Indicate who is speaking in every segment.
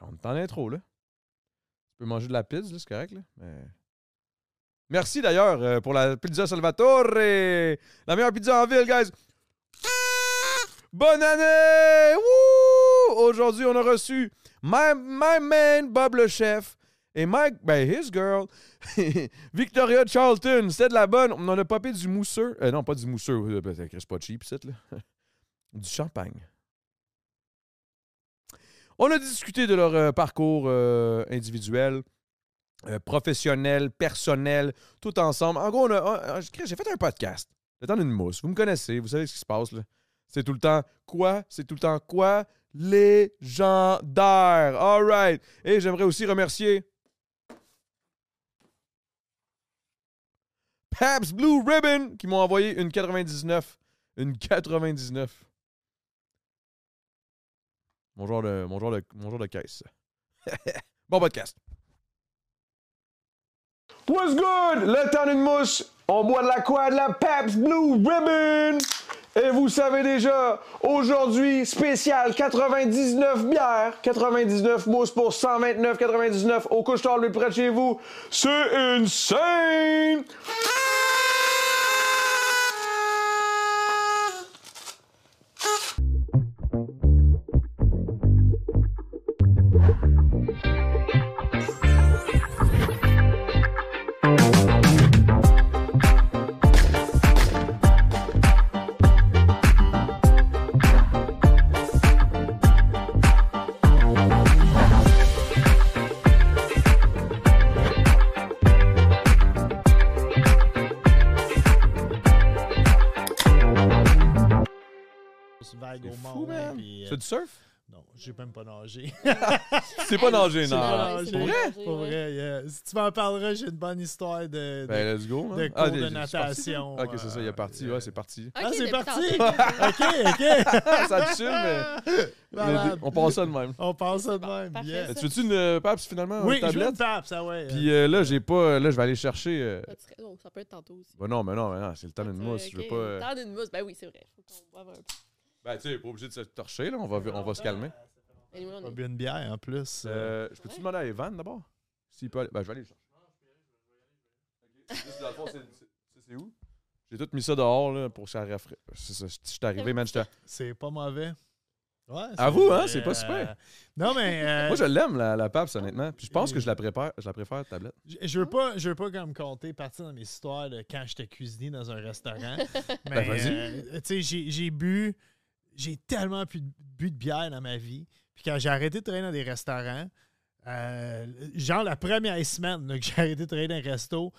Speaker 1: on est en intro, là. Tu peux manger de la pizza, là, c'est correct, là. Mais... Merci d'ailleurs euh, pour la pizza Salvatore! La meilleure pizza en ville, guys! Bonne année! Wouh! Aujourd'hui, on a reçu my, my man Bob le chef et Mike, ben his girl, Victoria Charlton. C'était de la bonne. On en a popé du mousseux. Euh, non, pas du mousseux. euh, ben, C'est pas cheap, c'est là. du champagne. On a discuté de leur euh, parcours euh, individuel, euh, professionnel, personnel, tout ensemble. En gros, on a- on- on- j'ai fait un podcast. Le temps d'une mousse. Vous me connaissez, vous savez ce qui se passe. là. C'est tout le temps quoi? C'est tout le temps quoi? Légendaire. All right. Et j'aimerais aussi remercier Pabst Blue Ribbon qui m'ont envoyé une 99. Une 99. Mon genre de, mon genre de, mon genre de caisse. bon podcast. What's good? Le temps d'une mousse. On boit de la quoi? De la Pabst Blue Ribbon. Et vous savez déjà, aujourd'hui, spécial 99 bières, 99 mousses pour 129,99 au couche-tard le plus près de chez vous. C'est insane!
Speaker 2: grosse vague
Speaker 1: C'est
Speaker 2: au
Speaker 1: fou,
Speaker 2: monde.
Speaker 1: man.
Speaker 2: puis, euh,
Speaker 1: C'est du surf?
Speaker 2: non, j'ai même pas nagé.
Speaker 1: C'est pas nager,
Speaker 2: C'est
Speaker 1: non.
Speaker 2: pas
Speaker 3: Ouais,
Speaker 2: c'est
Speaker 1: Pour vrai?
Speaker 3: nager,
Speaker 2: Pour
Speaker 3: ouais.
Speaker 2: vrai, yeah. si tu m'en parleras, j'ai une bonne histoire de. de-
Speaker 1: Ben, let's go.
Speaker 2: de
Speaker 1: hein.
Speaker 2: cours
Speaker 1: Ah,
Speaker 2: de
Speaker 1: il est- il est parti, lui?
Speaker 2: natation,
Speaker 1: Ok, c'est ça, il est
Speaker 2: euh,
Speaker 1: parti.
Speaker 2: euh,
Speaker 1: Ouais, c'est parti.
Speaker 3: Ok,
Speaker 2: Ah, c'est
Speaker 3: depuis
Speaker 2: parti!
Speaker 3: tantôt.
Speaker 2: ok, ok!
Speaker 1: ça me saoule, mais les deux-
Speaker 2: Malade.
Speaker 1: on passe ça de même.
Speaker 2: On passe ça de
Speaker 3: Bon,
Speaker 2: même.
Speaker 3: parfait,
Speaker 2: yeah.
Speaker 3: ça.
Speaker 1: Tu veux-tu une euh, Pabst, finalement,
Speaker 2: Oui,
Speaker 1: une
Speaker 2: je veux
Speaker 1: tablette?
Speaker 2: une tape, ça, ouais.
Speaker 1: Puis euh, là, j'ai pas. Là, je vais aller chercher. euh,
Speaker 3: Ça serait- oh, ça peut être tantôt aussi.
Speaker 1: Bah non, mais non, mais non, c'est le temps d'une
Speaker 3: Euh,
Speaker 1: mousse. Je
Speaker 3: ok,
Speaker 1: veux pas. euh,
Speaker 3: Temps d'une mousse, ben oui, c'est vrai. Faut qu'on boive un peu.
Speaker 1: Ben, tu sais, pas obligé de se torcher, là. On va, on va se calmer.
Speaker 3: Anyway,
Speaker 2: On a
Speaker 3: on est-
Speaker 2: bu une bière en plus. euh,
Speaker 1: Euh, je peux-tu demander à Evan d'abord S'il peut aller. Ben, je vais aller le chercher. C'est juste, dans le fond, c'est- c'est- c'est où J'ai tout mis ça dehors, là, pour que ça rafraîchisse. C'est ça. Je suis arrivé, man. j'étais-
Speaker 2: C'est pas mauvais. Ouais,
Speaker 1: À vous, hein,
Speaker 2: euh,
Speaker 1: c'est pas super.
Speaker 2: Non, mais. euh,
Speaker 1: Moi, je l'aime, la, la Pabst, honnêtement. Puis je pense que je la prépare. Je la préfère, tablette.
Speaker 2: Je, je veux pas, je veux pas comme compter partir dans mes histoires de quand j'étais cuisinier dans un restaurant. mais
Speaker 1: Ben, vas-y.
Speaker 2: euh, tu sais, j'ai, j'ai bu, j'ai tellement bu, bu de bière dans ma vie. Puis quand j'ai arrêté de travailler dans des restaurants, euh, genre la première semaine là, que j'ai arrêté de travailler dans un resto,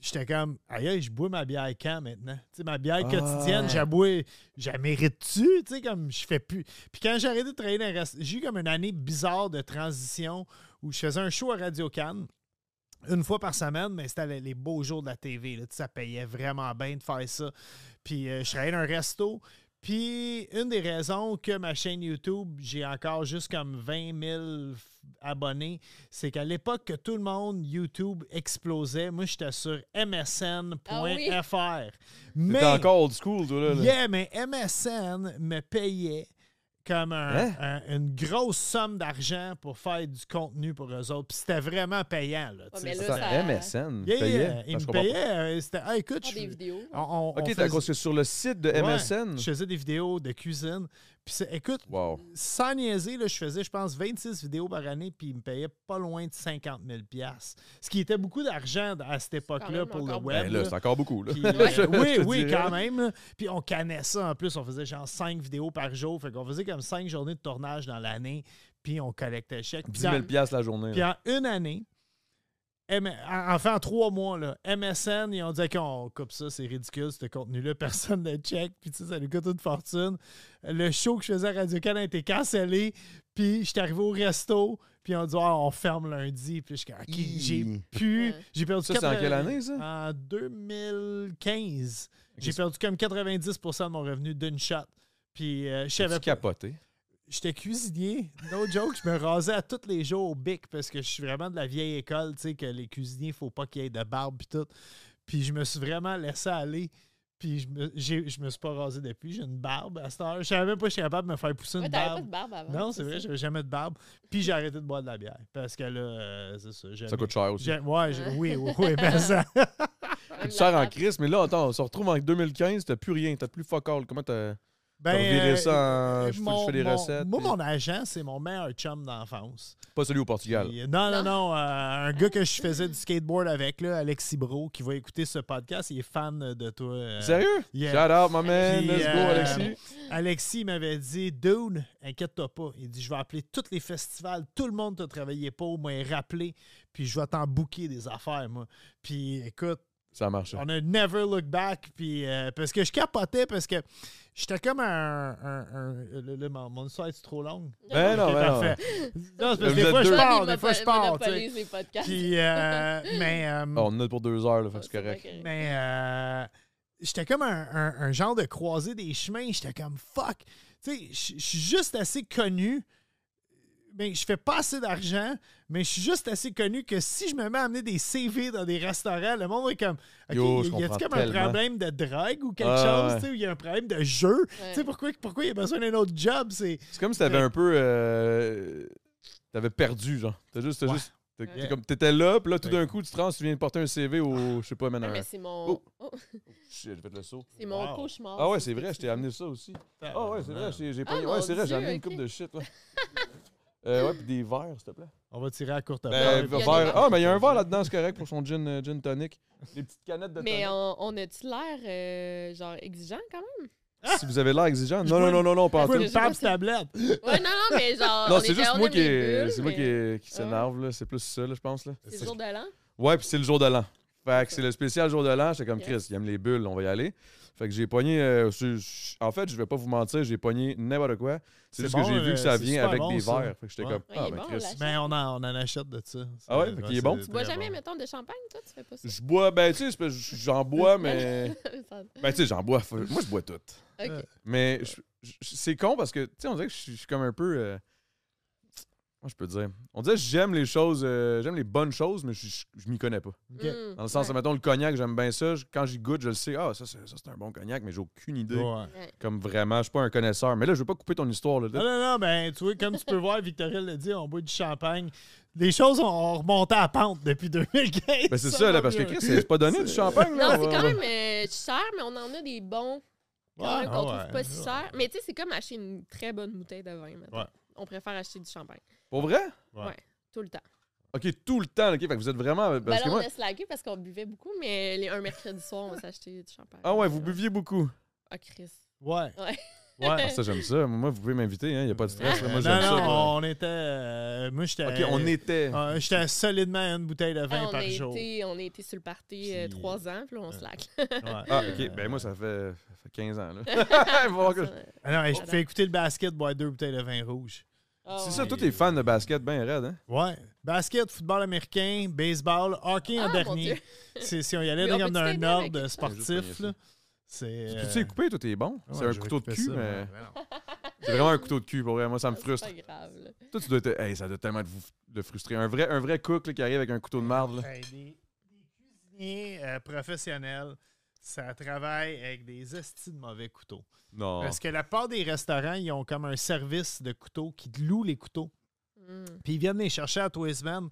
Speaker 2: j'étais comme aïe, aïe, je bois ma bière quand maintenant? Tu sais, ma bière
Speaker 1: Ah.
Speaker 2: quotidienne, j'ai bois, j'en mérite-tu? Tu sais, comme je fais plus. Puis quand j'ai arrêté de travailler dans un restaurant, j'ai eu comme une année bizarre de transition où je faisais un show à Radio Cannes une fois par semaine, mais c'était les, les beaux jours de la TV. là. Tu sais, ça payait vraiment bien de faire ça. Puis euh, je travaillais dans un resto. Puis une des raisons que ma chaîne YouTube, j'ai encore juste comme 20 000 f- abonnés, c'est qu'à l'époque que tout le monde YouTube explosait, moi j'étais sur msn.fr.
Speaker 3: Ah
Speaker 1: T'es encore old school, toi, là. là.
Speaker 2: Yeah, mais MSN me payait comme un-
Speaker 1: Hein?
Speaker 2: un- une grosse somme d'argent pour faire du contenu pour eux autres. Puis c'était vraiment payant. Là, tu sais,
Speaker 3: mais là,
Speaker 2: c'était-
Speaker 3: ça-
Speaker 1: Attends, MSN.
Speaker 2: Yeah,
Speaker 1: payait.
Speaker 2: yeah,
Speaker 1: Ah,
Speaker 2: Il
Speaker 1: je
Speaker 2: me
Speaker 1: comprends pas.
Speaker 2: payait. euh, C'était, ah, écoute,
Speaker 3: Faire
Speaker 2: je,
Speaker 3: des vidéos.
Speaker 2: on, on- on
Speaker 1: Ok,
Speaker 2: faisait-
Speaker 1: t'as cause que sur le site de
Speaker 2: Ouais,
Speaker 1: MSN.
Speaker 2: je faisais des vidéos de cuisine. Puis c'est- écoute,
Speaker 1: Wow.
Speaker 2: sans niaiser, là, je faisais, je pense, 26 vidéos par année, puis ils me payaient pas loin de 50 000 Ce qui était beaucoup d'argent à cette époque-là
Speaker 3: même
Speaker 2: pour le
Speaker 3: encore
Speaker 2: web.
Speaker 1: Ben là,
Speaker 2: là.
Speaker 1: c'est encore beaucoup, là.
Speaker 2: Puis,
Speaker 1: Je- je
Speaker 2: euh, oui,
Speaker 1: te
Speaker 2: oui,
Speaker 1: dirais.
Speaker 2: quand même. là. Puis on cannait ça en plus. On faisait genre cinq vidéos par jour. Fait qu'on faisait comme cinq journées de tournage dans l'année. Puis on collectait le chèque.
Speaker 1: 10
Speaker 2: Puis,
Speaker 1: 000
Speaker 2: en,
Speaker 1: piastres la journée.
Speaker 2: puis
Speaker 1: là.
Speaker 2: en une année, M- en, en fait, en trois mois, là, MSN, ils ont dit qu'on coupe ça, c'est ridicule, ce contenu-là, personne ne le check. Puis tu sais, ça nous coûte une fortune. Le show que je faisais à Radio-Can a été cancellé. Puis je suis arrivé au resto. Puis on dit, Ah, on ferme lundi. Puis je suis comme, OK,
Speaker 1: Hi.
Speaker 2: j'ai pu. J'ai perdu
Speaker 1: Ça, c'est en
Speaker 2: 80
Speaker 1: quelle année, ça?
Speaker 2: en 2015, j'ai
Speaker 1: Qu'est-ce-
Speaker 2: perdu comme 90 de mon revenu d'une shot. Puis euh, je savais
Speaker 1: Tu
Speaker 2: pas.
Speaker 1: capoté.
Speaker 2: J'étais cuisinier. No joke, je me rasais à tous les jours au bic parce que je suis vraiment de la vieille école, tu sais, que les cuisiniers, faut pas qu'il y ait de barbe et tout. Puis je me suis vraiment laissé aller. Puis je me, j'ai- je me suis pas rasé depuis. J'ai une barbe à cette heure. Je savais même pas que j'étais capable de me faire pousser
Speaker 3: Ouais,
Speaker 2: une
Speaker 3: t'avais pas
Speaker 2: barbe.
Speaker 3: de barbe avant.
Speaker 2: Non, c'est vrai,
Speaker 3: ça.
Speaker 2: j'avais jamais de barbe. Puis j'ai arrêté de boire de la bière. Parce que là, euh, c'est ça.
Speaker 1: Ça coûte cher aussi.
Speaker 2: cher. Ouais, j'ai- oui, oui, oui, mais ça.
Speaker 3: Même
Speaker 1: Tu sers
Speaker 3: la
Speaker 1: en
Speaker 3: barbe.
Speaker 1: crise, mais là, attends, on se retrouve en 2015, t'as plus rien, t'as plus fuck all. Comment t'as.
Speaker 2: Ben,
Speaker 1: T'as reviré
Speaker 2: euh,
Speaker 1: ça en- je fais- je fais des recettes,
Speaker 2: Moi,
Speaker 1: puis-
Speaker 2: mon agent, c'est mon meilleur chum d'enfance.
Speaker 1: Pas celui au Portugal.
Speaker 2: Puis, euh, Non, non, non. euh, un gars que je faisais du skateboard avec, là, Alexis Bro, qui va écouter ce podcast, il est fan de toi. euh,
Speaker 1: Sérieux?
Speaker 2: yeah.
Speaker 1: Shout out, my man.
Speaker 2: Puis,
Speaker 1: Let's go,
Speaker 2: euh,
Speaker 1: Alexis.
Speaker 2: Alexis m'avait dit Dude, inquiète-toi pas. Il dit Je vais appeler tous les festivals, tout le monde t'a travaillé pour, moi, rappelé, puis je vais t'en bouquer des affaires, moi. Puis écoute,
Speaker 1: Ça marche.
Speaker 2: on a never look back. Puis, euh, parce que je capotais, parce que j'étais comme un. un- un- le- le- mon, mon histoire est trop longue.
Speaker 1: Ben non,
Speaker 2: Ok,
Speaker 1: ben non.
Speaker 2: parfait. Non, c'est parce que
Speaker 1: Vous
Speaker 2: des
Speaker 1: êtes
Speaker 2: fois, je
Speaker 1: deux.
Speaker 2: pars, des fois, je pars. tu sais.
Speaker 3: monopolise les podcasts.
Speaker 2: Puis, euh, mais. euh,
Speaker 1: Ah, on en a pour deux heures, là, fait que c'est
Speaker 3: Ah,
Speaker 1: correct.
Speaker 3: pas
Speaker 2: mais euh, j'étais comme un, un- un genre de croisé des chemins. J'étais comme fuck. Tu sais, je- je suis juste assez connu. Mais je fais pas assez d'argent, mais je suis juste assez connu que si je me mets à amener des CV dans des restaurants, le monde est comme OK,
Speaker 1: Yo, je
Speaker 2: y a-tu
Speaker 1: comprends
Speaker 2: comme
Speaker 1: tellement.
Speaker 2: un problème de drogue ou quelque
Speaker 1: Ouais,
Speaker 2: chose,
Speaker 1: ouais.
Speaker 2: tu sais, ou il y a un problème de jeu?
Speaker 3: Ouais.
Speaker 2: Tu sais, pourquoi pourquoi il y a besoin d'un autre job? C'est
Speaker 1: C'est comme si t'avais
Speaker 2: Mais-
Speaker 1: un peu. euh, T'avais perdu, genre. T'as juste. t'as
Speaker 2: Ouais.
Speaker 1: juste t'es- t'es
Speaker 2: Yeah.
Speaker 1: comme- T'étais là, puis là, tout
Speaker 2: Ouais.
Speaker 1: d'un coup, tu te rends, tu viens de porter un CV au. Je sais pas, man.
Speaker 3: Ah,
Speaker 1: un-
Speaker 3: mais c'est mon, oh,
Speaker 1: Shit, j'ai fait le saut.
Speaker 3: c'est mon
Speaker 2: Wow.
Speaker 3: cauchemar.
Speaker 1: Ah ouais,
Speaker 3: ça,
Speaker 1: c'est vrai,
Speaker 3: que
Speaker 1: je
Speaker 3: tu
Speaker 1: t'ai
Speaker 3: dis.
Speaker 1: amené ça aussi. Ah ouais, c'est
Speaker 2: Euh,
Speaker 1: vrai, j'ai j'ai pas.
Speaker 3: Ah,
Speaker 1: ouais,
Speaker 3: mon
Speaker 1: c'est vrai, j'ai
Speaker 3: Dieu,
Speaker 1: amené une
Speaker 3: ok.
Speaker 1: coupe de shit, ouais. Euh, ouais, puis des verres, s'il te plaît.
Speaker 2: On va tirer à courte
Speaker 1: Ben,
Speaker 3: il y a des
Speaker 1: verre-
Speaker 3: verres.
Speaker 1: Ah, mais il y a un verre là-dedans, c'est correct pour son gin, euh, gin tonic. Des petites canettes de
Speaker 3: Mais
Speaker 1: tonic.
Speaker 3: on, on a-tu l'air euh, genre exigeant quand même?
Speaker 1: Si vous avez l'air exigeant.
Speaker 2: Je
Speaker 1: Non, non,
Speaker 2: vois-
Speaker 1: non, non, non, pas en
Speaker 3: Je
Speaker 1: tout.
Speaker 3: vois-
Speaker 2: une table tablette.
Speaker 3: Ouais, non, non, mais genre.
Speaker 1: Non,
Speaker 3: on
Speaker 1: c'est
Speaker 3: était-
Speaker 1: juste
Speaker 3: on
Speaker 1: moi
Speaker 3: aime
Speaker 1: qui,
Speaker 3: les bulles,
Speaker 1: c'est moi qui,
Speaker 3: mais
Speaker 1: qui s'énerve, là. C'est plus ça, là, je pense. Là.
Speaker 3: C'est le jour de l'an.
Speaker 1: Ouais, puis c'est le jour de l'an. Fait que c'est
Speaker 3: ça.
Speaker 1: le spécial jour de l'an. J'étais comme
Speaker 3: Yes.
Speaker 1: Chris, il aime les bulles, on va y aller. Fait que j'ai pogné. euh, je- je- en fait, je vais pas vous mentir, j'ai pogné n'importe quoi. C'est
Speaker 2: C'est
Speaker 1: juste que
Speaker 2: bon,
Speaker 1: j'ai vu
Speaker 2: euh,
Speaker 1: que ça
Speaker 2: c'est
Speaker 1: vient
Speaker 2: super
Speaker 1: avec
Speaker 2: bon,
Speaker 1: des
Speaker 2: ça.
Speaker 1: verres. Fait que j'étais
Speaker 2: Ouais.
Speaker 1: comme,
Speaker 3: Ouais,
Speaker 1: ah,
Speaker 3: il est
Speaker 1: mais
Speaker 3: bon,
Speaker 1: Chris.
Speaker 3: là.
Speaker 2: Mais Ben, on en, on en achète de ça.
Speaker 1: Ah ouais? Fait qu'il est
Speaker 2: c'est
Speaker 1: bon?
Speaker 2: très
Speaker 3: Tu bois jamais,
Speaker 2: bon.
Speaker 3: mettons, de champagne, toi? Tu fais pas ça?
Speaker 1: Je bois, ben, tu sais, c'est parce que j'en bois, mais.
Speaker 3: Ça-
Speaker 1: Ben, tu sais, j'en bois. Faut- Moi, je bois tout.
Speaker 3: Ok.
Speaker 1: Mais je- je- c'est con parce que, tu sais, on dirait que je suis- je suis comme un peu. euh, Comment je peux dire? On dirait que j'aime les choses, euh, j'aime les bonnes choses, mais je, je, je m'y connais pas.
Speaker 2: Ok.
Speaker 3: Mm.
Speaker 1: Dans le sens, mettons, le cognac, j'aime bien ça. Je- quand j'y goûte, je le sais. Ah, ça, c'est ça, c'est un bon cognac, mais j'ai aucune idée.
Speaker 2: Ouais.
Speaker 3: Ouais.
Speaker 1: Comme vraiment, je suis pas un connaisseur. Mais là, je veux pas couper ton histoire. Là.
Speaker 2: Non, non, non, ben, tu vois, comme tu peux voir, Victoria l'a dit, on boit du champagne. Les choses ont- ont remonté à pente depuis 2015.
Speaker 1: Ben, c'est ça, là, parce que Chris, c'est pas donné du champagne.
Speaker 3: Non,
Speaker 1: là.
Speaker 3: c'est
Speaker 1: On va-
Speaker 3: quand même euh, cher, mais on en a des bons quand même qu'on
Speaker 2: Ah
Speaker 3: trouve pas si cher. Mais tu sais, c'est comme acheter une très bonne bouteille de vin. mettons.
Speaker 2: Ouais.
Speaker 3: On préfère acheter du champagne
Speaker 1: Pour vrai?
Speaker 3: tout le temps.
Speaker 1: Ok, tout le temps. ok, fait que vous êtes vraiment. Parce
Speaker 3: Ben là,
Speaker 1: Ben, que moi...
Speaker 3: on a slagué parce qu'on buvait beaucoup, mais les, un mercredi soir, on va s'acheter du champagne.
Speaker 1: Ah ouais, vous buviez beaucoup.
Speaker 3: Ah, Chris.
Speaker 2: Ouais.
Speaker 3: Ouais.
Speaker 1: Ah,
Speaker 2: Ouais.
Speaker 1: ça, j'aime ça. Moi, vous pouvez m'inviter. Il n'y a pas de stress. là. Moi,
Speaker 2: non,
Speaker 1: j'aime ça.
Speaker 2: non,
Speaker 1: moi.
Speaker 2: on était. euh, moi, j'étais.
Speaker 1: Ok, on était.
Speaker 2: euh, j'étais solidement à une bouteille de
Speaker 3: Ah,
Speaker 2: vin
Speaker 3: on,
Speaker 2: par
Speaker 3: a
Speaker 2: jour.
Speaker 3: été, on a été sur le party euh,
Speaker 2: Puis-
Speaker 3: trois ans, puis là, on slack.
Speaker 2: Ouais.
Speaker 1: Ah, ok. Ben moi, ça fait, ça fait 15 ans. Là. Il va falloir que je-
Speaker 2: Ah non, je fais écouter le basket, boire deux bouteilles de vin rouge.
Speaker 3: Ah,
Speaker 1: C'est
Speaker 3: ouais.
Speaker 1: ça, toi, t'es fan de basket bien raide, hein?
Speaker 2: Ouais. Basket, football américain, baseball, hockey en
Speaker 3: Ah, mon
Speaker 2: dernier.
Speaker 3: Dieu.
Speaker 2: C'est- Si on y allait
Speaker 3: Mais on
Speaker 2: comme
Speaker 3: peut-tu
Speaker 2: dans un
Speaker 3: t'aider avec
Speaker 2: ordre
Speaker 1: J'ai juste
Speaker 2: sportif,
Speaker 1: pogné ça.
Speaker 2: là, c'est.
Speaker 1: Tu
Speaker 2: euh,
Speaker 1: sais couper, toi, t'es bon.
Speaker 2: ouais,
Speaker 1: c'est un
Speaker 2: je
Speaker 1: couteau de cul,
Speaker 2: récupère ça,
Speaker 1: mais
Speaker 2: ouais, non.
Speaker 1: c'est vraiment un couteau de cul, pour vrai. Moi, ça me
Speaker 3: Ah,
Speaker 1: frustre.
Speaker 3: C'est pas grave. là.
Speaker 1: Toi, tu dois te... Hey, ça doit tellement te, vous... le frustrer. Un vrai, un vrai cook là, qui arrive avec un couteau de marde, là.
Speaker 2: Hey, des, des cuisiniers euh, professionnels, ça travaille avec des estis de mauvais couteaux.
Speaker 1: Non.
Speaker 2: Parce que la part des restaurants, ils ont comme un service de couteaux qui te loue les couteaux.
Speaker 3: Mm.
Speaker 2: Puis ils viennent les chercher à tous les semaines.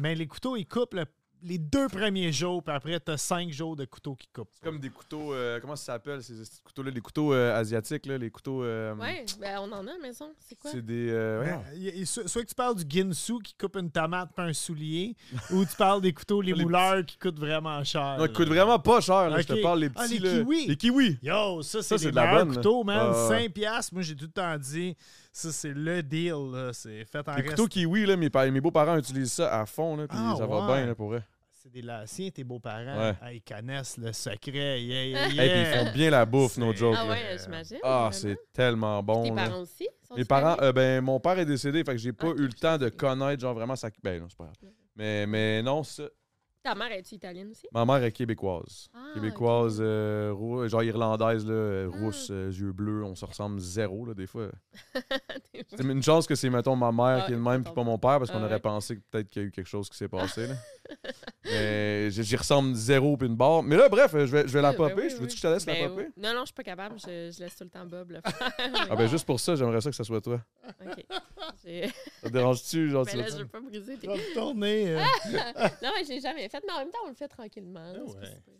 Speaker 2: Mais les couteaux, ils coupent le- les deux premiers jours, puis après, tu as cinq jours de couteaux qui coupent.
Speaker 1: C'est comme des couteaux... euh, comment ça s'appelle, ces petits couteaux-là? Les couteaux euh, asiatiques, là, les couteaux... euh,
Speaker 3: Ouais, ben on en a à la maison. C'est quoi?
Speaker 1: C'est des... euh,
Speaker 2: Ben,
Speaker 1: voyons.
Speaker 2: y- y- so- soit que tu parles du Ginsu qui coupe une tomate pas un soulier, ou tu parles des couteaux les
Speaker 1: Les
Speaker 2: mouleurs qui coûtent vraiment cher.
Speaker 1: Non, ils
Speaker 2: là.
Speaker 1: coûtent vraiment pas cher, là. Je
Speaker 2: Ok.
Speaker 1: te parle, les petits,
Speaker 2: Ah, les
Speaker 1: là.
Speaker 2: kiwis.
Speaker 1: Les kiwis!
Speaker 2: Yo, ça,
Speaker 1: Ça,
Speaker 2: c'est
Speaker 1: c'est
Speaker 2: les
Speaker 1: de la
Speaker 2: meilleurs
Speaker 1: bonne, là.
Speaker 2: couteaux, man.
Speaker 1: Ah, ouais.
Speaker 2: 5 piastres, moi, j'ai tout le temps dit. Ça, c'est le deal, là. C'est fait en
Speaker 1: Les
Speaker 2: reste-
Speaker 1: couteaux kiwis, là, mes, pa- mes beaux-parents utilisent ça à fond, là, puis
Speaker 2: Ah,
Speaker 1: ça va
Speaker 2: ouais.
Speaker 1: bien, là, pour vrai.
Speaker 2: C'est des lanciens, tes beaux-parents.
Speaker 1: Ouais.
Speaker 2: Ah, ils connaissent le secret. Yeah, yeah,
Speaker 1: Hey, puis
Speaker 2: yeah.
Speaker 1: ils font bien la bouffe,
Speaker 2: C'est-
Speaker 1: no joke,
Speaker 3: Ah
Speaker 1: là.
Speaker 3: ouais,
Speaker 2: euh,
Speaker 3: j'imagine.
Speaker 1: Ah,
Speaker 3: vraiment.
Speaker 1: c'est tellement bon.
Speaker 3: Tes
Speaker 1: là.
Speaker 3: parents aussi? sont
Speaker 1: Mes
Speaker 3: italiens?
Speaker 1: parents, euh, ben, mon père est décédé, fait que j'ai pas
Speaker 3: Ok,
Speaker 1: eu le
Speaker 3: je
Speaker 1: temps
Speaker 3: sais.
Speaker 1: de connaître, genre vraiment ça. Ben non, c'est pas grave. Mais, mais non, ça.
Speaker 3: Ta mère, est tu italienne aussi?
Speaker 1: Ma mère est québécoise.
Speaker 3: Ah,
Speaker 1: québécoise, euh, rou- genre irlandaise, là, euh,
Speaker 3: Ah.
Speaker 1: rousse, euh, yeux bleus, on se ressemble zéro, là, des fois.
Speaker 3: T'es-
Speaker 1: C'est une chance que c'est, mettons, ma mère
Speaker 3: Ah,
Speaker 1: qui est le même,
Speaker 3: c'est
Speaker 1: puis
Speaker 3: ton
Speaker 1: pas mon père, parce
Speaker 3: Ah
Speaker 1: qu'on aurait
Speaker 3: ouais. Ah.
Speaker 1: pensé que peut-être qu'il y a eu quelque chose qui s'est passé, là. Mais j'y ressemble zéro puis une barre. Mais là, bref, euh, je vais, je vais la
Speaker 3: Oui, ben
Speaker 1: popper.
Speaker 3: oui,
Speaker 1: je
Speaker 3: oui.
Speaker 1: veux-tu que je te laisse la
Speaker 3: Ben
Speaker 1: popper?
Speaker 3: oui. Non, non, je suis pas capable. Je, je laisse tout le temps Bob le faire.
Speaker 1: Ah ben juste pour ça, j'aimerais ça que ça soit toi.
Speaker 3: OK. J'ai-
Speaker 1: Ça te dérange-tu? Genre,
Speaker 3: Ben
Speaker 1: tu
Speaker 3: là,
Speaker 1: veux-
Speaker 3: je veux pas briser tes...
Speaker 2: Je vais me tourner. euh,
Speaker 1: Ah.
Speaker 3: Non, mais je l'ai jamais fait, mais en même temps, on le fait tranquillement. là,
Speaker 2: Ah
Speaker 3: c'est pas
Speaker 2: ouais.
Speaker 3: si pire.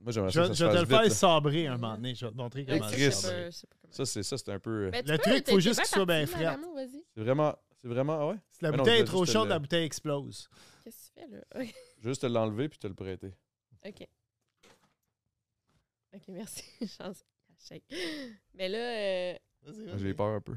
Speaker 1: Moi, j'aimerais
Speaker 2: je
Speaker 1: ça
Speaker 2: vais
Speaker 1: que
Speaker 2: je
Speaker 1: ça
Speaker 2: vais
Speaker 1: se
Speaker 2: te
Speaker 1: fasse
Speaker 2: le
Speaker 1: vite.
Speaker 2: faire
Speaker 1: là.
Speaker 2: sabrer un moment donné. Je vais te montrer
Speaker 1: Et
Speaker 2: comment
Speaker 1: Chris.
Speaker 2: le
Speaker 3: Je sais
Speaker 2: sabrer.
Speaker 3: pas- je sais pas comment.
Speaker 1: Ça, c'est ça, c'est un peu... euh,
Speaker 3: Ben, tu
Speaker 2: Le
Speaker 3: peux,
Speaker 2: truc,
Speaker 3: t'es-
Speaker 2: faut
Speaker 3: t'es
Speaker 2: juste qu'il soit bien
Speaker 3: parti, madame,
Speaker 2: frette.
Speaker 3: oh, Vas-y,
Speaker 1: C'est vraiment... C'est vraiment... Ah ouais?
Speaker 2: Si la
Speaker 1: Mais non,
Speaker 2: bouteille
Speaker 1: je
Speaker 2: est
Speaker 1: vais
Speaker 2: trop
Speaker 1: juste
Speaker 2: chaude,
Speaker 1: le-
Speaker 2: la bouteille explose.
Speaker 3: qu'est-ce que tu fais là?
Speaker 1: Juste te l'enlever puis te le prêter.
Speaker 3: OK. OK, merci. Chance. Shake. Mais là. euh,
Speaker 1: J'ai peur un peu.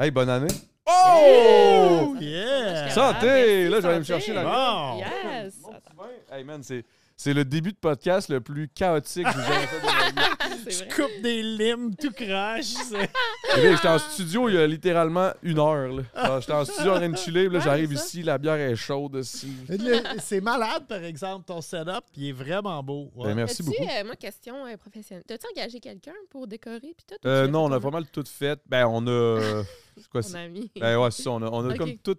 Speaker 1: Hey, bonne année!
Speaker 2: Oh!
Speaker 3: ça,
Speaker 2: Yeah!
Speaker 3: je suis
Speaker 1: Ça,
Speaker 3: capable.
Speaker 1: t'es-
Speaker 3: Merci,
Speaker 1: là, je vais aller me
Speaker 3: santé.
Speaker 1: chercher la
Speaker 2: Bon!
Speaker 3: Yes!
Speaker 1: Mon
Speaker 3: Attends,
Speaker 1: petit vin. Hey man, c'est, c'est le début de podcast le plus chaotique que j'ai jamais fait de ma vie.
Speaker 2: Je
Speaker 3: C'est vrai.
Speaker 2: coupe des limes, tout crache. c'est-
Speaker 1: Et là, j'étais en studio il y a littéralement une heure. Là. Ah, Alors, Ah, j'étais en studio en train de chiller, puis là,
Speaker 3: Ouais,
Speaker 1: j'arrive
Speaker 3: c'est ça.
Speaker 1: ici, la bière est chaude. aussi.
Speaker 2: Le- C'est malade, par exemple, ton setup. Il est vraiment beau. Ouais.
Speaker 1: Ben, merci
Speaker 3: T'as-tu,
Speaker 1: beaucoup.
Speaker 3: euh, moi, question euh, professionnelle. T'as-tu engagé quelqu'un pour décorer? Puis tout, ou tu
Speaker 1: Euh,
Speaker 3: l'as
Speaker 1: non, on
Speaker 3: fait
Speaker 1: a pas
Speaker 3: toi-même?
Speaker 1: mal tout fait. Ben, on a. C'est quoi
Speaker 3: Mon
Speaker 1: ça?
Speaker 3: ami.
Speaker 1: Ben, ouais, c'est ça. On a, on a
Speaker 3: Ok.
Speaker 1: comme tout.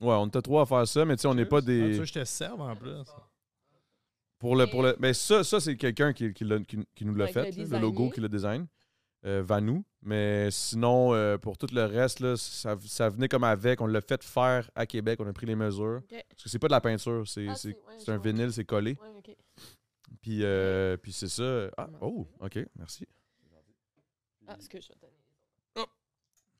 Speaker 1: Ouais, on était trois à faire ça, mais tu sais, on n'est pas
Speaker 2: Ah, tu
Speaker 1: des.
Speaker 2: veux que je te serve en plus.
Speaker 1: Pour le, pour le... Ben, ça, ça c'est quelqu'un qui, qui, l'a- qui- qui nous l'a
Speaker 3: Ouais, qui l'a
Speaker 1: fait, là, le
Speaker 3: designé.
Speaker 1: logo qui le design, euh, Vanou. Mais sinon, euh, pour tout le reste, là, ça, ça venait comme avec. On l'a fait faire à Québec, on a pris les mesures.
Speaker 3: Ok.
Speaker 1: Parce que c'est pas de la peinture, c'est
Speaker 3: Ah,
Speaker 1: c'est-
Speaker 3: c'est- ouais,
Speaker 1: c'est un
Speaker 3: je vois.
Speaker 1: vinyle, c'est collé.
Speaker 3: Ouais, ok.
Speaker 1: Puis, euh, puis c'est ça. Ah,
Speaker 3: Merci.
Speaker 1: oh, OK, merci.
Speaker 3: Ah, excuse, je vais te donner.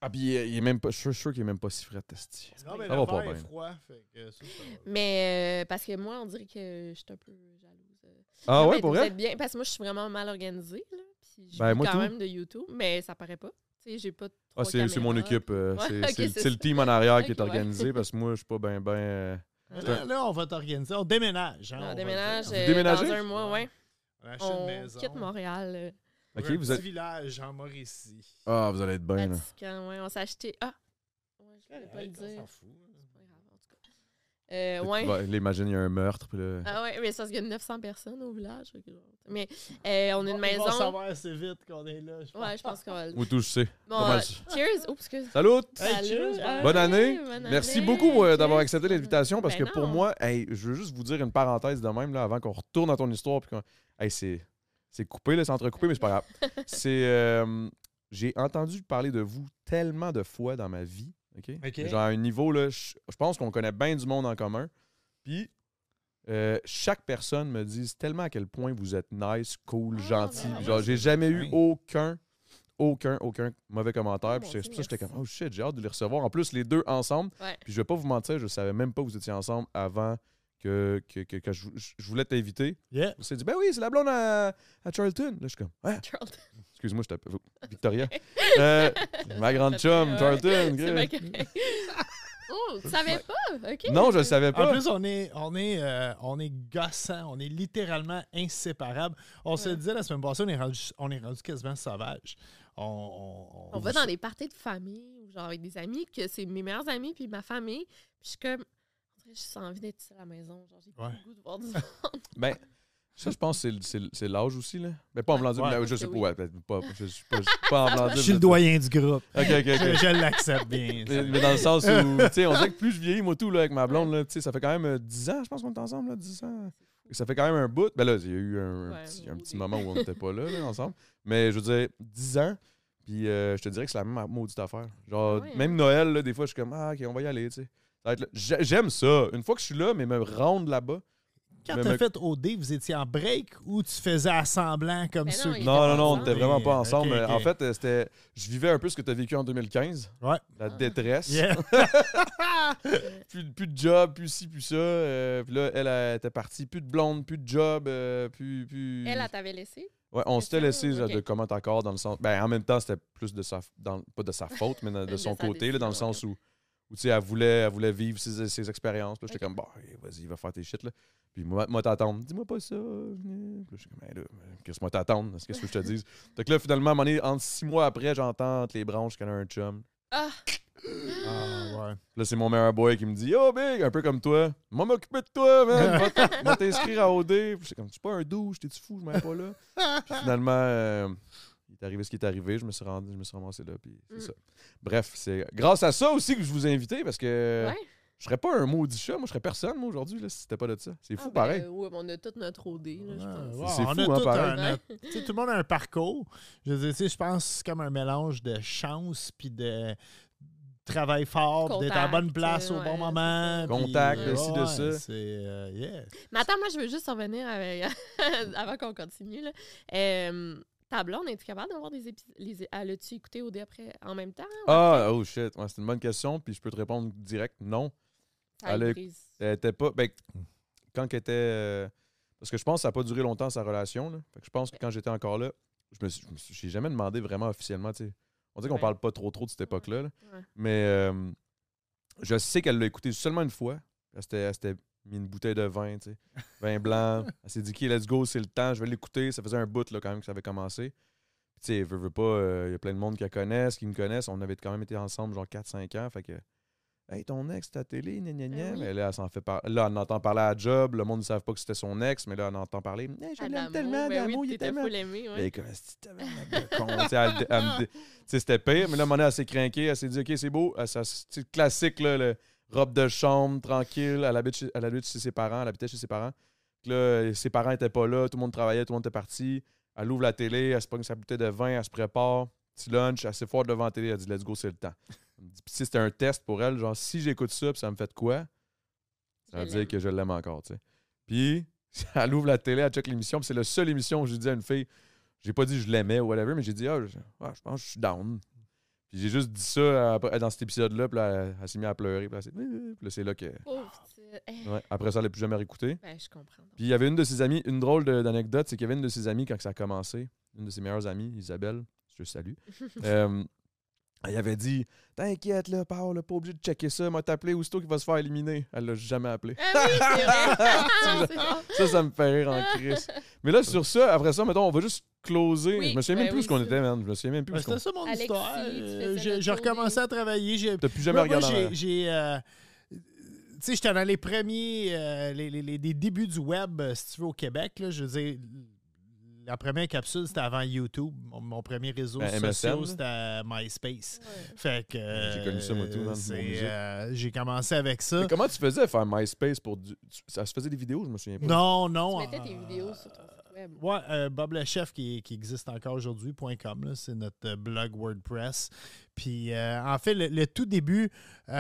Speaker 1: Ah, puis euh, il est même pas, je suis sûr qu'il est même pas si frais, testi.
Speaker 2: Non, mais
Speaker 1: Ça
Speaker 2: le
Speaker 1: va pas
Speaker 2: verre est
Speaker 1: bien.
Speaker 2: froid. fait que ça, ça va.
Speaker 3: Mais euh, parce que moi, on dirait que je suis un peu jalouse. euh.
Speaker 1: Ah
Speaker 3: Non,
Speaker 1: ouais,
Speaker 3: mais
Speaker 1: pour
Speaker 3: vous
Speaker 1: vrai?
Speaker 3: êtes bien, parce que moi, je suis vraiment mal organisée. Là, puis je
Speaker 1: Ben,
Speaker 3: vis
Speaker 1: moi,
Speaker 3: quand
Speaker 1: tout.
Speaker 3: même de YouTube, mais ça paraît pas. Tu sais, j'ai pas
Speaker 1: Ah,
Speaker 3: trois
Speaker 1: c'est c'est mon
Speaker 3: caméras.
Speaker 1: équipe. euh,
Speaker 3: Ouais,
Speaker 1: c'est
Speaker 3: ok,
Speaker 1: c'est-
Speaker 3: c'est
Speaker 1: c'est le
Speaker 3: ça.
Speaker 1: team en arrière qui
Speaker 3: Ok,
Speaker 1: est
Speaker 3: ouais.
Speaker 1: organisé parce que moi, je suis pas ben ben... euh,
Speaker 2: Mais Là, là, on va t'organiser. On déménage. hein, on
Speaker 3: Non,
Speaker 2: va
Speaker 3: On
Speaker 2: le
Speaker 3: Ah, déménage
Speaker 2: dire.
Speaker 1: Vous
Speaker 3: euh,
Speaker 1: déménagez?
Speaker 3: dans un mois, ouais.
Speaker 2: On achète une
Speaker 3: On
Speaker 2: maison.
Speaker 3: quitte Montréal. euh,
Speaker 2: Pour
Speaker 1: Ok,
Speaker 2: un
Speaker 1: vous
Speaker 2: petit
Speaker 1: êtes.
Speaker 2: village en Mauricie.
Speaker 1: Ah, vous allez être bien, là.
Speaker 3: Vatican, ouais. On s'est acheté. Ah! Ouais, je voulais pas le
Speaker 2: Hey, on
Speaker 3: dire.
Speaker 2: s'en fout, hein.
Speaker 3: C'est pas grave, en tout cas. Euh, ouais.
Speaker 1: Ouais, là, imagine, il y a un meurtre. Puis là...
Speaker 3: Ah ouais, mais c'est parce qu'il y a 900 personnes au village. fait que genre- Mais euh, on a une
Speaker 2: Ils vont
Speaker 3: maison.
Speaker 2: savoir assez vite qu'on est là. je pense.
Speaker 3: Ouais, je pense qu'on va le
Speaker 1: Moi, tout, je sais.
Speaker 3: Bon,
Speaker 1: Pas mal.
Speaker 3: euh, cheers! Oh, parce que...
Speaker 1: Salut!
Speaker 2: Hey, cheers, bonne
Speaker 3: Ah,
Speaker 1: Bonne année.
Speaker 3: bonne
Speaker 1: Merci
Speaker 3: année.
Speaker 1: beaucoup euh, d'avoir
Speaker 3: Cheers.
Speaker 1: accepté l'invitation parce
Speaker 3: Ben
Speaker 1: que pour
Speaker 3: non.
Speaker 1: moi, hey, je veux juste vous dire une parenthèse de même là, avant qu'on retourne à ton histoire. Puis qu'on- hey, c'est, c'est coupé, là, c'est entrecoupé, mais c'est pas grave. C'est, euh, j'ai entendu parler de vous tellement de fois dans ma vie. OK?
Speaker 2: OK.
Speaker 1: Genre à un niveau, là, je je pense qu'on connaît bien du monde en commun. Puis euh, chaque personne me dit tellement à quel point vous êtes nice, cool,
Speaker 3: Ah,
Speaker 1: gentil.
Speaker 3: ben,
Speaker 1: Genre, j'ai jamais eu
Speaker 2: Oui.
Speaker 1: aucun aucun, aucun mauvais commentaire.
Speaker 3: Oh,
Speaker 1: Puis
Speaker 3: mon
Speaker 1: c'est
Speaker 3: Dieu,
Speaker 1: pour ça que j'étais
Speaker 3: merci.
Speaker 1: comme, oh shit, j'ai hâte de les recevoir. En plus, les deux ensemble.
Speaker 3: Ouais.
Speaker 1: Puis je vais pas vous mentir, je savais même pas que vous étiez ensemble avant que, que, que, que je, vou- je- je voulais t'inviter.
Speaker 2: Yeah.
Speaker 1: On s'est dit, ben oui, c'est la blonde à, à Charlton. Là, je suis comme, ah,
Speaker 3: Charlton.
Speaker 1: excuse-moi, je t'appelle Victoria. Euh, ma grande chum,
Speaker 3: Ouais.
Speaker 1: Charlton.
Speaker 3: C'est
Speaker 1: gars.
Speaker 3: bien correct. oh, tu savais pas? OK.
Speaker 1: Non, je le savais
Speaker 2: En
Speaker 1: pas.
Speaker 2: plus, on est, on est, euh, on est gossant, on est littéralement inséparables. On se
Speaker 3: Ouais.
Speaker 2: disait la semaine passée, on est rendu, on est rendu quasiment sauvage. On, on- on-
Speaker 3: On va dans des parties de famille, ou genre avec des amis, que c'est mes meilleurs amis, puis ma famille. Puis je suis comme, on dirait que j'ai juste envie d'être seule à la maison. Genre, j'ai
Speaker 2: Ouais.
Speaker 3: plus le goût de voir du monde.
Speaker 1: Ben, ça, je pense que c'est le- c'est le- c'est l'âge aussi. là. Mais pas en blanc
Speaker 2: Ouais.
Speaker 1: je sais
Speaker 3: Ok,
Speaker 1: pas.
Speaker 3: oui.
Speaker 1: ouais, peut-être pas, je suis pas, je suis pas en blanc
Speaker 2: Je suis le doyen du groupe.
Speaker 1: Ok, ok, ok.
Speaker 2: Je, je l'accepte bien. ça.
Speaker 1: Mais mais dans le sens où, tu sais, on dirait que plus je vieillis, moi, tout, là, avec ma blonde, là, tu sais, ça fait quand même euh, 10 ans, je pense qu'on est ensemble, là, 10 ans. Ça fait quand même un bout. Ben là, il y a eu un, un
Speaker 3: Ouais,
Speaker 1: petit,
Speaker 3: au
Speaker 1: un petit
Speaker 3: début.
Speaker 1: moment où on n'était pas là, là, ensemble. Mais je veux dire, 10 ans, puis euh, je te dirais que c'est la même maudite affaire. Genre,
Speaker 3: Ah ouais,
Speaker 1: même Noël, là, des fois, je suis comme, ah, OK, on va y aller, tu sais. Ça va être là. J'a- J'aime ça. Une fois que je suis là, mais me rendre là-bas.
Speaker 2: Quand
Speaker 1: mais-
Speaker 2: t'as
Speaker 1: mais-
Speaker 2: fait OD, vous étiez en break ou tu faisais à semblant comme
Speaker 3: Ben
Speaker 2: ceux
Speaker 3: non,
Speaker 2: qui
Speaker 3: il
Speaker 1: Non, non, non, on
Speaker 3: ensemble.
Speaker 1: n'était vraiment pas
Speaker 2: Ok,
Speaker 1: ensemble.
Speaker 2: ok.
Speaker 1: En fait, euh, c'était. Je vivais un peu ce que tu as vécu en 2015,
Speaker 2: Ouais.
Speaker 1: la
Speaker 3: Ah.
Speaker 1: détresse.
Speaker 2: Yeah.
Speaker 1: plus, de- plus de job, plus ci, plus ça. euh, puis là, elle, elle était partie. Plus de blonde, plus de job, euh, plus. plus...
Speaker 3: Elle, elle t'avait laissé?
Speaker 1: ouais, on s'était laissé genre,
Speaker 3: Ok.
Speaker 1: de comment accord dans le sens. Ben, en même temps, c'était plus de sa. dans- pas de sa faute, mais de, de
Speaker 3: De
Speaker 1: son
Speaker 3: sa
Speaker 1: côté, là, dans le
Speaker 3: décision,
Speaker 1: sens où. Où, tu sais, elle voulait, elle voulait vivre ses, ses expériences. Puis là, j'étais
Speaker 3: Ok.
Speaker 1: comme, bah, vas-y, va faire tes shit, là. Puis moi, moi t'attendre. Dis-moi pas ça. Puis là, j'étais comme, Ben là, qu'est-ce que moi t'attendre? Qu'est-ce que je te dise? Donc là, finalement, à un moment donné, entre six mois après, j'entends entre les branches qu'elle a un chum.
Speaker 3: Ah!
Speaker 2: Ah, ouais.
Speaker 1: Puis Là, c'est mon meilleur boy qui me dit Oh, Big, un peu comme toi, moi m'occuper de toi, man. Va t- Va t'inscrire à OD. Puis c'est comme, tu suis pas un douche, t'es-tu fou, je m'en vais pas là. Puis finalement, euh, il est arrivé ce qui est arrivé, je me suis rendu, je me suis ramassé là, puis c'est
Speaker 3: Mm.
Speaker 1: ça. Bref, c'est grâce à ça aussi que je vous ai invité parce que
Speaker 3: Ouais.
Speaker 1: Je serais pas un maudit chat, moi je serais personne, moi, aujourd'hui, là, si c'était pas de ça. C'est
Speaker 3: Ah,
Speaker 1: fou,
Speaker 3: ben,
Speaker 1: pareil.
Speaker 3: euh, ouais, mais on a tout notre OD, là, je pense.
Speaker 2: Ouais,
Speaker 1: C'est
Speaker 2: on
Speaker 1: fou,
Speaker 2: a
Speaker 1: hein,
Speaker 2: tout
Speaker 1: pareil.
Speaker 2: un- notre- tu sais, tout le monde a un parcours. Je veux dire, tu sais, je pense que c'est comme un mélange de chance puis de travail fort, puis d'être à la bonne
Speaker 3: Contact,
Speaker 2: place au
Speaker 3: ouais,
Speaker 2: bon
Speaker 1: c'est
Speaker 2: moment.
Speaker 1: ça. Contact,
Speaker 2: puis,
Speaker 1: de ci, de
Speaker 2: ouais,
Speaker 1: ça.
Speaker 2: C'est euh, yeah.
Speaker 3: Mais attends, moi, je veux juste revenir avec- avant qu'on continue. Là. Euh, ta blonde, es-tu capable d'avoir des épisodes? Les... Ah, L'as-tu écouté au dé après en même temps?
Speaker 1: Ah, oh shit, ouais, c'est une bonne question, puis je peux te répondre direct, non.
Speaker 3: Ça a
Speaker 1: elle a-
Speaker 3: prise.
Speaker 1: Elle était pas. Ben, quand qu'elle était. euh, parce que je pense que ça n'a pas duré longtemps sa relation. Là. Fait que je pense que quand j'étais encore là, je me suis, je me suis- j'ai jamais demandé vraiment officiellement. tu sais. On dirait qu'on
Speaker 3: Ouais.
Speaker 1: parle pas trop trop de cette époque-là. là.
Speaker 3: Ouais.
Speaker 1: Mais euh, je sais qu'elle l'a écouté seulement une fois. Elle s'était, elle s'était mis une bouteille de vin, tu sais, vin blanc. Elle s'est dit, OK, let's go, c'est le temps, je vais l'écouter. Ça faisait un bout là, quand même que ça avait commencé. Puis, tu sais, veux, veux pas, euh, il y a plein de monde qui la connaissent, qui me connaissent. On avait quand même été ensemble genre 4-5 ans. Fait que, hey, ton ex, ta télé, gna gna gna.
Speaker 3: Ah oui.
Speaker 1: Mais là, elle s'en fait par... Là, on entend parler à la job. Le monde ne savait pas que c'était son ex, mais là, on entend parler. Hey, je
Speaker 3: Ah,
Speaker 1: l'aime
Speaker 3: d'amour,
Speaker 1: tellement,
Speaker 3: ben
Speaker 1: d'amour,
Speaker 3: oui,
Speaker 1: il est
Speaker 3: t'étais
Speaker 1: tellement.
Speaker 3: full aimé,
Speaker 1: Elle
Speaker 3: ouais.
Speaker 1: est comme, Asti, t'as vraiment l'air de con. Tu sais, elle- elle me dé- tu sais, c'était pire, mais là, à un moment donné, elle s'est craquée, elle s'est dit, OK, c'est beau. Elle s'est- C'est le classique, là, le robe de chambre, tranquille. Elle habite chez, elle habite chez ses parents, elle habitait chez ses parents. Puis là, ses parents n'étaient pas là, tout le monde travaillait, tout le monde était parti. Elle ouvre la télé, elle se pogne sa bouteille de vin, elle se prépare, petit lunch, elle s'est fort devant la télé, elle dit, let's go, c'est le temps. Elle me dit, Puis si c'était un test pour elle, genre, si j'écoute ça, puis ça me fait de quoi, ça veut
Speaker 3: Je
Speaker 1: dire
Speaker 3: l'aime.
Speaker 1: que je l'aime encore, tu sais. Puis, elle ouvre la télé, elle check l'émission, puis c'est la seule émission où je dis à une fille, j'ai pas dit je l'aimais ou whatever, mais j'ai dit, ah, je, ah, je pense que je suis down. Puis j'ai juste dit ça après- dans cet épisode-là, puis là, elle, elle s'est mise à pleurer, puis là, c'est- puis là, c'est là que.
Speaker 3: Pauvre petite. Eh,
Speaker 1: Ah! ouais. Après ça, elle n'a plus jamais réécouté.
Speaker 3: Ben, je comprends. donc.
Speaker 1: Puis il y avait une de ses amies, une drôle de- d'anecdote, c'est qu'il y avait une de ses amies quand que ça a commencé, une de ses meilleures amies, Isabelle, je te salue. euh, elle avait dit T'inquiète, là, Paul, là, pas obligé de checker ça, m'a t'appelé aussitôt qu'il va se faire éliminer. Elle l'a jamais appelé.
Speaker 3: Ah oui, c'est vrai! C'est vrai.
Speaker 1: Ça, ça me fait rire en crise. Mais là, sur ça, après ça, mettons, on va juste closer.
Speaker 3: Oui,
Speaker 1: je me souviens même
Speaker 3: ben
Speaker 1: plus
Speaker 3: oui,
Speaker 1: où ce qu'on
Speaker 3: ça.
Speaker 1: était, man. Je me souviens même plus où
Speaker 2: Ben,
Speaker 1: ce qu'on
Speaker 2: C'était ça mon
Speaker 3: Alexis,
Speaker 2: histoire.
Speaker 3: tu
Speaker 2: Euh,
Speaker 3: faisais
Speaker 2: j'ai-
Speaker 3: notre
Speaker 2: J'ai
Speaker 3: tournée.
Speaker 2: recommencé à travailler. J'ai
Speaker 1: T'as plus jamais
Speaker 2: Moi, moi,
Speaker 1: regardé en
Speaker 2: j'ai-
Speaker 1: arrière.
Speaker 2: j'ai. euh, tu sais, j'étais dans les premiers, euh, les, les- les- les débuts du web, euh, si tu veux, au Québec. là. je veux dire, la première capsule, c'était avant YouTube. Mon, mon premier réseau
Speaker 1: Ben, MSN,
Speaker 2: social,
Speaker 1: là.
Speaker 2: c'était MySpace.
Speaker 3: Ouais.
Speaker 2: Fait que. euh,
Speaker 1: J'ai connu ça, moi, tout, man,
Speaker 2: c'est,
Speaker 1: mon musique.
Speaker 2: euh, J'ai commencé avec ça.
Speaker 1: Mais comment tu faisais faire MySpace pour. du- tu- Ça se faisait des vidéos, je me souviens pas.
Speaker 2: Non, non.
Speaker 3: Tu mettais tes
Speaker 2: euh,
Speaker 3: vidéos sur ton site web.
Speaker 2: Ouais, euh, Bob le chef qui, qui existe encore aujourd'hui, .com, là, c'est notre euh, blog WordPress. Puis euh, en fait, le, le tout début,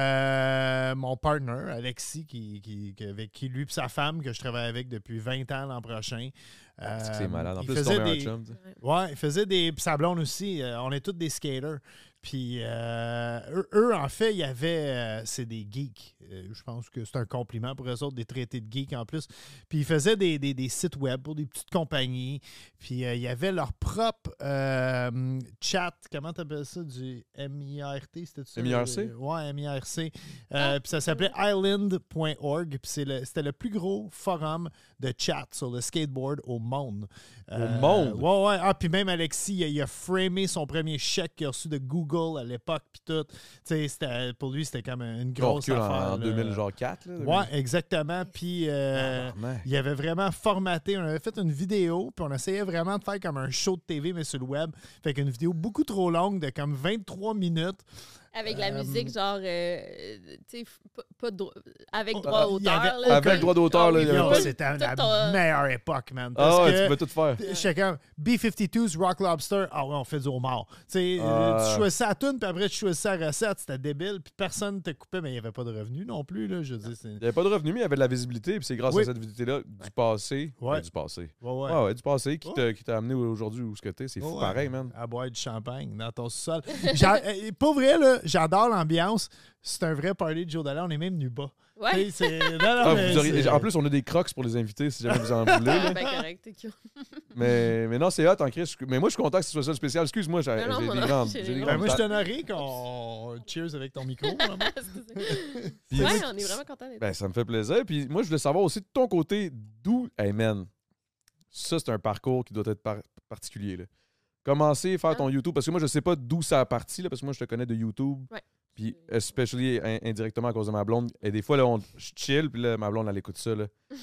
Speaker 2: euh, mon partner, Alexis, qui, qui- qui- avec qui lui et sa femme, que je travaille avec depuis 20 ans l'an prochain.
Speaker 1: Ah, c'est que
Speaker 2: euh,
Speaker 1: c'est malade. En
Speaker 2: il
Speaker 1: plus,
Speaker 2: faisait
Speaker 1: c'est un
Speaker 2: des-
Speaker 1: chum. tu sais.
Speaker 2: Ouais, il faisait des. Puis sa blonde aussi. euh, on est tous des skaters. Puis euh, eux, eux, en fait, il y avait. euh, c'est des geeks. Euh, je pense que c'est un compliment pour eux autres, des traités de geeks en plus. Puis ils faisaient des, des- des sites web pour des petites compagnies. Puis euh, il y avait leur propre euh, chat. Comment t'appelles ça Du MIRT, c'était ça
Speaker 1: MIRC?
Speaker 2: Ouais, MIRC. Euh, puis ça s'appelait island.org. Puis c'est le- c'était le plus gros forum de chat sur le skateboard au monde. Euh,
Speaker 1: monde?
Speaker 2: Ouais, ouais. Ah, puis même Alexis, il a, il a framé son premier chèque qu'il a reçu de Google à l'époque, puis tout. Tu sais, c'était- pour lui, c'était comme une
Speaker 1: On
Speaker 2: grosse
Speaker 1: recule en,
Speaker 2: affaire.
Speaker 1: en
Speaker 2: là.
Speaker 1: 2004. Là,
Speaker 2: Ouais, exactement. Puis. euh,
Speaker 1: 2000. Tabarnak.
Speaker 2: il avait vraiment formaté, on avait fait une vidéo, puis on essayait vraiment de faire comme un show de TV, mais sur le web. Fait qu'une vidéo beaucoup trop longue, de comme 23 minutes.
Speaker 3: Avec la
Speaker 2: Euh,
Speaker 3: musique, genre, euh, euh, tu sais, f- pas, pas dro- avec
Speaker 2: Oh,
Speaker 3: droit
Speaker 2: euh, il y
Speaker 3: d'auteur.
Speaker 2: avait
Speaker 3: là,
Speaker 1: Avec
Speaker 3: tu-
Speaker 1: droit d'auteur,
Speaker 3: Ah
Speaker 1: là,
Speaker 3: oui,
Speaker 1: il y avait
Speaker 3: non,
Speaker 2: Yo,
Speaker 1: pas-
Speaker 3: c'est-
Speaker 2: oh, C'était la
Speaker 3: tout, euh,
Speaker 2: meilleure époque, man. parce
Speaker 1: Ah ouais,
Speaker 2: que-
Speaker 1: tu pouvais tout faire.
Speaker 2: J'étais comme B-52s, Rock Lobster, ah ouais, on fait du homard. Tu sais,
Speaker 1: Ah.
Speaker 2: euh, tu choisissais la tune, puis après tu choisissais la recette, c'était débile, puis personne ne te coupait, mais il n'y avait pas de revenus non plus, là, je dis.
Speaker 1: Il n'y avait pas de revenus, mais il y avait de la visibilité. Puis c'est grâce
Speaker 2: Oui.
Speaker 1: à cette visibilité-là du passé.
Speaker 2: Ouais.
Speaker 1: ben, du passé.
Speaker 2: Ouais, ouais.
Speaker 1: Ouais. ouais, du passé qui t'a qui t'a amené aujourd'hui où ce que t'es. C'est fou
Speaker 2: Ouais,
Speaker 1: pareil, man.
Speaker 2: À boire du champagne dans ton sol. Pour vrai, là, j'adore l'ambiance. C'est un vrai party de jour d'aller. On est même nu bas.
Speaker 3: Ouais,
Speaker 2: Tu sais, c'est- non, non,
Speaker 1: Ah,
Speaker 2: mais
Speaker 1: vous auriez-
Speaker 2: c'est-
Speaker 1: en plus, on a des crocs pour les invités si jamais vous en voulez. là.
Speaker 3: Ah, ben correct, t'es cute.
Speaker 1: mais, mais non, c'est hot en crise. Mais moi, je suis content que ce soit ça le spécial. Excuse-moi, j'ai
Speaker 3: Non, non,
Speaker 1: j'ai
Speaker 3: moi
Speaker 1: des
Speaker 3: non,
Speaker 1: grandes.
Speaker 3: j'ai
Speaker 1: j'ai
Speaker 3: des
Speaker 1: des
Speaker 2: Ben,
Speaker 1: grandes
Speaker 2: moi, je suis
Speaker 1: pattes.
Speaker 2: honoré qu'on cheers avec ton micro. vraiment.
Speaker 1: Puis-
Speaker 3: ouais, on est vraiment content d'être
Speaker 1: Ben, ça me fait plaisir. Puis moi, je voulais savoir aussi de ton côté, d'où. Hey, man. Ça, c'est un parcours qui doit être par- particulier. Là. Commencer
Speaker 3: Ah.
Speaker 1: à faire ton YouTube, parce que moi, je sais pas d'où ça a parti, là, parce que moi, je te connais de YouTube.
Speaker 3: Ouais.
Speaker 1: Puis, especially in- indirectement à cause de ma blonde. Et des fois, là, on je chill, puis là, ma blonde, elle écoute ça. Là. Puis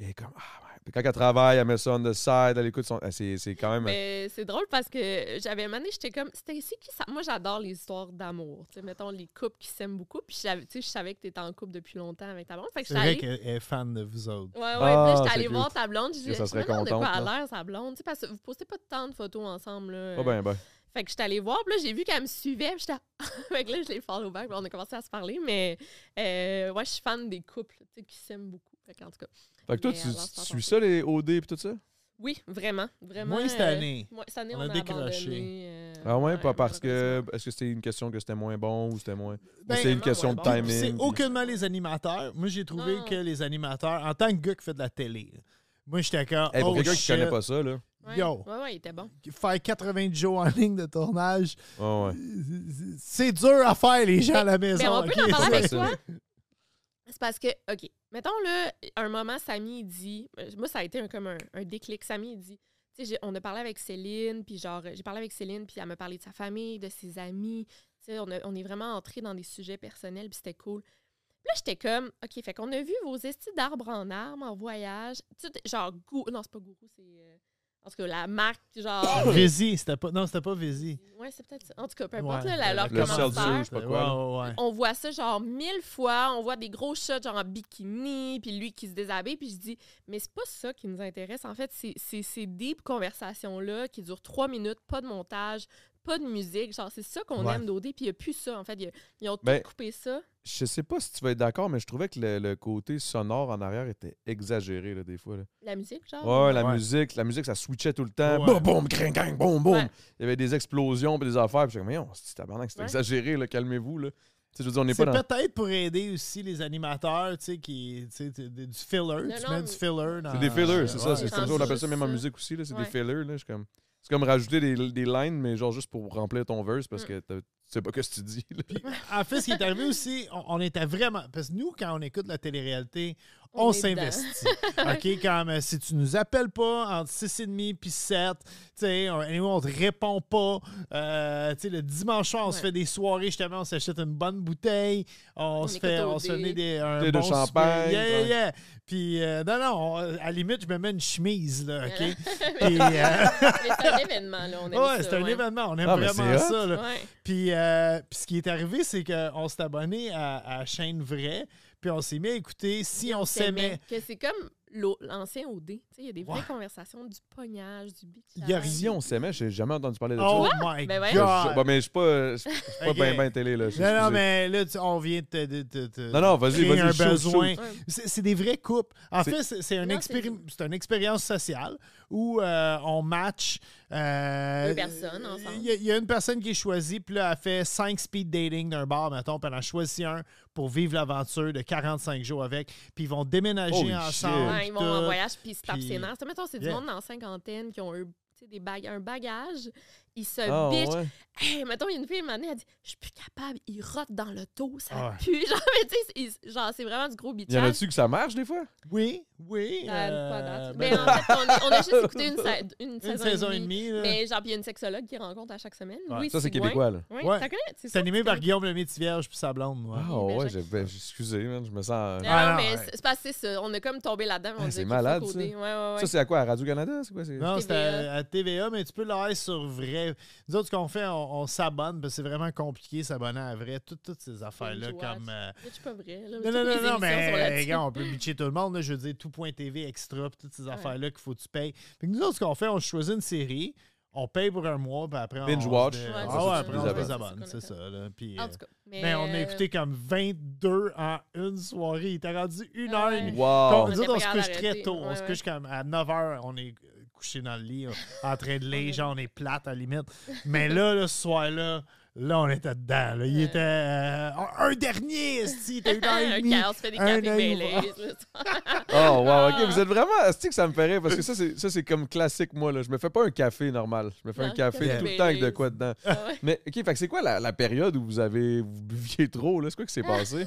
Speaker 1: elle est comme, ah, ouais, Puis quand elle travaille, elle met ça on the side, elle écoute son. ah, C'est c'est quand même.
Speaker 3: Mais c'est drôle parce que j'avais mané, j'étais comme Stacy qui ça moi j'adore les histoires d'amour, tu sais mettons les couples qui s'aiment beaucoup puis j'avais- tu sais je savais que tu étais en couple depuis longtemps avec ta blonde, fait que
Speaker 2: C'est
Speaker 3: j'étais
Speaker 2: vrai
Speaker 3: allée
Speaker 2: qu'elle est fan de vous autres.
Speaker 3: Ouais, ouais,
Speaker 1: Ah,
Speaker 3: puis là, j'étais
Speaker 1: c'est
Speaker 3: allée
Speaker 1: cute.
Speaker 3: voir ta blonde, je
Speaker 1: que ça
Speaker 3: disais, je
Speaker 1: serait
Speaker 3: me demande de quoi
Speaker 1: contente,
Speaker 3: elle
Speaker 1: là.
Speaker 3: a l'air, sa blonde, tu sais, parce que vous postez pas tant de photos ensemble, là.
Speaker 1: Pas bien, ben.
Speaker 3: Fait que j'étais allée voir, puis là, j'ai vu qu'elle me suivait, puis j'étais. fait que là, je l'ai follow back, puis on a commencé à se parler, mais euh, ouais, je suis fan des couples, tu sais, qui s'aiment beaucoup. Fait qu'en tout cas,
Speaker 1: Fait que toi,
Speaker 3: Mais euh,
Speaker 1: tu,
Speaker 3: alors,
Speaker 1: tu
Speaker 3: c'est
Speaker 1: suis ça, les OD et tout ça?
Speaker 3: Euh, oui, vraiment, vraiment.
Speaker 2: Moi, cette
Speaker 3: euh,
Speaker 2: année.
Speaker 3: moi, cette année,
Speaker 2: on
Speaker 3: on,
Speaker 2: a
Speaker 3: a,
Speaker 2: décroché.
Speaker 3: abandonné, euh,
Speaker 1: Ah ouais, pas parce que.
Speaker 3: malheureusement.
Speaker 1: Est-ce que c'était une question que c'était moins bon ou c'était moins.
Speaker 2: Ben,
Speaker 1: c'est une
Speaker 3: vraiment,
Speaker 1: question
Speaker 3: ouais,
Speaker 1: de
Speaker 3: bon.
Speaker 2: Puis C'est
Speaker 1: timing. puis-
Speaker 2: aucunement les animateurs. Moi, j'ai trouvé
Speaker 3: Non.
Speaker 2: que les animateurs, en tant que gars qui fait de la télé, là, moi, j'étais d'accord.
Speaker 1: Hey, pour
Speaker 2: oh,
Speaker 1: quelqu'un qui
Speaker 2: shit,
Speaker 1: connaît pas ça, là.
Speaker 3: Ouais,
Speaker 2: Yo.
Speaker 3: Ouais, ouais, il était bon.
Speaker 2: Faire 80 jours en ligne de tournage,
Speaker 1: Ah Ouais, ouais.
Speaker 2: c'est dur à faire, les gens à la maison.
Speaker 3: Mais on peut
Speaker 2: ok?
Speaker 3: en parler avec
Speaker 1: C'est pas
Speaker 3: toi? C'est parce que, OK, mettons là, un moment, Samy il dit, euh, moi, ça a été un- comme un, un déclic. Samy il dit, tu sais, j'ai- on a parlé avec Céline, puis genre, j'ai parlé avec Céline, puis elle m'a parlé de sa famille, de ses amis. Tu sais, on, a- on est vraiment entré dans des sujets personnels, puis c'était cool. Puis là, j'étais comme, OK, fait qu'on a vu vos estis d'arbres en armes en voyage. Tu sais, genre, Gou- non, c'est pas gourou, c'est. euh, en tout cas, la marque, genre.
Speaker 2: Vézi, c'était pas. Non, c'était pas Vézi.
Speaker 3: ouais, c'est peut-être ça. En tout cas, peu importe,
Speaker 2: Ouais,
Speaker 3: là, la- leur
Speaker 1: le seltzer,
Speaker 3: commentaire.
Speaker 1: je sais pas quoi,
Speaker 2: Ouais, ouais, ouais.
Speaker 3: On voit ça genre mille fois, on voit des gros shots genre en bikini, puis lui qui se déshabille, puis je dis, mais c'est pas ça qui nous intéresse. En fait, c'est c'est ces deep conversations-là qui durent trois minutes, pas de montage, pas de musique. Genre, c'est ça qu'on
Speaker 2: Ouais.
Speaker 3: aime d'OD, puis il n'y a plus ça. En fait, ils, ils ont
Speaker 1: Ben,
Speaker 3: tout coupé ça.
Speaker 1: Je sais pas si tu vas être d'accord, mais je trouvais que le, le côté sonore en arrière était exagéré, là, des fois. là.
Speaker 3: La musique, genre.
Speaker 1: Ouais, la
Speaker 2: Ouais.
Speaker 1: musique, la musique, ça switchait tout le temps.
Speaker 2: Ouais.
Speaker 1: Boum, boum, cring, cring, boum, boum.
Speaker 3: Ouais.
Speaker 1: Il y avait des explosions puis des affaires. Puis j'étais comme, mais on c'est tabarnak, c'est
Speaker 3: Ouais.
Speaker 1: exagéré, là, calmez-vous, là. Tu sais, je veux dire, on n'est
Speaker 2: C'est
Speaker 1: pas dans.
Speaker 2: peut-être pour aider aussi les animateurs, tu sais, qui, tu sais, tu- du filler. tu
Speaker 3: non,
Speaker 2: mets
Speaker 3: mais-
Speaker 2: du filler dans.
Speaker 1: C'est des fillers, c'est
Speaker 2: Ouais.
Speaker 1: ça. C'est comme ça, on
Speaker 3: rendu
Speaker 1: appelle ça
Speaker 3: juste
Speaker 1: même en
Speaker 3: ça.
Speaker 1: musique aussi, là. C'est des
Speaker 3: Ouais.
Speaker 1: fillers, là. Je suis comme- C'est comme rajouter des, des lines, mais genre juste pour remplir ton verse parce
Speaker 3: Mm.
Speaker 1: que t'as- tu sais pas ce que tu dis, là.
Speaker 2: En fait, ce qui est arrivé aussi, on, on était vraiment. Parce que nous, quand on écoute la télé-réalité, on,
Speaker 3: On est dedans.
Speaker 2: s'investit. OK? Comme euh, si tu nous appelles pas entre 6,5 puis 7, tu sais, on, anyway, on te répond pas. Euh, tu sais, le dimanche soir, on se
Speaker 3: Ouais.
Speaker 2: fait des soirées, justement, on s'achète une bonne bouteille, on,
Speaker 3: On
Speaker 2: se
Speaker 3: écoute
Speaker 2: fait,
Speaker 3: au
Speaker 2: on se fait
Speaker 3: dé.
Speaker 2: venir des, un
Speaker 1: Bouteille de
Speaker 2: bon souper.
Speaker 1: champagne,
Speaker 2: Yeah, yeah,
Speaker 1: ouais.
Speaker 2: yeah. Puis, euh, non, non, on- à la limite, je me mets une chemise, là, OK?
Speaker 3: mais
Speaker 2: Puis, euh,
Speaker 3: c'est un événement, là. On aime
Speaker 2: ouais,
Speaker 3: ça,
Speaker 2: c'est un
Speaker 3: ouais.
Speaker 2: événement, on aime
Speaker 1: Ah, mais
Speaker 2: vraiment
Speaker 1: c'est hot.
Speaker 2: ça, là.
Speaker 3: Ouais.
Speaker 2: Puis, euh, puis ce qui est arrivé, c'est qu'on s'est abonné à, à Chaîne Vraie, puis on s'est mis à écouter Si on s'aimait.
Speaker 3: Que c'est comme l'au- l'ancien OD. Tu sais, il y a des vraies
Speaker 2: Ouais.
Speaker 3: conversations du pognage, du bitchage.
Speaker 2: Il y a
Speaker 1: Si on s'aimait, j'ai jamais entendu parler de
Speaker 2: Oh
Speaker 1: ça.
Speaker 2: my
Speaker 3: Ben ouais.
Speaker 1: Je- je-
Speaker 2: God!
Speaker 1: bon, mais je suis pas, je suis pas
Speaker 2: Ok.
Speaker 1: ben ben télé, là.
Speaker 2: Non, non,
Speaker 1: Excusez.
Speaker 2: mais là, tu- on vient de te. de- de- de-
Speaker 1: Non, non, vas-y,
Speaker 2: créer
Speaker 1: vas-y.
Speaker 2: un
Speaker 1: shoot, shoot.
Speaker 2: besoin.
Speaker 3: Ouais.
Speaker 2: C'est c'est des vrais couples. En
Speaker 1: C'est-
Speaker 2: fait, c'est c'est un
Speaker 3: Non,
Speaker 2: expéri- c'est une expérience sociale où euh, on match. euh,
Speaker 3: Deux personnes ensemble.
Speaker 2: Il y, a- il y a une personne qui est choisie, puis là, elle fait cinq speed dating d'un bar, mettons, puis elle en choisit un pour vivre l'aventure de 45 jours avec. Puis ils vont déménager
Speaker 1: Holy
Speaker 2: ensemble.
Speaker 3: Ouais,
Speaker 2: puis
Speaker 3: ils vont en
Speaker 2: tout.
Speaker 3: voyage puis ils se tapent
Speaker 2: puis-
Speaker 3: ses nerfs. Tu sais, Mettons, c'est
Speaker 2: Yeah.
Speaker 3: du monde dans la cinquantaine qui ont eu tu sais, des bag- un bagage. Ils se
Speaker 1: Ah,
Speaker 3: bitchent.
Speaker 1: ouais.
Speaker 3: Hey, mettons, il y a une fille, une année, elle dit Je suis plus capable, ils rotent dans le dos, ça
Speaker 2: Ah ouais.
Speaker 3: pue. Genre, mais tu sais, ils- genre, c'est vraiment du gros
Speaker 1: Il y en
Speaker 3: bitchage.
Speaker 1: a-tu que ça marche des fois?
Speaker 2: Oui, oui.
Speaker 3: Ça,
Speaker 2: euh,
Speaker 3: pas à date.
Speaker 2: ben,
Speaker 3: Mais en fait, on, est- on a juste écouté une, sa- une
Speaker 2: une
Speaker 3: saison,
Speaker 2: saison et demie. là.
Speaker 3: Mais genre, puis il y a une sexologue qui rencontre à chaque semaine.
Speaker 2: Ouais,
Speaker 3: Louis
Speaker 1: Ça, c'est
Speaker 3: Sigouin.
Speaker 1: québécois, là.
Speaker 3: Oui,
Speaker 2: Ouais.
Speaker 3: t'as connu? C'est
Speaker 2: C'est
Speaker 3: ça,
Speaker 2: animé
Speaker 3: tu
Speaker 2: par
Speaker 3: connais?
Speaker 2: Guillaume le Métivierge puis sa blonde. moi.
Speaker 1: Ah,
Speaker 3: Oui, ben,
Speaker 1: ouais,
Speaker 3: j'ai-
Speaker 1: j'ai- ben, excusez, man, je me sens.
Speaker 3: Non,
Speaker 2: Ah, non,
Speaker 3: mais
Speaker 2: ouais.
Speaker 3: c'est c'est parce que c'est ça. On est comme tombé là-dedans.
Speaker 1: Ah,
Speaker 3: on
Speaker 1: c'est
Speaker 3: dirait qu'il faut
Speaker 1: malade,
Speaker 3: coder.
Speaker 1: ça.
Speaker 3: Ouais, ouais, ouais.
Speaker 1: Ça, c'est à quoi? À Radio-Canada? C'est quoi? c'est-
Speaker 2: Non,
Speaker 3: TVA.
Speaker 2: c'était à, à TVA, mais tu peux l'aller sur vrai. Nous autres, ce qu'on fait, on, on s'abonne, parce que c'est vraiment compliqué s'abonner à vrai. Tout- toutes ces affaires-là,
Speaker 3: Binge watch.
Speaker 2: comme. euh,
Speaker 3: Mais C'est pas vrai. Là.
Speaker 2: Non, non,
Speaker 3: Toutes les
Speaker 2: non, non,
Speaker 3: émissions sont
Speaker 2: mais
Speaker 3: là-dessus.
Speaker 2: regarde, on peut bitcher tout le monde. là. je veux dire, tout.tv extra, puis toutes ces
Speaker 3: Ouais.
Speaker 2: affaires-là qu'il faut que tu payes. Fait que nous autres, ce qu'on fait, on choisit une série, on paye pour un mois, puis après, on.
Speaker 1: Binge
Speaker 2: se
Speaker 1: watch.
Speaker 2: dé-
Speaker 1: Ouais,
Speaker 2: Ah
Speaker 1: ça,
Speaker 2: ouais,
Speaker 1: c'est
Speaker 2: après,
Speaker 1: des
Speaker 2: on se
Speaker 1: abonnements.
Speaker 2: désabonne,
Speaker 3: C'est
Speaker 2: c'est
Speaker 3: ça
Speaker 2: ça. là. Puis,
Speaker 3: En
Speaker 2: euh,
Speaker 3: tout cas.
Speaker 2: ben, on a
Speaker 3: euh,
Speaker 2: écouté comme 22 en une soirée. Il était rendu une heure et demie.
Speaker 1: Wow!
Speaker 2: Quand- nous
Speaker 3: On était
Speaker 2: autres, on
Speaker 3: pas
Speaker 2: se
Speaker 3: capable
Speaker 2: couche très
Speaker 3: d'arrêter.
Speaker 2: tôt. on
Speaker 3: Ouais,
Speaker 2: se
Speaker 3: ouais.
Speaker 2: couche comme à 9 h, on est euh, couché dans le lit, on- en train de lire, genre on est plate à la limite. Mais là, là, ce soir-là, là, on était dedans. là. Il
Speaker 3: Ouais.
Speaker 2: était euh, un dernier, esti, il était une heure et
Speaker 3: un
Speaker 2: demie.
Speaker 3: chaos, fait des
Speaker 2: un
Speaker 3: cafés
Speaker 2: œil ouvert.
Speaker 3: mêlés.
Speaker 1: Oh, wow,
Speaker 2: Ah.
Speaker 1: ok, vous êtes vraiment. C'est que ça me fait rire parce que ça, c'est ça, c'est comme classique, moi, là. Je me fais pas un café normal. Je me fais
Speaker 3: Non,
Speaker 1: un café
Speaker 3: café
Speaker 1: tout le
Speaker 3: Baileys.
Speaker 1: temps avec de quoi dedans.
Speaker 3: Ah ouais.
Speaker 1: Mais, ok, fait que c'est quoi la, la période où vous avez. Vous buviez trop, là? C'est quoi qui s'est passé?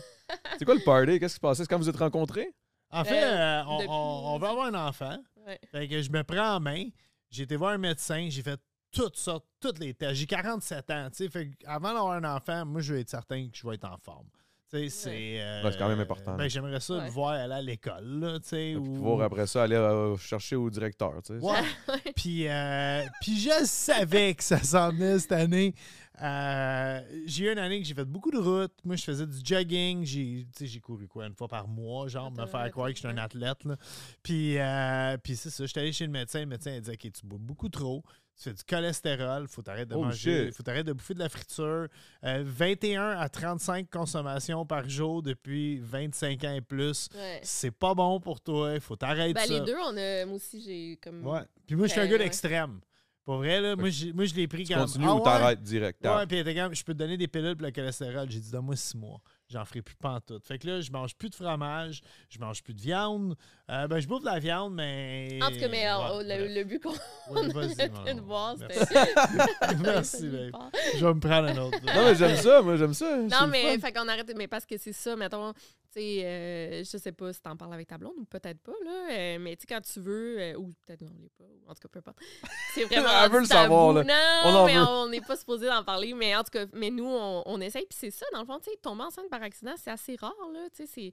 Speaker 1: C'est quoi le party? Qu'est-ce qui se passait? C'est quand vous êtes rencontrés?
Speaker 2: En fait, euh, on,
Speaker 3: depuis-
Speaker 2: on- on veut avoir un enfant.
Speaker 3: Ouais.
Speaker 2: Fait que je me prends en main. J'ai été voir un médecin, j'ai fait toutes sortes, toutes les tests. J'ai 47 ans, tu sais. Fait que avant d'avoir un enfant, moi, je veux être certain que je vais être en forme. Tu sais, c'est. euh,
Speaker 1: Ouais, c'est quand même important,
Speaker 2: Ben,
Speaker 1: là.
Speaker 2: j'aimerais ça
Speaker 3: Ouais.
Speaker 2: le voir aller à l'école, là, tu
Speaker 1: Puis
Speaker 2: sais. ou-
Speaker 1: pouvoir après ça aller euh, chercher au directeur, tu sais.
Speaker 2: Ouais. Puis, euh, puis je savais que ça s'en venait cette année. Euh, j'ai eu une année que j'ai fait beaucoup de routes. Moi, je faisais du jogging. J'ai, tu sais, j'ai couru quoi, une fois par mois, genre,
Speaker 3: Ah,
Speaker 2: me faire croire que je suis un athlète. là. Puis, euh, puis c'est ça, j'étais allé chez le médecin. Le médecin il disait Ok, tu bois beaucoup trop. Tu fais du cholestérol, faut t'arrêter de
Speaker 1: Oh,
Speaker 2: manger,
Speaker 1: shit.
Speaker 2: faut t'arrêter de bouffer de la friture. Euh, 21 à 35 consommations par jour depuis 25 ans et plus.
Speaker 3: Ouais.
Speaker 2: C'est pas bon pour toi, faut t'arrêter
Speaker 3: Ben,
Speaker 2: ça.
Speaker 3: les deux, on a. Moi aussi, j'ai comme.
Speaker 2: Ouais. Puis moi, je suis un
Speaker 3: Ben,
Speaker 2: gars
Speaker 3: ouais.
Speaker 2: d'extrême. Pour vrai, là, moi, j'ai- moi, je l'ai pris
Speaker 1: Tu
Speaker 2: quand
Speaker 1: continues
Speaker 2: Ah
Speaker 1: ou
Speaker 2: ouais?
Speaker 1: t'arrêtes direct.
Speaker 2: Ouais,
Speaker 1: t'arrêtes.
Speaker 2: puis elle était comme, je peux te donner des pilules pour le cholestérol. J'ai dit, donne-moi six mois. J'en ferai plus pantoute. Fait que là, je mange plus de fromage, je mange plus de viande. Euh, ben, je bouffe de la viande, mais.
Speaker 3: En tout cas, mais euh,
Speaker 2: Ouais,
Speaker 3: le,
Speaker 2: bref.
Speaker 3: le but qu'on
Speaker 2: Ouais, vas-y,
Speaker 3: était
Speaker 2: non,
Speaker 3: de voir,
Speaker 2: merci.
Speaker 3: c'était.
Speaker 2: Merci, babe. Je vais me prendre un autre.
Speaker 1: Ah. Non, mais j'aime ça, moi, j'aime ça. c'est
Speaker 3: Non,
Speaker 1: le
Speaker 3: mais
Speaker 1: fun.
Speaker 3: fait qu'on arrête. Mais parce que c'est ça, mettons, tu sais, euh, je sais pas si t'en parles avec ta blonde ou peut-être pas, là. euh, mais tu sais, quand tu veux, euh, ou peut-être qu'on l'est pas, ou en tout cas, peu importe. C'est vraiment.
Speaker 1: Elle veut
Speaker 3: rendu
Speaker 1: le savoir,
Speaker 3: tabou.
Speaker 1: là.
Speaker 3: Non,
Speaker 1: On en
Speaker 3: mais
Speaker 1: veut.
Speaker 3: on n'est pas supposé d'en parler. Mais en tout cas, mais nous, on, on essaye. Puis c'est ça, dans le fond, tu sais, tomber enceinte par accident, c'est assez rare, là. Tu sais, c'est.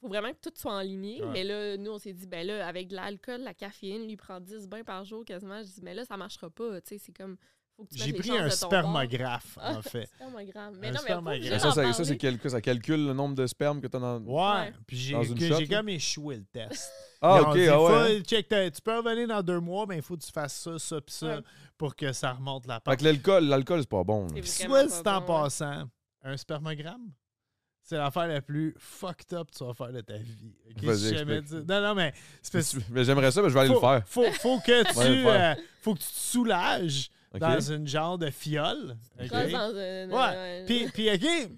Speaker 3: Faut vraiment que tout soit en ligne.
Speaker 2: Ouais.
Speaker 3: Mais là, nous, on s'est dit, ben là, avec de l'alcool, la caféine, lui il prend 10 bains par jour quasiment. Je dis, mais là, ça marchera pas. Tu sais, c'est comme. faut que tu mettes
Speaker 2: J'ai
Speaker 3: les
Speaker 2: pris
Speaker 3: chances
Speaker 2: un
Speaker 3: de ton bord.
Speaker 2: spermographe, en fait.
Speaker 3: Spermogramme. Mais
Speaker 2: Un
Speaker 3: non, mais pas obligé
Speaker 1: Mais ça,
Speaker 2: spermogramme.
Speaker 3: d'en
Speaker 1: ça, ça,
Speaker 3: parler.
Speaker 1: c'est quelque- ça calcule le nombre de sperme que t'as dans.
Speaker 2: Ouais.
Speaker 3: Ouais.
Speaker 2: Puis j'ai
Speaker 1: Dans une
Speaker 2: que-
Speaker 1: shot,
Speaker 2: j'ai
Speaker 1: là.
Speaker 2: comme échoué le test.
Speaker 1: Ah,
Speaker 2: Ils ont
Speaker 1: ok,
Speaker 2: dit,
Speaker 1: ah ouais.
Speaker 2: Faut- check, t'as- tu peux revenir dans deux mois, mais il faut que tu fasses ça, ça, pis ça
Speaker 3: Ouais.
Speaker 2: pour que ça remonte la
Speaker 1: Fait
Speaker 2: pente.
Speaker 1: que l'alcool, l'alcool, c'est pas bon. là.
Speaker 3: C'est
Speaker 2: Pis
Speaker 3: vraiment
Speaker 2: soit
Speaker 3: pas
Speaker 2: c'est en
Speaker 3: bon, hein. ouais.
Speaker 2: passant, un spermogramme, c'est l'affaire la plus fucked up que tu vas faire de ta vie. ok?
Speaker 1: Vas-y,
Speaker 2: Si jamais
Speaker 1: explique.
Speaker 2: tu- Non, non, mais c'est parce que-
Speaker 1: Mais j'aimerais ça, mais je vais aller le
Speaker 2: faut,
Speaker 1: faire.
Speaker 2: faut, faut que
Speaker 1: vais aller le
Speaker 2: tu,
Speaker 1: faire.
Speaker 2: euh, faut que tu te soulages
Speaker 1: Ok?
Speaker 2: dans une genre de fiole. ok?
Speaker 3: Crosse dans une- euh,
Speaker 2: Ouais.
Speaker 3: une-
Speaker 2: Puis, puis, OK,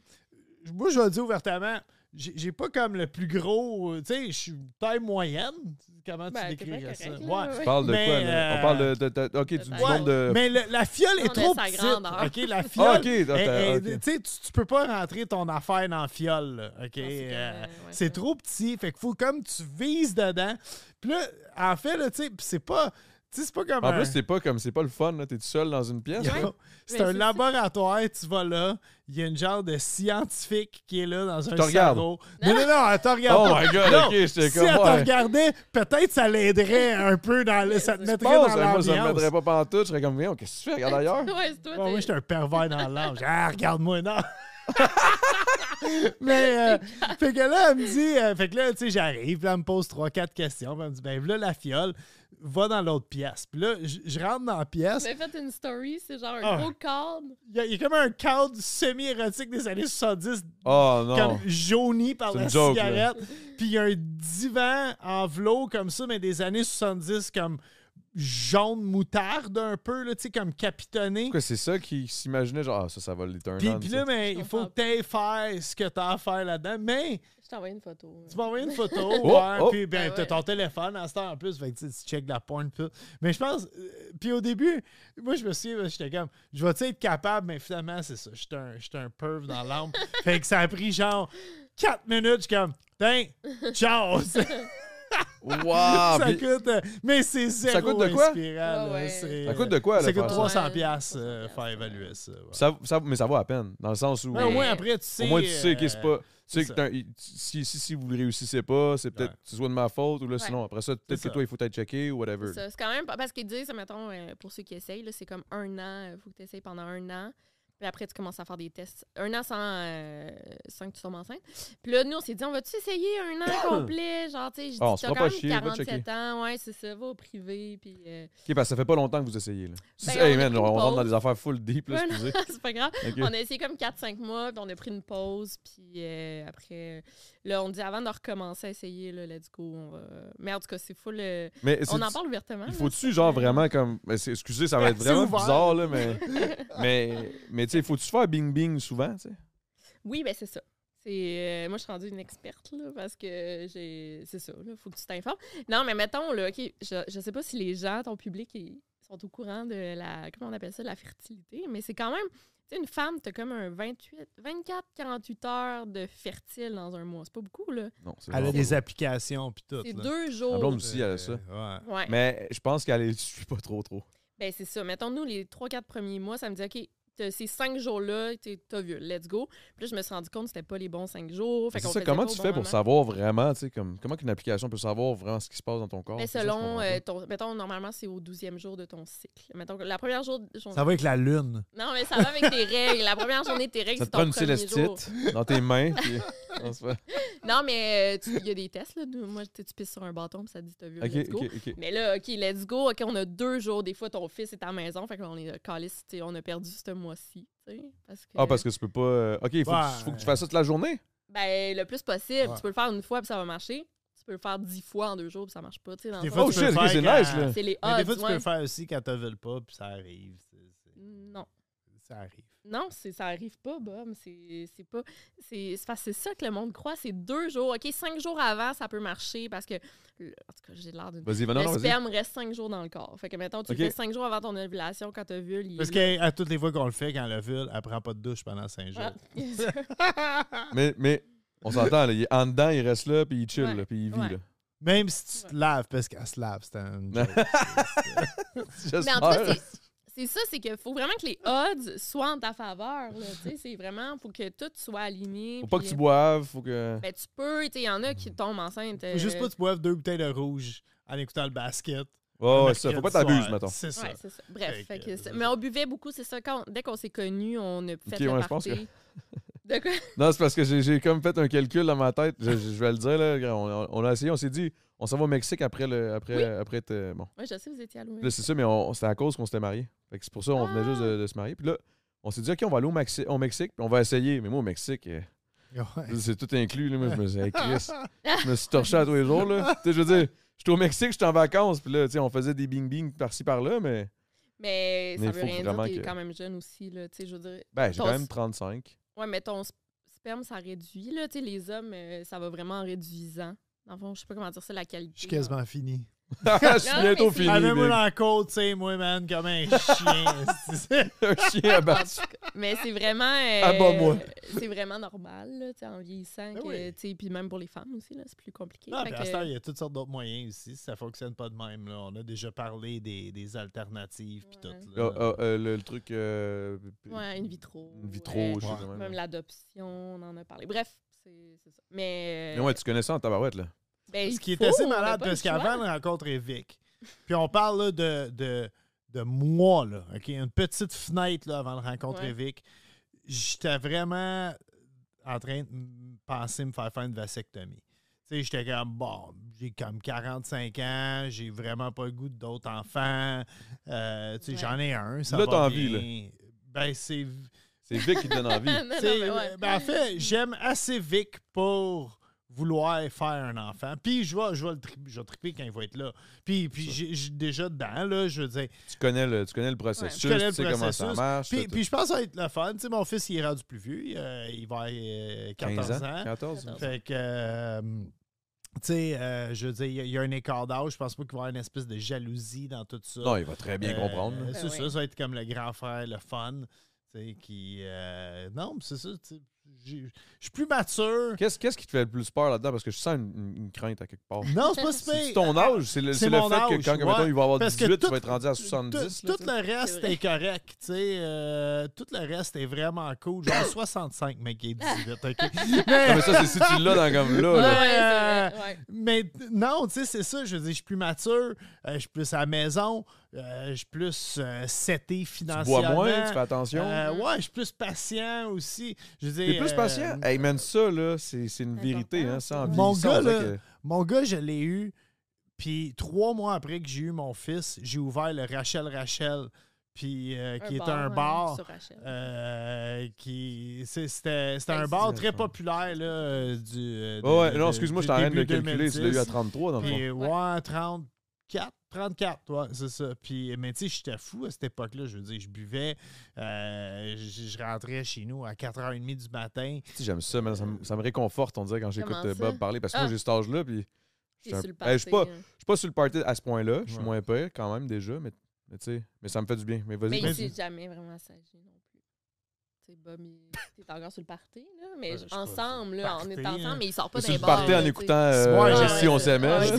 Speaker 2: moi, je vais le dire ouvertement, j'ai j'ai pas comme le plus gros. euh, Tu sais, je suis taille moyenne. Comment Ah, tu
Speaker 3: Ben, t'es bien
Speaker 2: décrirais ça?
Speaker 3: correct,
Speaker 2: Ouais.
Speaker 3: là,
Speaker 1: On parle de
Speaker 2: Mais,
Speaker 1: quoi, là?
Speaker 2: euh,
Speaker 1: On parle de. de- de- ok, du
Speaker 3: Ouais.
Speaker 1: nombre de.
Speaker 2: Mais le- la fiole
Speaker 3: On
Speaker 2: est
Speaker 3: a
Speaker 2: trop
Speaker 3: sa
Speaker 2: petite.
Speaker 3: grandeur.
Speaker 2: OK, la fiole.
Speaker 1: Euh, Ah, ok, attends,
Speaker 2: elle- elle-
Speaker 1: ok.
Speaker 2: tu sais, Tu, tu peux pas rentrer ton affaire dans la fiole. là, OK?
Speaker 3: Non, c'est comme,
Speaker 2: Euh,
Speaker 3: euh, ouais,
Speaker 2: c'est
Speaker 3: ça.
Speaker 2: trop petit. Fait que faut comme tu vises dedans. Puis là, en fait, là, tu sais, puis c'est pas. Tu sais, c'est pas comme.
Speaker 1: En
Speaker 2: un-
Speaker 1: plus, c'est pas comme. C'est pas le fun, là. T'es tout seul dans une pièce. là.
Speaker 2: Yo,
Speaker 3: Mais
Speaker 2: C'est un
Speaker 3: c'est ça.
Speaker 2: laboratoire, tu vas là, il y a une genre de scientifique qui est là dans un
Speaker 1: te regarde.
Speaker 2: cerveau. Non, non, non, elle te regarde
Speaker 1: Oh
Speaker 2: pas.
Speaker 1: my God,
Speaker 2: Non,
Speaker 1: ok, j'étais
Speaker 2: si
Speaker 1: comme,
Speaker 2: elle te
Speaker 1: ouais.
Speaker 2: regardait, peut-être ça l'aiderait un peu, dans le, ça te
Speaker 1: Je
Speaker 2: mettrait
Speaker 1: pense, hein,
Speaker 2: dans
Speaker 1: moi, ça me
Speaker 2: l'ambiance.
Speaker 1: mettrait pas pantoute. Je serais comme, voyons, qu'est-ce que tu fais? Regarde ailleurs.
Speaker 3: Ouais, c'est toi.
Speaker 2: Bon, moi,
Speaker 3: t'es-
Speaker 2: j'étais un pervers dans l'âge. Ah, regarde-moi, non! Mais, euh, fait que là, elle me dit, euh, fait que là, tu sais, j'arrive, puis elle me pose trois, quatre questions, puis elle me dit, ben là, la fiole, va dans l'autre pièce. Puis là, je je rentre dans la pièce,
Speaker 3: J'avais fait une story, c'est genre un
Speaker 2: Ah.
Speaker 3: gros cadre.
Speaker 2: il y, a- il y a comme un cadre semi-érotique des années 70
Speaker 1: Oh non.
Speaker 2: comme jauni par
Speaker 1: C'est
Speaker 2: la
Speaker 1: une joke, là.
Speaker 2: cigarette. Puis il y a un divan en velours comme ça, mais des années 70, comme jaune moutarde un peu, là, tu sais, comme capitonné.
Speaker 1: Pourquoi c'est ça qui s'imaginait? Genre, ah, ça, ça va les turn
Speaker 2: Puis,
Speaker 1: on,
Speaker 2: puis
Speaker 1: ça.
Speaker 2: là, mais
Speaker 3: Je
Speaker 2: il faut
Speaker 3: comprends.
Speaker 2: que tu ailles faire ce que tu as à faire là-dedans. Mais
Speaker 3: Je t'envoie une photo.
Speaker 2: tu m'as envoyé une photo, ouais,
Speaker 1: Oh, oh.
Speaker 2: puis ben,
Speaker 3: Ah
Speaker 2: t'as
Speaker 3: ouais.
Speaker 2: ton téléphone à ce temps en plus, fait que tu sais, tu check de la porn. Puis, tout. mais je pense, euh, puis au début, moi je me suis euh, j'étais comme, je vais-tu être capable, mais finalement c'est ça, j'étais un, j'étais un perv dans l'âme. fait que ça a pris genre 4 minutes, je suis comme, tiens, ciao! ça
Speaker 1: Wow!
Speaker 2: ça
Speaker 1: Ah, puis-
Speaker 2: coûte, euh, mais c'est zéro
Speaker 1: coûte de quoi?
Speaker 2: inspirant,
Speaker 3: Ouais,
Speaker 2: là,
Speaker 3: ouais.
Speaker 2: c'est- euh,
Speaker 1: Ça coûte de quoi,
Speaker 2: Ça
Speaker 1: là,
Speaker 2: coûte
Speaker 1: faire ça?
Speaker 2: 300
Speaker 3: Ouais,
Speaker 2: piastres,
Speaker 3: 300
Speaker 2: euh, faire
Speaker 3: ouais.
Speaker 2: évaluer ça. ouais.
Speaker 1: Ça, ça- mais ça vaut à peine, dans le sens où.
Speaker 2: Mais au moins après, tu sais.
Speaker 1: au moins, tu sais que c'est
Speaker 2: euh,
Speaker 1: pas. Tu sais
Speaker 2: Ben, c'est
Speaker 1: que
Speaker 2: ça.
Speaker 1: t'as un- si, si, si vous ne réussissez pas, c'est peut-être
Speaker 2: Ouais.
Speaker 1: que soit de ma faute ou là,
Speaker 3: Ouais.
Speaker 1: sinon après ça, peut-être que
Speaker 2: C'est ça.
Speaker 1: toi, il faut t'être checké ou whatever.
Speaker 3: C'est ça, c'est quand même pas- parce qu'ils disent, mettons, euh, pour ceux qui essayent, là, c'est comme un an, il faut que tu essayes pendant un an. Puis après, tu commences à faire des tests. Un an sans, euh, sans que tu tombes enceinte. Puis là, nous, on s'est dit, on va-tu essayer un an complet? Genre, tu sais, je dis,
Speaker 1: Ah, on se
Speaker 3: t'as
Speaker 1: fera
Speaker 3: quand
Speaker 1: pas
Speaker 3: même
Speaker 1: chier, va checker.
Speaker 3: 47 ans. Ouais, c'est ça, va au privé. Puis, euh,
Speaker 1: Ok, parce que ça fait pas longtemps que vous essayez. Là. Si-
Speaker 3: Ben,
Speaker 1: hey
Speaker 3: on a
Speaker 1: man,
Speaker 3: pris
Speaker 1: on
Speaker 3: une
Speaker 1: rentre dans
Speaker 3: pause.
Speaker 1: des affaires full deep, là,
Speaker 3: Ouais, non,
Speaker 1: excusez.
Speaker 3: c'est pas grave.
Speaker 1: Ok.
Speaker 3: On a essayé comme 4-5 mois, puis on a pris une pause, puis euh, après, là, on dit avant de recommencer à essayer, là, let's go, on va... Mais en tout cas, c'est fou, le...
Speaker 1: Mais
Speaker 3: on
Speaker 1: c'est-
Speaker 3: en parle ouvertement.
Speaker 1: Il
Speaker 3: là,
Speaker 1: faut-tu,
Speaker 3: c'est-
Speaker 1: genre, vraiment comme. ben, c'est- Excusez, ça va être
Speaker 2: C'est
Speaker 1: vraiment
Speaker 2: ouvert.
Speaker 1: bizarre, là, mais. mais, mais tu sais, faut-tu faire bing-bing souvent, tu sais?
Speaker 3: Oui, ben c'est ça. C'est, euh, moi, je suis rendue une experte, là, parce que j'ai... C'est ça, là, faut que tu t'informes. Non, mais mettons, là, OK, je, je sais pas si les gens, ton public, ils sont au courant de la... Comment on appelle ça? La fertilité, mais c'est quand même... Tu sais, une femme, t'as comme un 28, 24-48 heures de fertile dans un mois. C'est pas beaucoup, là.
Speaker 1: Non, c'est
Speaker 2: Elle a
Speaker 1: vraiment
Speaker 2: des
Speaker 1: pas
Speaker 2: applications puis tout.
Speaker 3: C'est
Speaker 2: là.
Speaker 3: deux jours.
Speaker 1: Ma blonde aussi, elle a ça.
Speaker 2: Euh, ouais.
Speaker 3: Ouais.
Speaker 1: bon. Mais je pense qu'elle est. Je suis pas trop, trop.
Speaker 3: Ben, c'est ça. Mettons, nous, les 3-4 premiers mois, ça me dit, OK, t'es- t'as- ces cinq jours-là, t'es- t'as vu, let's go. Puis là, je me suis rendu compte que c'était pas les bons cinq jours. Fait
Speaker 1: C'est
Speaker 3: qu'on
Speaker 1: ça,
Speaker 3: faisait
Speaker 1: comment
Speaker 3: pas au
Speaker 1: tu
Speaker 3: bon hein.
Speaker 1: fais pour
Speaker 3: moment.
Speaker 1: savoir vraiment, tu sais, comme, comment qu'une application peut savoir vraiment ce qui se passe dans ton corps?
Speaker 3: Mais
Speaker 1: C'est ça, je comprends
Speaker 3: selon,
Speaker 1: pas.
Speaker 3: euh, ton, mettons, normalement, c'est au 12e jour de ton cycle. Mettons, que la première jour. jour-
Speaker 2: Ça va avec la lune.
Speaker 3: Non, mais ça va avec tes règles. La première journée de tes règles,
Speaker 1: ça
Speaker 3: c'est
Speaker 1: te prend
Speaker 3: ton
Speaker 1: une
Speaker 3: premier jour.
Speaker 1: célestite dans tes mains. puis on se fait-
Speaker 3: Non, mais euh, tu- il y a des tests. Là. Nous, Moi, tu tu pisses sur un bâton, puis ça te dit t'as vu,
Speaker 1: Ok,
Speaker 3: let's go.
Speaker 1: ok, ok.
Speaker 3: Mais là, OK, let's go. OK, on a deux jours. Des fois, ton fils est à la maison. Fait qu'on est calice, tu sais, on a perdu ce mois-ci. tu sais, Parce que,
Speaker 1: Ah, parce que tu peux pas. euh, Ok, il faut, que tu- faut que tu fasses ça toute la journée.
Speaker 3: Ben, le plus possible.
Speaker 2: Ouais.
Speaker 3: Tu peux le faire une fois, puis ça va marcher. Tu peux le faire dix fois en deux jours, puis ça marche pas. tu sais, dans
Speaker 2: Des
Speaker 3: le
Speaker 2: fois,
Speaker 3: fond.
Speaker 1: Oh
Speaker 2: tu peux
Speaker 1: shit,
Speaker 2: le
Speaker 1: ok,
Speaker 2: faire Ah,
Speaker 1: c'est
Speaker 2: quand-
Speaker 1: nice, là.
Speaker 3: C'est les
Speaker 2: Mais des fois, tu
Speaker 3: odds.
Speaker 2: peux
Speaker 3: ouais.
Speaker 2: le faire aussi quand t'as vu le pas, puis ça arrive. C'est- c'est-
Speaker 3: Non.
Speaker 2: Ça arrive.
Speaker 3: Non, c'est- ça arrive pas, Bob. C'est c'est pas. C'est c'est parce que c'est ça que le monde croit. C'est deux jours. OK, cinq jours avant, ça peut marcher parce que. le- En tout cas, j'ai l'air d'une.
Speaker 1: Vas-y, va Ah non,
Speaker 3: Le
Speaker 1: non, vas-y.
Speaker 3: sperme reste cinq jours dans le corps. Fait que, mettons, tu
Speaker 1: OK.
Speaker 3: le fais cinq jours avant ton ovulation quand t'as vu.
Speaker 2: Parce qu'à toutes les fois qu'on le fait, quand elle vule, elle prend pas de douche pendant cinq
Speaker 3: Ah.
Speaker 2: jours.
Speaker 1: Mais, mais on s'entend, là, il est en dedans, il reste là, puis il chill,
Speaker 3: Ouais,
Speaker 1: là, puis il vit.
Speaker 3: ouais.
Speaker 1: là.
Speaker 2: Même si tu te laves, parce qu'elle se lave, c'est un. joke.
Speaker 3: Mais en tout cas,
Speaker 1: J'espère.
Speaker 3: c'est- c'est ça, c'est qu'il faut vraiment que les odds soient en ta faveur. là, tu sais, C'est vraiment, faut que tout soit aligné.
Speaker 1: Faut pas que
Speaker 3: puis,
Speaker 1: tu boives, faut que.
Speaker 3: euh, ben, tu peux, tu sais, il y en a qui tombent enceinte.
Speaker 2: Faut juste
Speaker 3: euh,
Speaker 2: pas que tu boives deux bouteilles de rouge en écoutant le basket.
Speaker 1: Ah, Ouais,
Speaker 2: Le
Speaker 1: ouais, ça. Faut pas
Speaker 2: mercredi
Speaker 1: t'abuses,
Speaker 2: soir.
Speaker 1: mettons.
Speaker 2: C'est ça.
Speaker 3: Ouais, c'est ça. Bref.
Speaker 2: Fait
Speaker 3: fait
Speaker 2: que,
Speaker 3: que
Speaker 2: c'est
Speaker 3: c'est-
Speaker 2: ça.
Speaker 3: mais on buvait beaucoup, c'est ça. Quand, dès qu'on s'est connus, on a fait
Speaker 1: Ok,
Speaker 3: le
Speaker 1: ouais, je pense
Speaker 3: party. De quoi?
Speaker 1: Non, c'est parce que j'ai- j'ai comme fait un calcul dans ma tête. Je, je- je vais le dire, là. On, on a essayé, on s'est dit, on s'en va au Mexique après le. Après,
Speaker 3: Oui.
Speaker 1: après te- bon.
Speaker 3: Ouais, je sais, vous étiez hein. à Louis.
Speaker 1: Là, c'est ça, mais on- c'était à cause qu'on s'était mariés. Fait que c'est pour ça qu'on venait
Speaker 3: Ah!
Speaker 1: juste de, de se marier. Puis là, on s'est dit, OK, on va aller au, Maxi- au Mexique, puis on va essayer. Mais moi, au Mexique, euh,
Speaker 2: Ouais.
Speaker 1: c'est tout inclus. Là, moi, je me suis dit, Hey, Chris, je me suis torché à tous les jours, là. Tu sais, je veux dire, j'étais au Mexique, j'étais en vacances, puis là, tu sais, on faisait des bing-bing par-ci, par-là, mais.
Speaker 3: Mais ça
Speaker 1: Mais
Speaker 3: veut
Speaker 1: faut
Speaker 3: rien
Speaker 1: vraiment
Speaker 3: dire, t'es
Speaker 1: que-
Speaker 3: quand même jeune aussi, là. Tu sais, je veux dire.
Speaker 1: Ben, j'ai
Speaker 3: Ton-
Speaker 1: quand même 35.
Speaker 3: Ouais, mais ton sp- sperme, ça réduit, là. Tu sais, les hommes, euh, ça va vraiment en réduisant. Dans le fond, je sais pas comment dire ça, la qualité.
Speaker 2: Je suis quasiment fini.
Speaker 1: je suis
Speaker 3: Non, non,
Speaker 1: bientôt
Speaker 3: mais c'est-
Speaker 1: fini.
Speaker 2: Ah, moi
Speaker 1: Nick.
Speaker 2: dans le côte, tu sais, moi, man, comme un chien. c'est-
Speaker 1: Un chien à
Speaker 3: En
Speaker 1: battre.
Speaker 3: tout cas, Mais c'est vraiment. euh,
Speaker 1: Ah, bah, moi.
Speaker 3: C'est vraiment normal, là, tu sais, en vieillissant.
Speaker 2: Ben
Speaker 3: que,
Speaker 2: oui.
Speaker 3: tu sais, Puis même pour les femmes aussi, là, c'est plus compliqué.
Speaker 2: Non,
Speaker 3: Fait
Speaker 2: puis à
Speaker 3: que-
Speaker 2: cette heure, il y a toutes sortes d'autres moyens aussi. Si ça fonctionne pas de même, là, on a déjà parlé des, des alternatives puis
Speaker 3: Ouais.
Speaker 2: tout. là.
Speaker 1: Ah, ah, euh, le, le truc. euh,
Speaker 3: Ouais, in vitro.
Speaker 1: in vitro,
Speaker 3: euh,
Speaker 1: je sais
Speaker 2: ouais.
Speaker 1: pas,
Speaker 3: Même
Speaker 1: ouais.
Speaker 3: l'adoption, on en a parlé. Bref, c'est c'est ça. Mais.
Speaker 1: Mais ouais, tu connais ça en tabarouette, là.
Speaker 3: ben,
Speaker 2: Ce
Speaker 3: il
Speaker 2: qui est
Speaker 3: faut,
Speaker 2: assez
Speaker 3: on a
Speaker 2: malade,
Speaker 3: pas le
Speaker 2: parce
Speaker 3: choix.
Speaker 2: qu'avant, on rencontrait Vic. Puis on parle là, de, de, de moi, là, OK? Une petite fenêtre là, avant de rencontrer
Speaker 3: Ouais.
Speaker 2: Vic. J'étais vraiment en train de m- penser me faire faire une vasectomie. Tu sais, j'étais comme, bon, j'ai comme 45 ans, j'ai vraiment pas le goût d'autres enfants. Euh, tu sais,
Speaker 3: Ouais.
Speaker 2: j'en ai un, ça
Speaker 1: Là,
Speaker 2: va
Speaker 1: t'as envie,
Speaker 2: bien. Ben, c'est...
Speaker 1: C'est Vic qui te donne envie.
Speaker 3: Non, non,
Speaker 2: Tu sais,
Speaker 3: mais ouais.
Speaker 2: ben, en fait, j'aime assez Vic pour vouloir faire un enfant. Puis je vais, je vais, le tri- je vais triper quand il va être là. Puis, puis j'ai j'ai déjà dedans, là, je veux dire.
Speaker 1: tu, connais le, tu connais le processus,
Speaker 2: Je connais le
Speaker 1: tu sais comment ça
Speaker 2: processus,
Speaker 1: marche.
Speaker 2: Puis,
Speaker 1: t'as-
Speaker 2: puis je pense que ça va être le fun. Tu sais, mon fils, il est rendu plus vieux. euh, il va avoir euh,
Speaker 1: t'as
Speaker 2: 14 ans.
Speaker 1: 14? ouais.
Speaker 2: Fait que, euh, tu sais, euh, je veux dire, il y a- il y, a un écart d'âge. Je pense pas qu'il va y avoir une espèce de jalousie dans tout ça.
Speaker 1: Non, il va très bien
Speaker 2: Euh,
Speaker 1: comprendre. là.
Speaker 2: C'est
Speaker 3: Ben
Speaker 2: ça,
Speaker 3: oui.
Speaker 2: ça va être comme le grand frère, le fun. tu sais, Qui, euh, non, mais c'est ça. tu sais, j'ai- Je suis plus mature.
Speaker 1: Qu'est-ce qu'est-ce qui te fait le plus peur là-dedans? Parce que je sens une, une- une crainte à quelque part.
Speaker 2: Non, c'est pas si
Speaker 1: C'est
Speaker 2: pire.
Speaker 1: ton âge, c'est le,
Speaker 2: c'est
Speaker 1: ah, c'est le
Speaker 2: mon
Speaker 1: fait que
Speaker 2: âge,
Speaker 1: quand mettons,
Speaker 2: ouais.
Speaker 1: il va avoir
Speaker 2: Parce que
Speaker 1: 18, tu
Speaker 2: tout-
Speaker 1: vas être rendu à
Speaker 2: Tout-
Speaker 1: 70. là,
Speaker 2: Tout,
Speaker 1: tu sais.
Speaker 2: le reste
Speaker 3: C'est vrai.
Speaker 2: est correct, tu sais. euh, tout le reste est vraiment cool. Genre 65, mec, qui est 18, OK? euh,
Speaker 1: Non, mais ça, c'est si tu l'as dans comme là.
Speaker 3: Ouais,
Speaker 1: là.
Speaker 3: ouais, c'est vrai, ouais.
Speaker 2: Mais non, tu sais, c'est ça. Je veux dire, je suis plus mature, euh, je suis plus à la maison, euh, je suis plus euh, seté
Speaker 1: Tu
Speaker 2: financièrement.
Speaker 1: bois moins, tu fais attention.
Speaker 2: Euh, ouais, je suis plus patient aussi. Je veux
Speaker 1: T'es
Speaker 2: dire,
Speaker 1: plus
Speaker 2: euh,
Speaker 1: patient. Hey, man, ça, là, c'est c'est une
Speaker 3: Important,
Speaker 1: vérité. Hein, ça, en
Speaker 3: ouais.
Speaker 2: Mon
Speaker 1: vieillissant, on
Speaker 2: gars,
Speaker 1: dirait
Speaker 2: là,
Speaker 1: que-
Speaker 2: Mon gars, je l'ai eu. Puis trois mois après que j'ai eu mon fils, j'ai ouvert le Rachel Rachel, puis euh, qui est un
Speaker 3: ouais,
Speaker 2: bar.
Speaker 3: sur Rachel.
Speaker 2: euh, qui c'est- c'était c'était un
Speaker 3: Existe.
Speaker 2: bar très populaire là, euh, du euh,
Speaker 1: Ouais, ouais,
Speaker 2: de-
Speaker 1: non,
Speaker 2: de-
Speaker 1: excuse-moi,
Speaker 2: du
Speaker 1: je t'arrête de
Speaker 2: début
Speaker 1: le calculer. Tu l'as eu
Speaker 2: 2010.
Speaker 1: à 33, dans le fond.
Speaker 2: Puis,
Speaker 3: Ouais.
Speaker 2: ouais, 34. 34, ouais, c'est ça. Puis, mais tu sais, j'étais fou à cette époque-là. Je veux dire, je buvais, euh, je je rentrais chez nous à 4h30 du matin.
Speaker 1: Si, j'aime ça, man, ça, me- ça me réconforte, on dirait, quand j'écoute
Speaker 3: Comment
Speaker 1: euh,
Speaker 3: ça?
Speaker 1: Bob parler. Parce que moi,
Speaker 3: Ah.
Speaker 1: j'ai cet âge-là, puis
Speaker 3: T'es
Speaker 1: je suis
Speaker 3: sur le
Speaker 1: un- Hey, je suis pas-
Speaker 3: party, hein.
Speaker 1: je suis pas sur le party à ce point-là. Je suis
Speaker 2: Ouais.
Speaker 1: moins pire, quand même, déjà, mais, mais tu sais, mais ça me fait du bien. Mais vas-y.
Speaker 3: Mais
Speaker 1: continue.
Speaker 3: il s'est jamais vraiment assagi non plus. Tu sais, Bob, il- t'es encore sur le party, là. Mais
Speaker 2: Ouais, je sais pas,
Speaker 3: ensemble,
Speaker 2: c'est
Speaker 3: là, on
Speaker 2: party,
Speaker 3: est
Speaker 2: hein.
Speaker 3: ensemble, mais il sort pas
Speaker 1: Mais
Speaker 3: d'un
Speaker 1: si vous
Speaker 3: bar,
Speaker 1: partez
Speaker 3: là,
Speaker 1: en
Speaker 3: tu sais.
Speaker 1: écoutant
Speaker 2: Ouais,
Speaker 1: euh,
Speaker 2: ouais,
Speaker 1: Si on
Speaker 3: ouais.
Speaker 1: s'aimait,
Speaker 3: Ouais,
Speaker 2: Je
Speaker 1: là.
Speaker 3: c'est-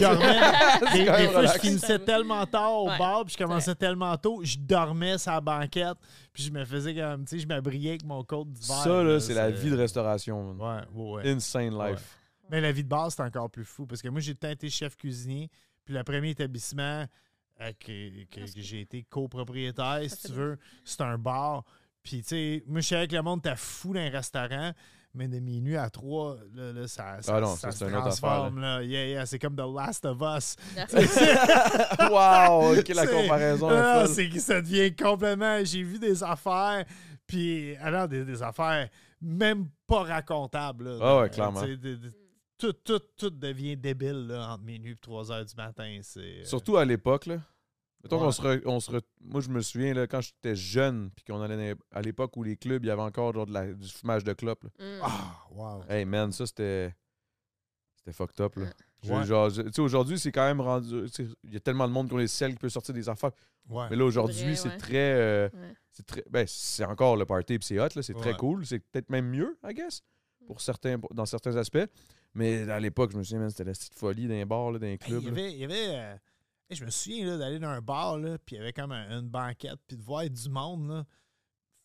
Speaker 2: dormais. des,
Speaker 1: quand même
Speaker 2: des fois, je
Speaker 1: relax.
Speaker 2: finissais tellement tard au
Speaker 3: Ouais,
Speaker 2: bar, puis je
Speaker 3: c'est
Speaker 2: commençais tellement tôt, je dormais sur la banquette, puis je me faisais comme, tu sais, je m'abriais avec mon code d'hiver.
Speaker 1: ça, là, c'est la vie de restauration. man.
Speaker 2: Ouais, ouais, ouais.
Speaker 1: Insane
Speaker 2: Ouais.
Speaker 1: life.
Speaker 2: Mais la vie de bar, c'est encore plus fou, parce que moi, j'ai tant été chef cuisinier, puis le premier établissement euh, que, que- que j'ai été copropriétaire, si
Speaker 3: c'est
Speaker 2: tu
Speaker 3: bien.
Speaker 2: veux, c'est un bar. Puis, tu sais, moi, je savais que le monde était fou d'un restaurant, mais de minuit à trois, là, là, ça, ça,
Speaker 1: Ah non,
Speaker 2: ça
Speaker 1: ça,
Speaker 2: se
Speaker 1: c'est une autre affaire, là.
Speaker 2: transforme. là. Yeah, yeah, c'est comme The Last of Us.
Speaker 1: wow, ok, la
Speaker 2: C'est-
Speaker 1: comparaison
Speaker 2: Ah,
Speaker 1: est folle.
Speaker 2: c'est que ça devient complètement. J'ai vu des affaires, puis alors des, des affaires même pas racontables. là.
Speaker 1: Ah ouais,
Speaker 2: Euh,
Speaker 1: clairement.
Speaker 2: tu sais, de- de- tout, tout, tout devient débile là, entre minuit et 3 heures du matin. C'est, euh,
Speaker 1: Surtout à l'époque, là. Mettons
Speaker 2: Ouais.
Speaker 1: qu'on se re- on se re- Moi, je me souviens, là, quand j'étais jeune, puis qu'on allait dans- à l'époque où les clubs, il y avait encore genre, de la- du fumage de clope. là.
Speaker 3: Mm.
Speaker 2: Ah, wow.
Speaker 1: Hey man, ça c'était. C'était fucked up là. Je-
Speaker 2: Ouais.
Speaker 1: genre, je- tu sais, aujourd'hui, c'est quand même rendu. tu sais, Il y a tellement de monde qui ont les selles qui peut sortir des affaires.
Speaker 2: Ouais.
Speaker 1: Mais là, aujourd'hui,
Speaker 3: Vrai,
Speaker 1: c'est
Speaker 3: ouais.
Speaker 1: très. euh,
Speaker 3: Ouais.
Speaker 1: c'est très. Ben, c'est encore le party pis c'est hot, là. C'est
Speaker 2: Ouais.
Speaker 1: très cool. C'est peut-être même mieux, I guess.
Speaker 3: Mm.
Speaker 1: Pour certains, pour- dans certains aspects. Mais à l'époque, je me souviens, man, c'était la petite folie d'un bar, là, d'un
Speaker 2: Hey,
Speaker 1: club.
Speaker 2: Ben, il y
Speaker 1: là.
Speaker 2: avait. il y avait, euh, hey, je me souviens là, d'aller dans un bar, là, puis il y avait comme un- une banquette, puis de voir du monde là,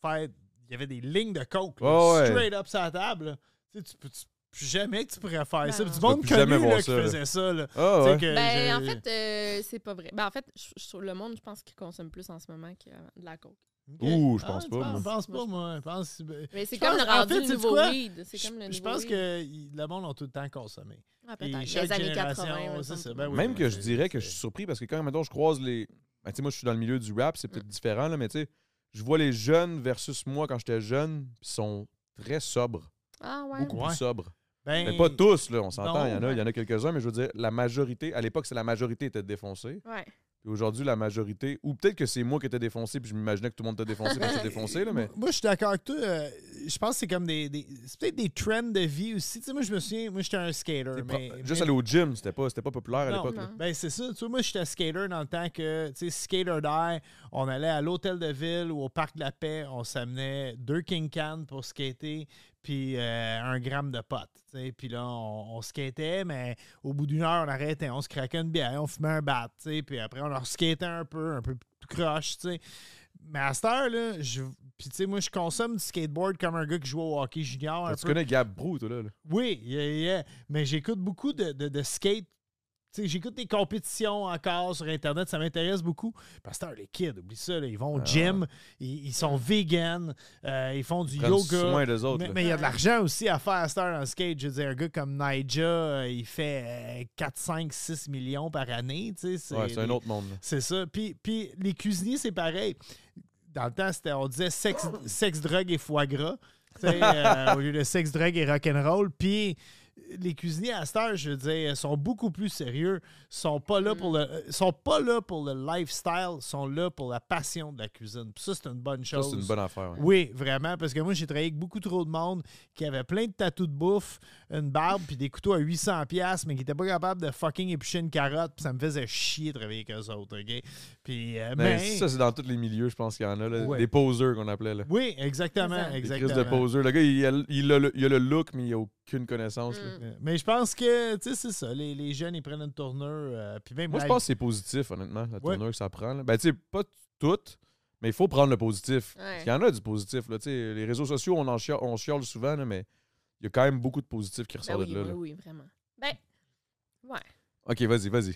Speaker 2: faire. Il y avait des lignes de coke là,
Speaker 1: Ouais, ouais.
Speaker 2: straight up sur la table. là. Tu sais, tu peux- tu- plus jamais que tu pourrais faire ça. Puis
Speaker 3: non. Tu
Speaker 2: Du
Speaker 3: peux
Speaker 2: monde
Speaker 1: plus jamais
Speaker 2: connu
Speaker 1: voir
Speaker 2: là, qui
Speaker 1: ça, là.
Speaker 2: faisait ça. Là.
Speaker 1: Ah,
Speaker 2: Tu sais
Speaker 1: ouais.
Speaker 2: que j'ai-
Speaker 3: Ben, en fait, euh, c'est pas vrai. Ben, en fait, je, je- sur le monde, je pense qu'ils consomment plus en ce moment que euh, de la coke.
Speaker 2: Ok.
Speaker 1: Ouh, je
Speaker 2: Ah,
Speaker 1: pense
Speaker 2: tu
Speaker 1: pas.
Speaker 2: penses-
Speaker 1: moi.
Speaker 2: Je pense pas, moi. Je pense. ben,
Speaker 3: Mais c'est
Speaker 2: Je
Speaker 3: comme
Speaker 2: pense-
Speaker 3: le
Speaker 2: en
Speaker 3: rendu
Speaker 2: fait,
Speaker 3: le
Speaker 2: sais-tu
Speaker 3: nouveau
Speaker 2: quoi?
Speaker 3: weed. C'est
Speaker 2: Je
Speaker 3: comme le
Speaker 2: je
Speaker 3: nouveau
Speaker 2: pense
Speaker 3: weed.
Speaker 2: que il- le monde a tout le temps consommé.
Speaker 3: Ah,
Speaker 2: Puis
Speaker 3: peut-être.
Speaker 2: chaque
Speaker 3: Les années
Speaker 2: génération,
Speaker 3: 80.
Speaker 2: c'est ça.
Speaker 3: mettons.
Speaker 2: Ben oui.
Speaker 1: Même que je
Speaker 2: c'est-
Speaker 1: dirais que je
Speaker 2: c'est-
Speaker 1: suis surpris parce que quand maintenant je croise les. Ben, tu sais, moi, je suis dans le milieu du rap, c'est
Speaker 3: Mm.
Speaker 1: peut-être différent, là, mais tu sais, je vois les jeunes versus moi quand j'étais jeune, ils sont très sobres.
Speaker 3: Ah, ouais.
Speaker 1: Beaucoup
Speaker 2: Ouais.
Speaker 1: plus sobres.
Speaker 2: Ben,
Speaker 1: Mais pas tous, là, on s'entend.
Speaker 2: Non.
Speaker 1: Il y en a, il y en a quelques-uns, mais je veux dire, la majorité, à l'époque, c'est la majorité était défoncée.
Speaker 3: Ouais.
Speaker 1: Puis aujourd'hui, la majorité, ou peut-être que c'est moi qui étais défoncé, puis je m'imaginais que tout le monde était défoncé parce que j'étais défoncé, là, mais.
Speaker 2: Ben, Moi, je suis d'accord avec toi. euh, je pense que c'est comme des. des- c'est peut-être des trends de vie aussi. Tu sais, moi, je me souviens, moi, j'étais un skater.
Speaker 1: t'es
Speaker 2: Mais,
Speaker 1: pas-
Speaker 2: mais-
Speaker 1: Juste aller au gym, c'était pas, c'était pas populaire à
Speaker 2: Non.
Speaker 1: l'époque. là.
Speaker 3: Non.
Speaker 2: Ben, c'est ça. Tu vois, moi, j'étais skater dans le temps que, tu sais, skater d'air, on allait à l'hôtel de ville ou au parc de la paix, on s'amenait deux King Can pour skater, puis euh, un gramme de potes. tu sais. Puis là, on, on skatait, mais au bout d'une heure, on arrêtait, on se craquait une bière, on fumait un bat, tu sais, puis après, on leur skatait un peu, un peu tout croche, tu sais. Mais à cette heure-là, je. Puis, tu sais, moi, je consomme du skateboard comme un gars qui joue au hockey junior. un
Speaker 1: Tu
Speaker 2: peu.
Speaker 1: connais Gab Brou, toi, là. là.
Speaker 2: Oui, yeah, yeah. mais j'écoute beaucoup de, de, de skate. Tu sais, J'écoute des compétitions encore sur Internet, ça m'intéresse beaucoup. Parce que les kids, oublie ça, là, ils vont au
Speaker 1: Ah.
Speaker 2: gym, ils, ils sont vegan, euh, ils font du
Speaker 1: Prendre
Speaker 2: yoga.
Speaker 1: soin des autres.
Speaker 2: Mais
Speaker 1: là.
Speaker 2: mais il y a de
Speaker 3: Ouais.
Speaker 2: l'argent aussi à faire à Star dans le skate. Je veux dire, un gars comme Nija, euh, il fait euh, 4, 5, 6 millions par année. tu sais, C'est
Speaker 1: Ouais, c'est un
Speaker 2: des-
Speaker 1: autre monde. là.
Speaker 2: c'est ça. Puis, puis les cuisiniers, c'est pareil. Dans le temps, c'était, on disait sexe, sexe, drogue et foie gras. Tu sais, euh, au lieu de sexe, drogue et rock'n'roll. Puis les cuisiniers à cette heure, je veux dire, sont beaucoup plus sérieux. sont pas là pour le euh, sont pas là pour le lifestyle, sont là pour la passion de la cuisine. Puis ça, c'est une bonne
Speaker 1: Ça,
Speaker 2: chose.
Speaker 1: c'est une bonne affaire. ouais.
Speaker 2: Oui, vraiment, parce que moi, j'ai travaillé avec beaucoup trop de monde qui avait plein de tatous de bouffe, une barbe, puis des couteaux à 800$, piastres, mais qui n'étaient pas capables de fucking éplucher une carotte, puis ça me faisait chier de travailler avec eux autres, OK? Puis, euh,
Speaker 1: Mais
Speaker 2: mais...
Speaker 1: Ben, ça, c'est dans tous les milieux, je pense qu'il y en a. là.
Speaker 2: Ouais.
Speaker 1: Des poseurs qu'on appelait. Là.
Speaker 2: oui, exactement,
Speaker 1: Des
Speaker 3: Des
Speaker 1: crises de
Speaker 2: exactement.
Speaker 1: poseurs. Le gars, il a, il a le, il a le look, mais il a aucune connaissance. là.
Speaker 3: Mm.
Speaker 2: Euh, Mais je pense que, tu sais, c'est ça, les, les jeunes, ils prennent une tournure, euh, puis même...
Speaker 1: Moi, je
Speaker 2: la-
Speaker 1: pense que c'est positif, honnêtement, la
Speaker 2: Ouais.
Speaker 1: tournure que ça prend. là. Ben, tu sais, pas toutes, mais il faut prendre le positif.
Speaker 3: Ouais.
Speaker 1: Il y en a du positif. Là, tu sais, les réseaux sociaux, on, en chiale, on chiale souvent, là, mais il y a quand même beaucoup de positif qui
Speaker 3: Ben
Speaker 1: ressort
Speaker 3: oui,
Speaker 1: de là,
Speaker 3: oui,
Speaker 1: là.
Speaker 3: oui, vraiment. Ben, ouais.
Speaker 1: Ok, vas-y, vas-y.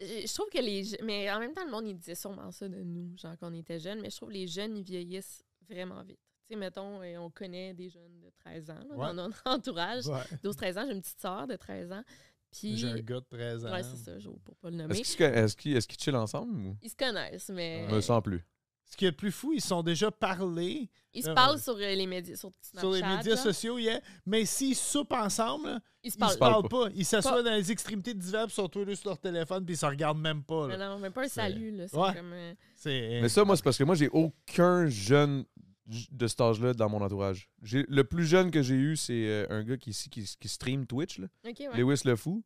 Speaker 3: Je je trouve que les. je- Mais en même temps, le monde, il disait sûrement ça de nous, genre qu'on était jeunes, mais je trouve que les jeunes, ils vieillissent vraiment vite. Tu sais, mettons, euh, on connaît des jeunes de 13 ans là,
Speaker 2: Ouais.
Speaker 3: dans notre entourage.
Speaker 2: Ouais,
Speaker 3: 12-13 ans, j'ai une petite soeur de 13 ans. Puis.
Speaker 2: j'ai un gars de 13 ans.
Speaker 3: Ouais, c'est ça, j'ose pour pas le
Speaker 1: Est-ce
Speaker 3: nommer.
Speaker 1: qu'ils se conna- est-ce qu'ils est chillent ensemble ou
Speaker 3: Ils se connaissent, mais.
Speaker 1: me sens plus?
Speaker 2: Ce qui est le plus fou, ils se sont déjà parlé...
Speaker 3: Ils
Speaker 2: Euh,
Speaker 3: se parlent sur euh, les médias, sur Snapchat.
Speaker 2: sur les médias
Speaker 3: là.
Speaker 2: sociaux, yeah. mais s'ils soupent ensemble, là,
Speaker 3: Ils
Speaker 2: ils
Speaker 3: se
Speaker 2: se
Speaker 3: parlent.
Speaker 2: parlent
Speaker 1: parlent
Speaker 2: pas. Ils s'assoient dans les extrémités de divers, puis sont tous les deux sur leur téléphone, puis ils se regardent même pas. là.
Speaker 3: Mais non, même pas un
Speaker 2: C'est-
Speaker 3: salut, là. C'est
Speaker 2: Ouais.
Speaker 3: comme. euh,
Speaker 2: C'est
Speaker 1: Mais ça, moi, c'est parce que moi, j'ai aucun jeune j- de cet âge-là dans mon entourage. J'ai- Le plus jeune que j'ai eu, c'est euh, un gars qui, ici, qui, qui stream Twitch, là,
Speaker 3: Ok, ouais.
Speaker 1: Lewis le Fou.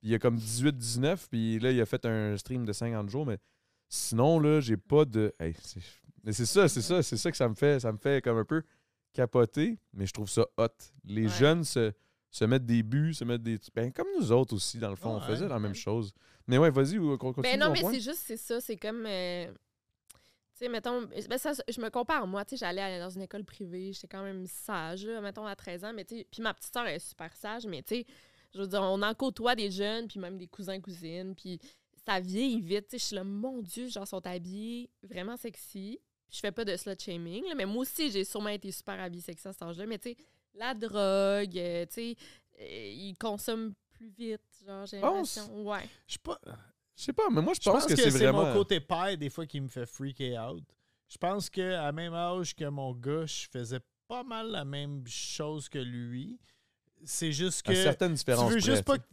Speaker 1: Il a comme 18-19, puis là, il a fait un stream de 50 jours, mais sinon, là, j'ai pas de. Hey, c'est- mais c'est ça, c'est ça, c'est ça que ça me fait. Ça me fait comme un peu. capoté, mais je trouve ça hot. Les
Speaker 3: Ouais.
Speaker 1: jeunes se, se mettent des buts, se mettent des. Ben, comme nous autres aussi, dans le fond, on
Speaker 2: Ouais,
Speaker 1: faisait la même
Speaker 3: ouais.
Speaker 1: chose. Mais ouais, vas-y, ou- qu'on continue.
Speaker 3: Ben non,
Speaker 1: ton
Speaker 3: mais
Speaker 1: point?
Speaker 3: c'est juste, c'est ça. C'est comme. euh, tu sais, mettons. ben ça, je me compare, moi. Tu sais, j'allais à- dans une école privée. J'étais quand même sage, là, mettons, à 13 ans. Mais tu sais, puis ma petite soeur, elle est super sage. Mais tu sais, je veux dire, on en côtoie des jeunes, puis même des cousins, cousines. Puis ça vieillit vite. Tu sais, je suis là, mon Dieu, genre, sont habillés vraiment sexy. Puis je fais pas de slut shaming, là, mais moi aussi, j'ai sûrement été super habillée sexy à cet âge-là. Mais tu sais, la drogue, euh, tu sais, euh, ils consomment plus vite. Genre, j'ai
Speaker 1: Ah, on
Speaker 3: l'impression. Ouais.
Speaker 2: Je sais pas-
Speaker 1: Je sais pas, mais moi, je
Speaker 2: je
Speaker 1: pense, que, c'est vraiment.
Speaker 2: mon côté père, des fois, qui me fait freaker out. Je pense que à même âge que mon gars, je faisais pas mal la même chose que lui. C'est juste
Speaker 1: à
Speaker 2: que.
Speaker 1: certaines différences.
Speaker 2: Tu veux juste
Speaker 1: près,
Speaker 2: pas que.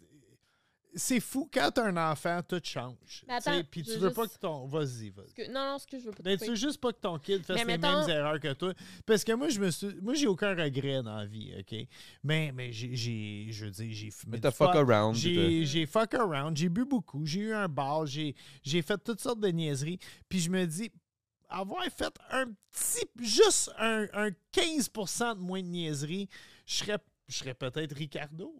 Speaker 2: C'est fou, quand t'as un enfant, tout change.
Speaker 3: Mais attends,
Speaker 2: Tu sais, Puis
Speaker 3: je
Speaker 2: tu
Speaker 3: veux
Speaker 2: veux pas
Speaker 3: juste-
Speaker 2: que ton. Vas-y, vas-y.
Speaker 3: Parce que- non, non, ce que je veux pas te
Speaker 2: Ben,
Speaker 3: couper.
Speaker 2: tu veux juste pas que ton kid fasse les
Speaker 3: Mais mettons-
Speaker 2: mêmes erreurs que toi. Parce que moi, je me suis. Moi, j'ai aucun regret dans la vie, OK? Mais, mais j'ai- j'ai. Je veux dire, j'ai fumé.
Speaker 1: Mais
Speaker 2: du
Speaker 1: t'as fuck
Speaker 2: pot.
Speaker 1: around. puis t'as-
Speaker 2: J'ai j'ai fuck around, j'ai bu beaucoup, j'ai eu un bar, j'ai j'ai fait toutes sortes de niaiseries. Puis je me dis, avoir fait un petit, juste un, un 15% de moins de niaiseries, je serais, je serais peut-être Ricardo.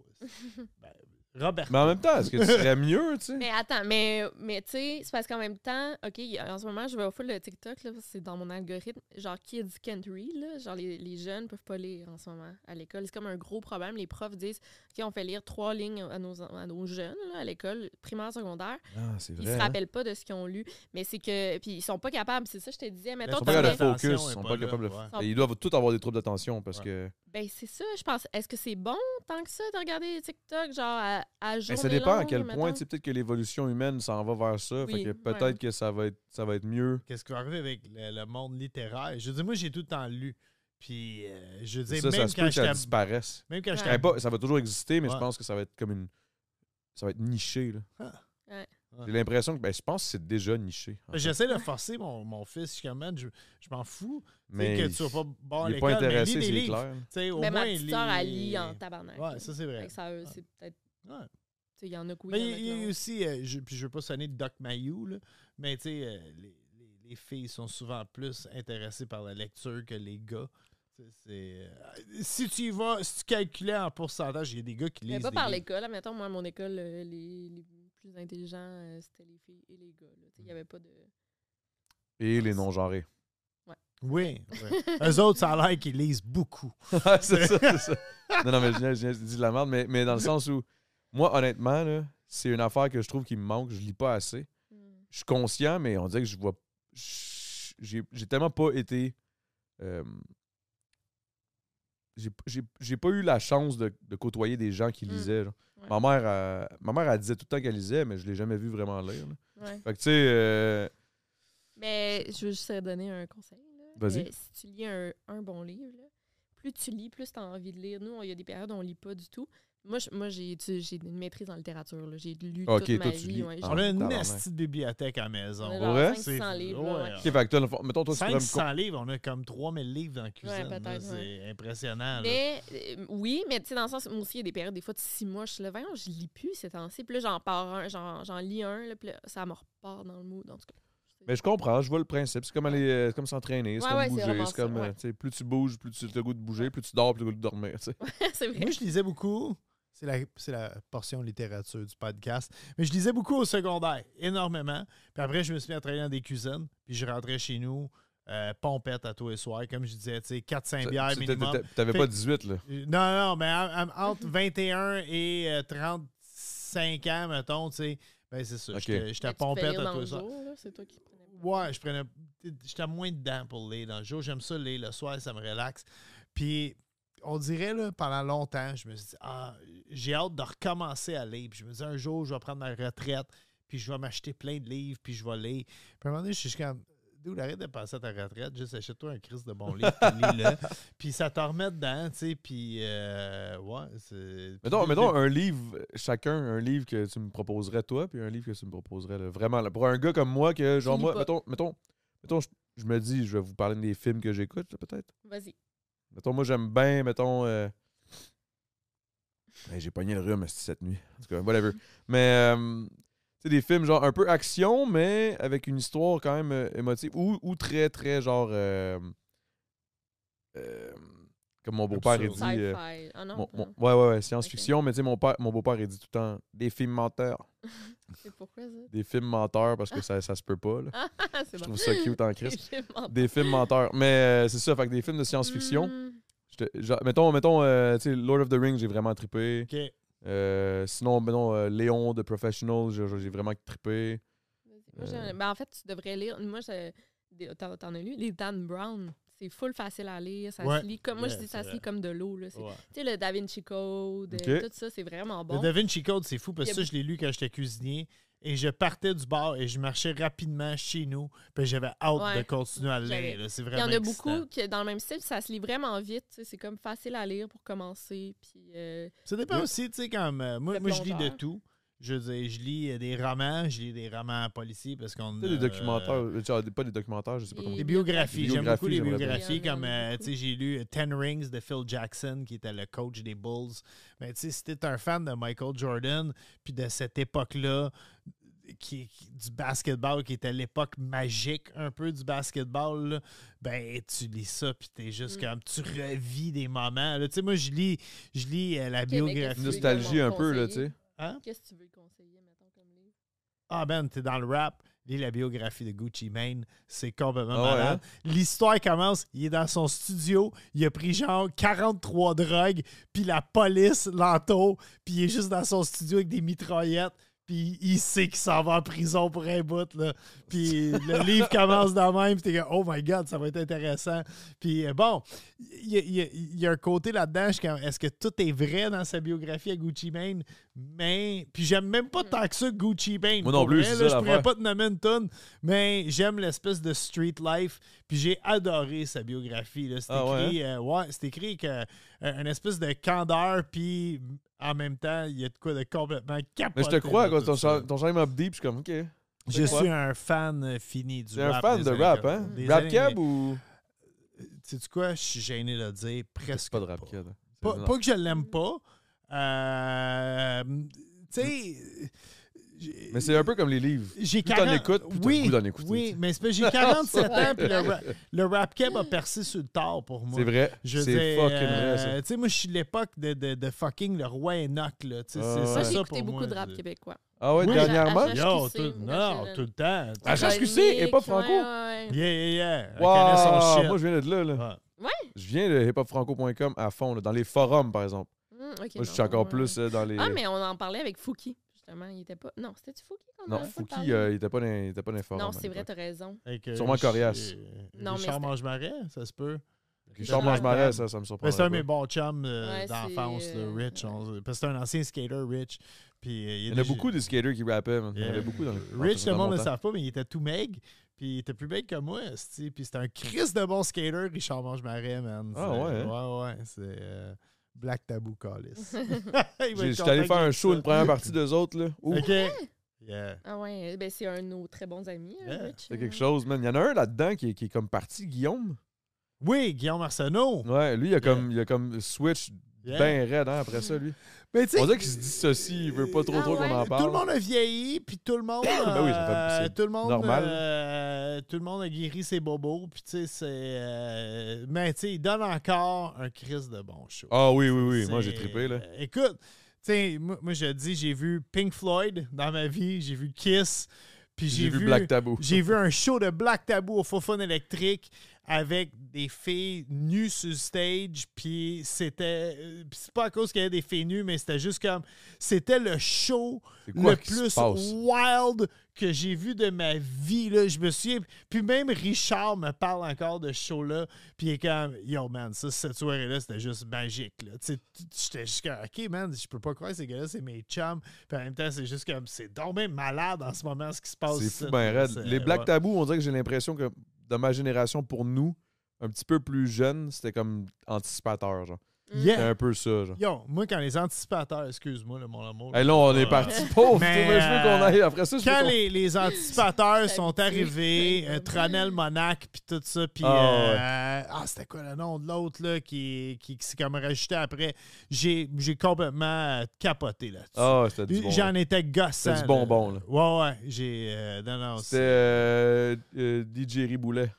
Speaker 2: Ben, Robert.
Speaker 1: Mais en même temps, est-ce que tu serais mieux, tu sais?
Speaker 3: Mais attends, mais, mais tu sais, c'est parce qu'en même temps, OK, y a- en ce moment, je vais au full le TikTok, là, parce que c'est dans mon algorithme. Genre, kids can't read, là. Genre, les, les jeunes peuvent pas lire en ce moment à l'école. C'est comme un gros problème. Les profs disent, OK, on fait lire trois lignes à nos, à nos jeunes, là, à l'école, primaire, secondaire.
Speaker 1: Ah, c'est
Speaker 3: Ils
Speaker 1: vrai.
Speaker 3: se
Speaker 1: hein?
Speaker 3: rappellent pas de ce qu'ils ont lu. Mais c'est que, puis ils sont pas capables. C'est ça, que je te disais.
Speaker 1: Ils
Speaker 3: Mettons,
Speaker 1: sont
Speaker 3: t'en
Speaker 1: pas capables de
Speaker 3: mets-
Speaker 2: L'attention
Speaker 1: focus.
Speaker 2: est
Speaker 1: Ils sont
Speaker 2: pas
Speaker 1: pas
Speaker 2: là,
Speaker 1: capables de.
Speaker 3: ouais.
Speaker 1: hein. Et Ils doivent tous avoir des troubles d'attention parce
Speaker 2: Ouais.
Speaker 1: que.
Speaker 3: ben, c'est ça, je pense. Est-ce que c'est bon tant que ça de regarder les TikTok, genre, à, à
Speaker 1: Mais Ben,
Speaker 3: journée
Speaker 1: ça dépend à
Speaker 3: longue,
Speaker 1: quel point.
Speaker 3: mettons?
Speaker 1: tu sais, Peut-être que l'évolution humaine s'en va vers ça. fait
Speaker 3: Oui,
Speaker 1: que
Speaker 3: ouais.
Speaker 1: peut-être que ça va, être, ça va être mieux.
Speaker 2: Qu'est-ce qui va arriver avec le, le monde littéraire? Je veux dire, moi, j'ai tout le temps lu. Puis, euh, je veux dire,
Speaker 1: Ça,
Speaker 2: même,
Speaker 1: ça se peut
Speaker 2: quand
Speaker 1: que ça
Speaker 2: j'étais-
Speaker 1: disparaisse.
Speaker 2: même quand
Speaker 3: Ouais.
Speaker 2: j'étais.
Speaker 1: Je dirais pas- Ça va toujours exister, mais je
Speaker 2: Ouais.
Speaker 1: pense que ça va être comme une. Ça va être niché, là.
Speaker 2: Ah.
Speaker 3: Ouais.
Speaker 1: J'ai l'impression que. Ben, je pense que c'est déjà niché. en fait.
Speaker 2: J'essaie de forcer mon, mon fils, je suis comme, Man, je, je m'en fous. Tu sais,
Speaker 1: Mais
Speaker 2: que tu vas pas bon à
Speaker 1: il est pas
Speaker 2: l'école, mais lis
Speaker 1: intéressé,
Speaker 2: des
Speaker 1: c'est
Speaker 2: livres.
Speaker 1: clair.
Speaker 2: Tu sais, au
Speaker 3: Ben,
Speaker 2: moins,
Speaker 3: ma petite
Speaker 2: lis-
Speaker 3: sœur, elle lit en tabarnak. là.
Speaker 2: Ouais, ça, c'est
Speaker 3: Fait
Speaker 2: vrai. Ah.
Speaker 3: que ça, euh,
Speaker 2: Ouais.
Speaker 3: c'est peut-être.
Speaker 2: Ouais.
Speaker 3: tu sais, Il y en a couillé.
Speaker 2: Mais il y a aussi, euh, je, puis je veux pas sonner de Doc Mayou, là, mais tu sais, euh, les, les- les filles sont souvent plus intéressées par la lecture que les gars. Tu sais, c'est, euh, si tu y vas, si tu calculais en pourcentage, il y a des gars qui lisent.
Speaker 3: Mais pas
Speaker 2: des
Speaker 3: par
Speaker 2: livres.
Speaker 3: l'école. Mettons, moi, à mon école, euh, les, les plus intelligents, euh, c'était les filles et les gars. là. Tu sais, Il
Speaker 1: Hmm.
Speaker 3: n'y avait pas de.
Speaker 1: Et les non-genrés.
Speaker 2: Oui. ouais. Eux autres, ça a l'air qu'ils lisent beaucoup.
Speaker 1: Ah, c'est ça, c'est ça. Non, non, mais je viens- je viens de dire de la merde, mais, mais dans le sens où, moi, honnêtement, là, c'est une affaire que je trouve qui me manque. Je lis pas assez.
Speaker 3: Hmm.
Speaker 1: Je suis conscient, mais on dirait que je vois. je- J'ai j'ai tellement pas été. euh, j'ai- j'ai j'ai pas eu la chance de, de côtoyer des gens qui
Speaker 3: Mm.
Speaker 1: lisaient. genre.
Speaker 3: Ouais.
Speaker 1: Ma mère, euh, ma mère, elle disait tout le temps qu'elle lisait, mais je l'ai jamais vu vraiment lire. là.
Speaker 3: Ouais.
Speaker 1: Fait que, tu sais, euh,
Speaker 3: Mais je veux juste te donner un conseil. là.
Speaker 1: Vas-y.
Speaker 3: Euh, si tu lis un, un bon livre, là, plus tu lis, plus tu as envie de lire. Nous, on- il y a des périodes où on lit pas du tout. Moi, je- moi j'ai tu- j'ai une maîtrise en littérature. là. J'ai lu
Speaker 1: Ah, Ok,
Speaker 3: toute ma
Speaker 1: toi, tu
Speaker 3: vie.
Speaker 1: lis
Speaker 3: ouais.
Speaker 1: en-
Speaker 3: J'ai-
Speaker 2: On a une
Speaker 1: tabarnak.
Speaker 2: nasty de bibliothèque à la maison.
Speaker 3: on a
Speaker 1: Pour
Speaker 3: genre
Speaker 1: vrai?
Speaker 3: 500 livres. là, ouais.
Speaker 2: ouais.
Speaker 1: ok, fait que toi, dans le fond, mettons, toi, tu pourrais me con-
Speaker 2: 500 livres, on a comme 3000 livres dans la cuisine.
Speaker 3: peut-être,
Speaker 2: là,
Speaker 3: ouais.
Speaker 2: C'est impressionnant. là.
Speaker 3: Mais euh, oui, mais tu sais, dans le sens, moi aussi, il y a des périodes, des fois, de six mois, je suis là, voyons, je lis plus ces temps-ci. Puis là, j'en pars un, j'en j'en lis un, là, puis là, ça me repart dans le mood, en tout cas.
Speaker 1: Mais je comprends, je vois le principe. C'est comme aller euh, c'est comme s'entraîner, c'est
Speaker 3: Ouais,
Speaker 1: comme
Speaker 3: ouais, c'est
Speaker 1: bouger.
Speaker 3: vraiment
Speaker 1: C'est
Speaker 3: ça,
Speaker 1: comme, euh,
Speaker 3: ouais.
Speaker 1: tu sais, plus tu bouges, plus tu as le goût de bouger, plus tu dors, plus tu as le goût de dormir. tu sais.
Speaker 3: c'est vrai.
Speaker 2: Moi, je lisais beaucoup. C'est la, c'est la portion littérature du podcast. Mais je lisais beaucoup au secondaire, énormément. Puis après, je me suis mis à travailler dans des cuisines. Puis je rentrais chez nous, euh, pompette à tous les soirs. Comme je disais, tu sais, 4-5 bières
Speaker 1: Tu- tu-
Speaker 2: minimum.
Speaker 1: t'a- T'avais
Speaker 2: Fait-
Speaker 1: pas 18, là.
Speaker 2: Euh, Non, non, mais en- en- entre 21 et euh, 35 ans, mettons, tu sais, ben c'est ça.
Speaker 1: Ok.
Speaker 2: J'étais j'étais
Speaker 3: Mais tu te fais
Speaker 2: pompette
Speaker 3: lire
Speaker 2: à
Speaker 3: dans
Speaker 2: tous
Speaker 3: le
Speaker 2: les soirs.
Speaker 3: jour, là, c'est toi qui prenais.
Speaker 2: Ouais, je prenais. J'étais moins dedans pour lire dans le jour. J'aime ça lire le soir, ça me relaxe. Puis, on dirait, là, pendant longtemps, je me suis dit, ah, j'ai hâte de recommencer à lire. Puis, je me dis, un jour, je vais prendre ma retraite, puis je vais m'acheter plein de livres, puis je vais lire. Puis, à un moment donné, je suis juste comme, d'où arrête de passer à ta retraite, juste achète-toi un Christ de bon livre, puis lis-le. Puis, ça te remet dedans, tu sais, puis, euh, ouais. c'est-
Speaker 1: Mettons,
Speaker 2: puis-
Speaker 1: mettons un livre, euh, chacun, un livre que tu me proposerais, toi, puis un livre que tu me proposerais, là, vraiment. là, pour un gars comme moi, que genre,
Speaker 3: lis
Speaker 1: moi,
Speaker 3: pas.
Speaker 1: mettons, mettons, mettons, je, je me dis, je vais vous parler des films que j'écoute, là, peut-être.
Speaker 3: Vas-y.
Speaker 1: Mettons, moi, j'aime bien, mettons. euh, hey, J'ai pogné le rhume esti, cette nuit. En tout cas, whatever. mais, euh, tu sais, des films genre un peu action, mais avec une histoire quand même euh, émotive. Ou, ou très, très genre. euh, euh, Comme mon beau-père, il dit.
Speaker 3: Sci-fi.
Speaker 1: euh,
Speaker 3: Ah non,
Speaker 1: mon- mon-
Speaker 3: non,
Speaker 1: ouais, ouais, ouais, science-fiction, mais tu sais, mon, père- mon beau-père, il dit tout le temps des films menteurs.
Speaker 3: c'est pourquoi ça?
Speaker 1: Des films menteurs parce que ça, ça se peut pas. là.
Speaker 3: Ah, c'est
Speaker 1: Je
Speaker 3: bon.
Speaker 1: trouve ça cute en Christ.
Speaker 3: J'ai menté.
Speaker 1: Des films menteurs. Mais euh, c'est ça, fait que des films de science-fiction.
Speaker 3: Hmm.
Speaker 1: je te- genre, mettons, mettons euh, tu sais, Lord of the Rings, j'ai vraiment trippé.
Speaker 2: OK.
Speaker 1: Euh, sinon, mettons, euh, Léon de Professional, j'ai j'ai vraiment trippé.
Speaker 3: Moi, j'ai
Speaker 1: Euh.
Speaker 3: un- ben, en fait, tu devrais lire. Moi, je- des- t'en t'en as lu? Les Dan Brown. C'est full facile à lire. Ça
Speaker 2: Ouais.
Speaker 3: se lit comme. Moi,
Speaker 2: Ouais,
Speaker 3: je dis
Speaker 2: c'est
Speaker 3: ça se
Speaker 2: vrai.
Speaker 3: lit comme de l'eau. là. C'est-
Speaker 2: Ouais.
Speaker 3: Tu sais, le Da Vinci Code,
Speaker 1: Ok.
Speaker 3: euh, tout ça, c'est vraiment bon.
Speaker 2: Le Da Vinci Code, c'est fou parce que
Speaker 3: Il y
Speaker 2: ça,
Speaker 3: a-
Speaker 2: je l'ai lu quand j'étais cuisinier. Et je partais du bar et je marchais rapidement chez nous. Puis j'avais hâte
Speaker 3: Ouais.
Speaker 2: de continuer à le
Speaker 3: J'avais-
Speaker 2: lire. là. C'est
Speaker 3: Il y
Speaker 2: vraiment
Speaker 3: en a
Speaker 2: excitant.
Speaker 3: beaucoup qui, dans le même style, ça se lit vraiment vite. tu sais, C'est comme facile à lire pour commencer. Puis, euh,
Speaker 2: Ça dépend
Speaker 1: Ouais.
Speaker 2: aussi, tu sais, comme. euh, moi,
Speaker 3: Le
Speaker 2: moi, je lis de
Speaker 3: plongeur.
Speaker 2: tout. Je veux dire, je lis euh, des romans, je lis des romans policiers parce qu'on.
Speaker 1: Tu sais,
Speaker 2: a,
Speaker 1: des
Speaker 2: euh,
Speaker 1: documentaires, euh, genre, des- pas des documentaires, je sais pas
Speaker 3: Et-
Speaker 1: comment.
Speaker 2: Des biographies. J'aime
Speaker 1: Biographies,
Speaker 2: beaucoup les
Speaker 1: j'aimerais bien.
Speaker 2: biographies.
Speaker 3: Il y en a
Speaker 2: Comme, euh,
Speaker 3: beaucoup.
Speaker 2: tu sais, j'ai lu euh, Ten Rings de Phil Jackson, qui était le coach des Bulls. Mais tu sais, si t'es un fan de Michael Jordan, puis de cette époque-là, qui, qui- du basketball, qui était l'époque magique un peu du basketball, là, ben tu lis ça, puis t'es juste
Speaker 3: Mm.
Speaker 2: comme, tu revis des moments. là. Tu sais, moi, je lis, je lis euh, la
Speaker 3: Québec
Speaker 2: biographie.
Speaker 3: est
Speaker 1: Nostalgie un peu, là, tu sais.
Speaker 3: Conseiller.
Speaker 2: Hein?
Speaker 3: qu'est-ce que tu veux conseiller, mettons, comme livre?
Speaker 2: Ah ben, t'es dans le rap. Lis la biographie de Gucci Mane. C'est complètement
Speaker 1: Ah ouais,
Speaker 2: malade. L'histoire commence, il est dans son studio, il a pris genre 43 drogues, puis la police l'entoure, puis il est juste dans son studio avec des mitraillettes, puis il sait qu'il s'en va en prison pour un bout. Là. Puis le livre commence dans même, puis t'es comme « Oh my God, ça va être intéressant ». Puis euh, bon, il y, a- il y a- il y a un côté là-dedans, je suis comme, est-ce que tout est vrai dans sa biographie à Gucci Mane? Mais, puis j'aime même pas tant que ça Gucci Mane.
Speaker 1: Mm. Moi non
Speaker 2: Pour
Speaker 1: plus,
Speaker 2: vrai,
Speaker 1: c'est
Speaker 2: là,
Speaker 1: ça
Speaker 2: Je pourrais
Speaker 1: l'affaire.
Speaker 2: pas te nommer une tonne, mais j'aime l'espèce de street life. Puis j'ai adoré sa biographie. là. C'est
Speaker 1: Ah ouais,
Speaker 2: écrit, euh, ouais, c'est écrit que, euh, une espèce de candeur, puis en même temps, il y a de quoi de complètement capoté.
Speaker 1: Mais je te crois,
Speaker 2: dans
Speaker 1: quoi,
Speaker 2: tout
Speaker 1: ton
Speaker 2: ça.
Speaker 1: genre ton genre up deep, je suis comme, ok.
Speaker 2: Je
Speaker 1: Ouais.
Speaker 2: suis un fan euh, fini du
Speaker 1: C'est un
Speaker 2: rap
Speaker 1: fan
Speaker 2: des
Speaker 1: de
Speaker 2: années
Speaker 1: rap,
Speaker 2: quatre-
Speaker 1: hein?
Speaker 2: des
Speaker 1: Rap
Speaker 2: années-
Speaker 1: Cab ou.
Speaker 2: Sais-tu quoi? Je suis gêné de le dire.
Speaker 1: C'est
Speaker 2: Presque
Speaker 1: pas de Rap Cab. hein. C'est
Speaker 2: Pas,
Speaker 1: non.
Speaker 2: pas que je l'aime pas. Euh, tu sais. j'ai-
Speaker 1: Mais c'est un peu comme les livres.
Speaker 2: J'ai
Speaker 1: Plus t'en écoutes, plus t'as le
Speaker 2: oui,
Speaker 1: goût d'en écouter, tu
Speaker 2: oui,
Speaker 1: sais.
Speaker 2: mais c'est parce que j'ai 47 ans, puis le, ra- le rap cap a percé sur le tard pour moi.
Speaker 1: C'est vrai.
Speaker 2: Je veux
Speaker 1: C'est
Speaker 2: dire,
Speaker 1: fucking
Speaker 2: euh,
Speaker 1: vrai, ça.
Speaker 2: Tu sais, moi, je suis de l'époque de, de, de fucking le roi Enoch, là. Tu sais,
Speaker 1: Ah
Speaker 2: c'est-
Speaker 1: ouais.
Speaker 3: Moi,
Speaker 2: c'est
Speaker 3: j'ai
Speaker 2: ça
Speaker 3: écouté
Speaker 2: pour
Speaker 3: beaucoup
Speaker 2: moi,
Speaker 3: de rap
Speaker 2: je-
Speaker 3: québécois.
Speaker 1: Ah ouais,
Speaker 2: Oui.
Speaker 1: dernièrement?
Speaker 3: Ah,
Speaker 2: Yo,
Speaker 3: HHQC,
Speaker 2: tout,
Speaker 3: ou
Speaker 2: non,
Speaker 3: National.
Speaker 2: tout le temps.
Speaker 1: Ah,
Speaker 2: tout le temps.
Speaker 1: HHQC est pas
Speaker 3: Chronique,
Speaker 1: franco?
Speaker 3: ouais, ouais, ouais.
Speaker 2: Yeah, yeah, yeah. Elle connaît son
Speaker 1: Wow!
Speaker 2: shit.
Speaker 1: Moi, je viens de là, là.
Speaker 2: Ouais.
Speaker 1: Je viens de hiphopfranco.com à fond, là, dans les forums, par exemple.
Speaker 3: Hmm, ok,
Speaker 1: Moi, je suis
Speaker 3: non,
Speaker 1: encore
Speaker 3: ouais.
Speaker 1: plus euh, dans les.
Speaker 3: Ah, mais on en parlait avec Fouki, justement. Il était pas. Non, c'était-tu Fouki qu'on en
Speaker 1: Non,
Speaker 3: a pas
Speaker 1: Fouki,
Speaker 3: parlé?
Speaker 1: euh, il était pas dans il était pas dans les forums.
Speaker 3: Non,
Speaker 1: à
Speaker 3: c'est vrai,
Speaker 1: l'époque.
Speaker 3: t'as raison.
Speaker 2: Avec, euh,
Speaker 1: Sûrement
Speaker 2: Rich-
Speaker 1: coriace.
Speaker 2: euh,
Speaker 3: Non, mais
Speaker 2: Richard
Speaker 3: c'était-
Speaker 2: Mange-Marais, ça se peut.
Speaker 1: Richard
Speaker 3: Richard
Speaker 1: Mange-Marais,
Speaker 2: Martin.
Speaker 1: ça, ça me surprend.
Speaker 2: Mais c'est un de mes bons chums euh,
Speaker 3: Ouais,
Speaker 2: d'enfance,
Speaker 3: c'est,
Speaker 2: le
Speaker 3: euh,
Speaker 2: Rich. on- parce que c'est un ancien skater, Rich. Puis, euh,
Speaker 1: Il y en a
Speaker 2: des-
Speaker 1: beaucoup de skaters qui rappaient, man. Il y en
Speaker 2: Yeah.
Speaker 1: avait beaucoup dans les.
Speaker 2: Rich,
Speaker 1: dans
Speaker 2: le monde
Speaker 1: mon
Speaker 2: ne le
Speaker 1: temps.
Speaker 2: savent pas, mais il était tout meg. Puis il était plus big que moi, esti. Puis c'était un Chris de bon skater, Richard Mange-Marais, man.
Speaker 1: Ah,
Speaker 2: C'est-
Speaker 1: ouais,
Speaker 2: Ouais, ouais. C'est euh, Black Tabou Callis.
Speaker 1: J'ai- J'étais allé faire un show, une première partie d'eux autres, là. Ouh!
Speaker 2: OK. Yeah.
Speaker 3: Ah ouais, ben c'est un de nos très bons amis, hein,
Speaker 2: Yeah,
Speaker 3: Rich.
Speaker 1: C'est
Speaker 3: euh.
Speaker 1: quelque chose, man. Il y en a un là-dedans qui, est- qui est comme parti, Guillaume.
Speaker 2: Oui, Guillaume Arsenault.
Speaker 1: Ouais, lui, il a comme, il a comme switch
Speaker 2: Yeah.
Speaker 1: ben raide hein, après ça, lui.
Speaker 2: Mais tu sais-
Speaker 1: On dirait qu'il se dissocie, il veut pas trop
Speaker 3: Ah
Speaker 1: trop qu'on
Speaker 3: ouais.
Speaker 1: en parle.
Speaker 2: Tout le monde a vieilli, puis tout le monde.
Speaker 1: Ben oui, ça fait-
Speaker 2: euh,
Speaker 1: c'est
Speaker 2: tout le monde,
Speaker 1: normal.
Speaker 2: euh, tout le monde a guéri ses bobos, puis tu sais, c'est. euh, mais tu sais, il donne encore un Chris de bon show.
Speaker 1: Ah oui, oui, oui. Moi,
Speaker 2: C'est-
Speaker 1: j'ai trippé, là.
Speaker 2: euh, écoute, tu sais, moi, moi, je dis, j'ai vu Pink Floyd dans ma vie, j'ai vu Kiss, puis j'ai vu.
Speaker 1: Black Tabou.
Speaker 2: J'ai vu un show de Black Tabou au Faux Fun électrique avec des filles nues sur le stage. Puis c'était. euh, puis C'est pas à cause qu'il y avait des filles nues, mais c'était juste comme. C'était le show
Speaker 1: C'est quoi
Speaker 2: le
Speaker 1: qui se
Speaker 2: plus
Speaker 1: passe?
Speaker 2: wild que j'ai vu de ma vie. Là. Je me souviens. Puis même Richard me parle encore de ce show-là. Puis il est comme Yo, man, ça, cette soirée-là, c'était juste magique. là. Tu sais, tu- J'étais juste comme Ok, man, je peux pas croire que ces gars-là, c'est mes chums. Puis en même temps, c'est juste comme C'est donc bien malade en ce moment ce qui se passe.
Speaker 1: C'est
Speaker 2: ici.
Speaker 1: fou, ben raide.
Speaker 2: C'est-
Speaker 1: Les Black
Speaker 2: ouais.
Speaker 1: Tabou, on dirait que j'ai l'impression que dans ma génération, pour nous, un petit peu plus jeune, c'était comme anticipateur, genre. C'était
Speaker 2: Yeah.
Speaker 1: un peu ça, genre.
Speaker 2: Yo, moi, quand les anticipateurs, excuse-moi, le mon amour.
Speaker 1: Hey, là, on est
Speaker 2: Ouais.
Speaker 1: parti pauvre.
Speaker 2: Mais,
Speaker 1: tu sais, mais je veux qu'on
Speaker 2: euh,
Speaker 1: aille. Après ça, je veux
Speaker 2: quand
Speaker 1: qu'on-
Speaker 2: les, les anticipateurs
Speaker 3: Ça
Speaker 2: sont
Speaker 3: me dit.
Speaker 2: arrivés, euh, Tronel Monac, puis tout ça, puis.
Speaker 1: Ah,
Speaker 2: euh, ah, c'était quoi le nom de l'autre, là, qui, qui, qui s'est comme rajouté après? J'ai j'ai complètement euh, capoté là-dessus. Euh,
Speaker 1: Ah, c'était du bon.
Speaker 2: J'en étais gossant.
Speaker 1: C'était du bonbon,
Speaker 2: là. Ouais, ouais. J'ai. euh, non, non.
Speaker 1: C'était
Speaker 2: c'est-
Speaker 1: euh, euh, DJ Riboulet.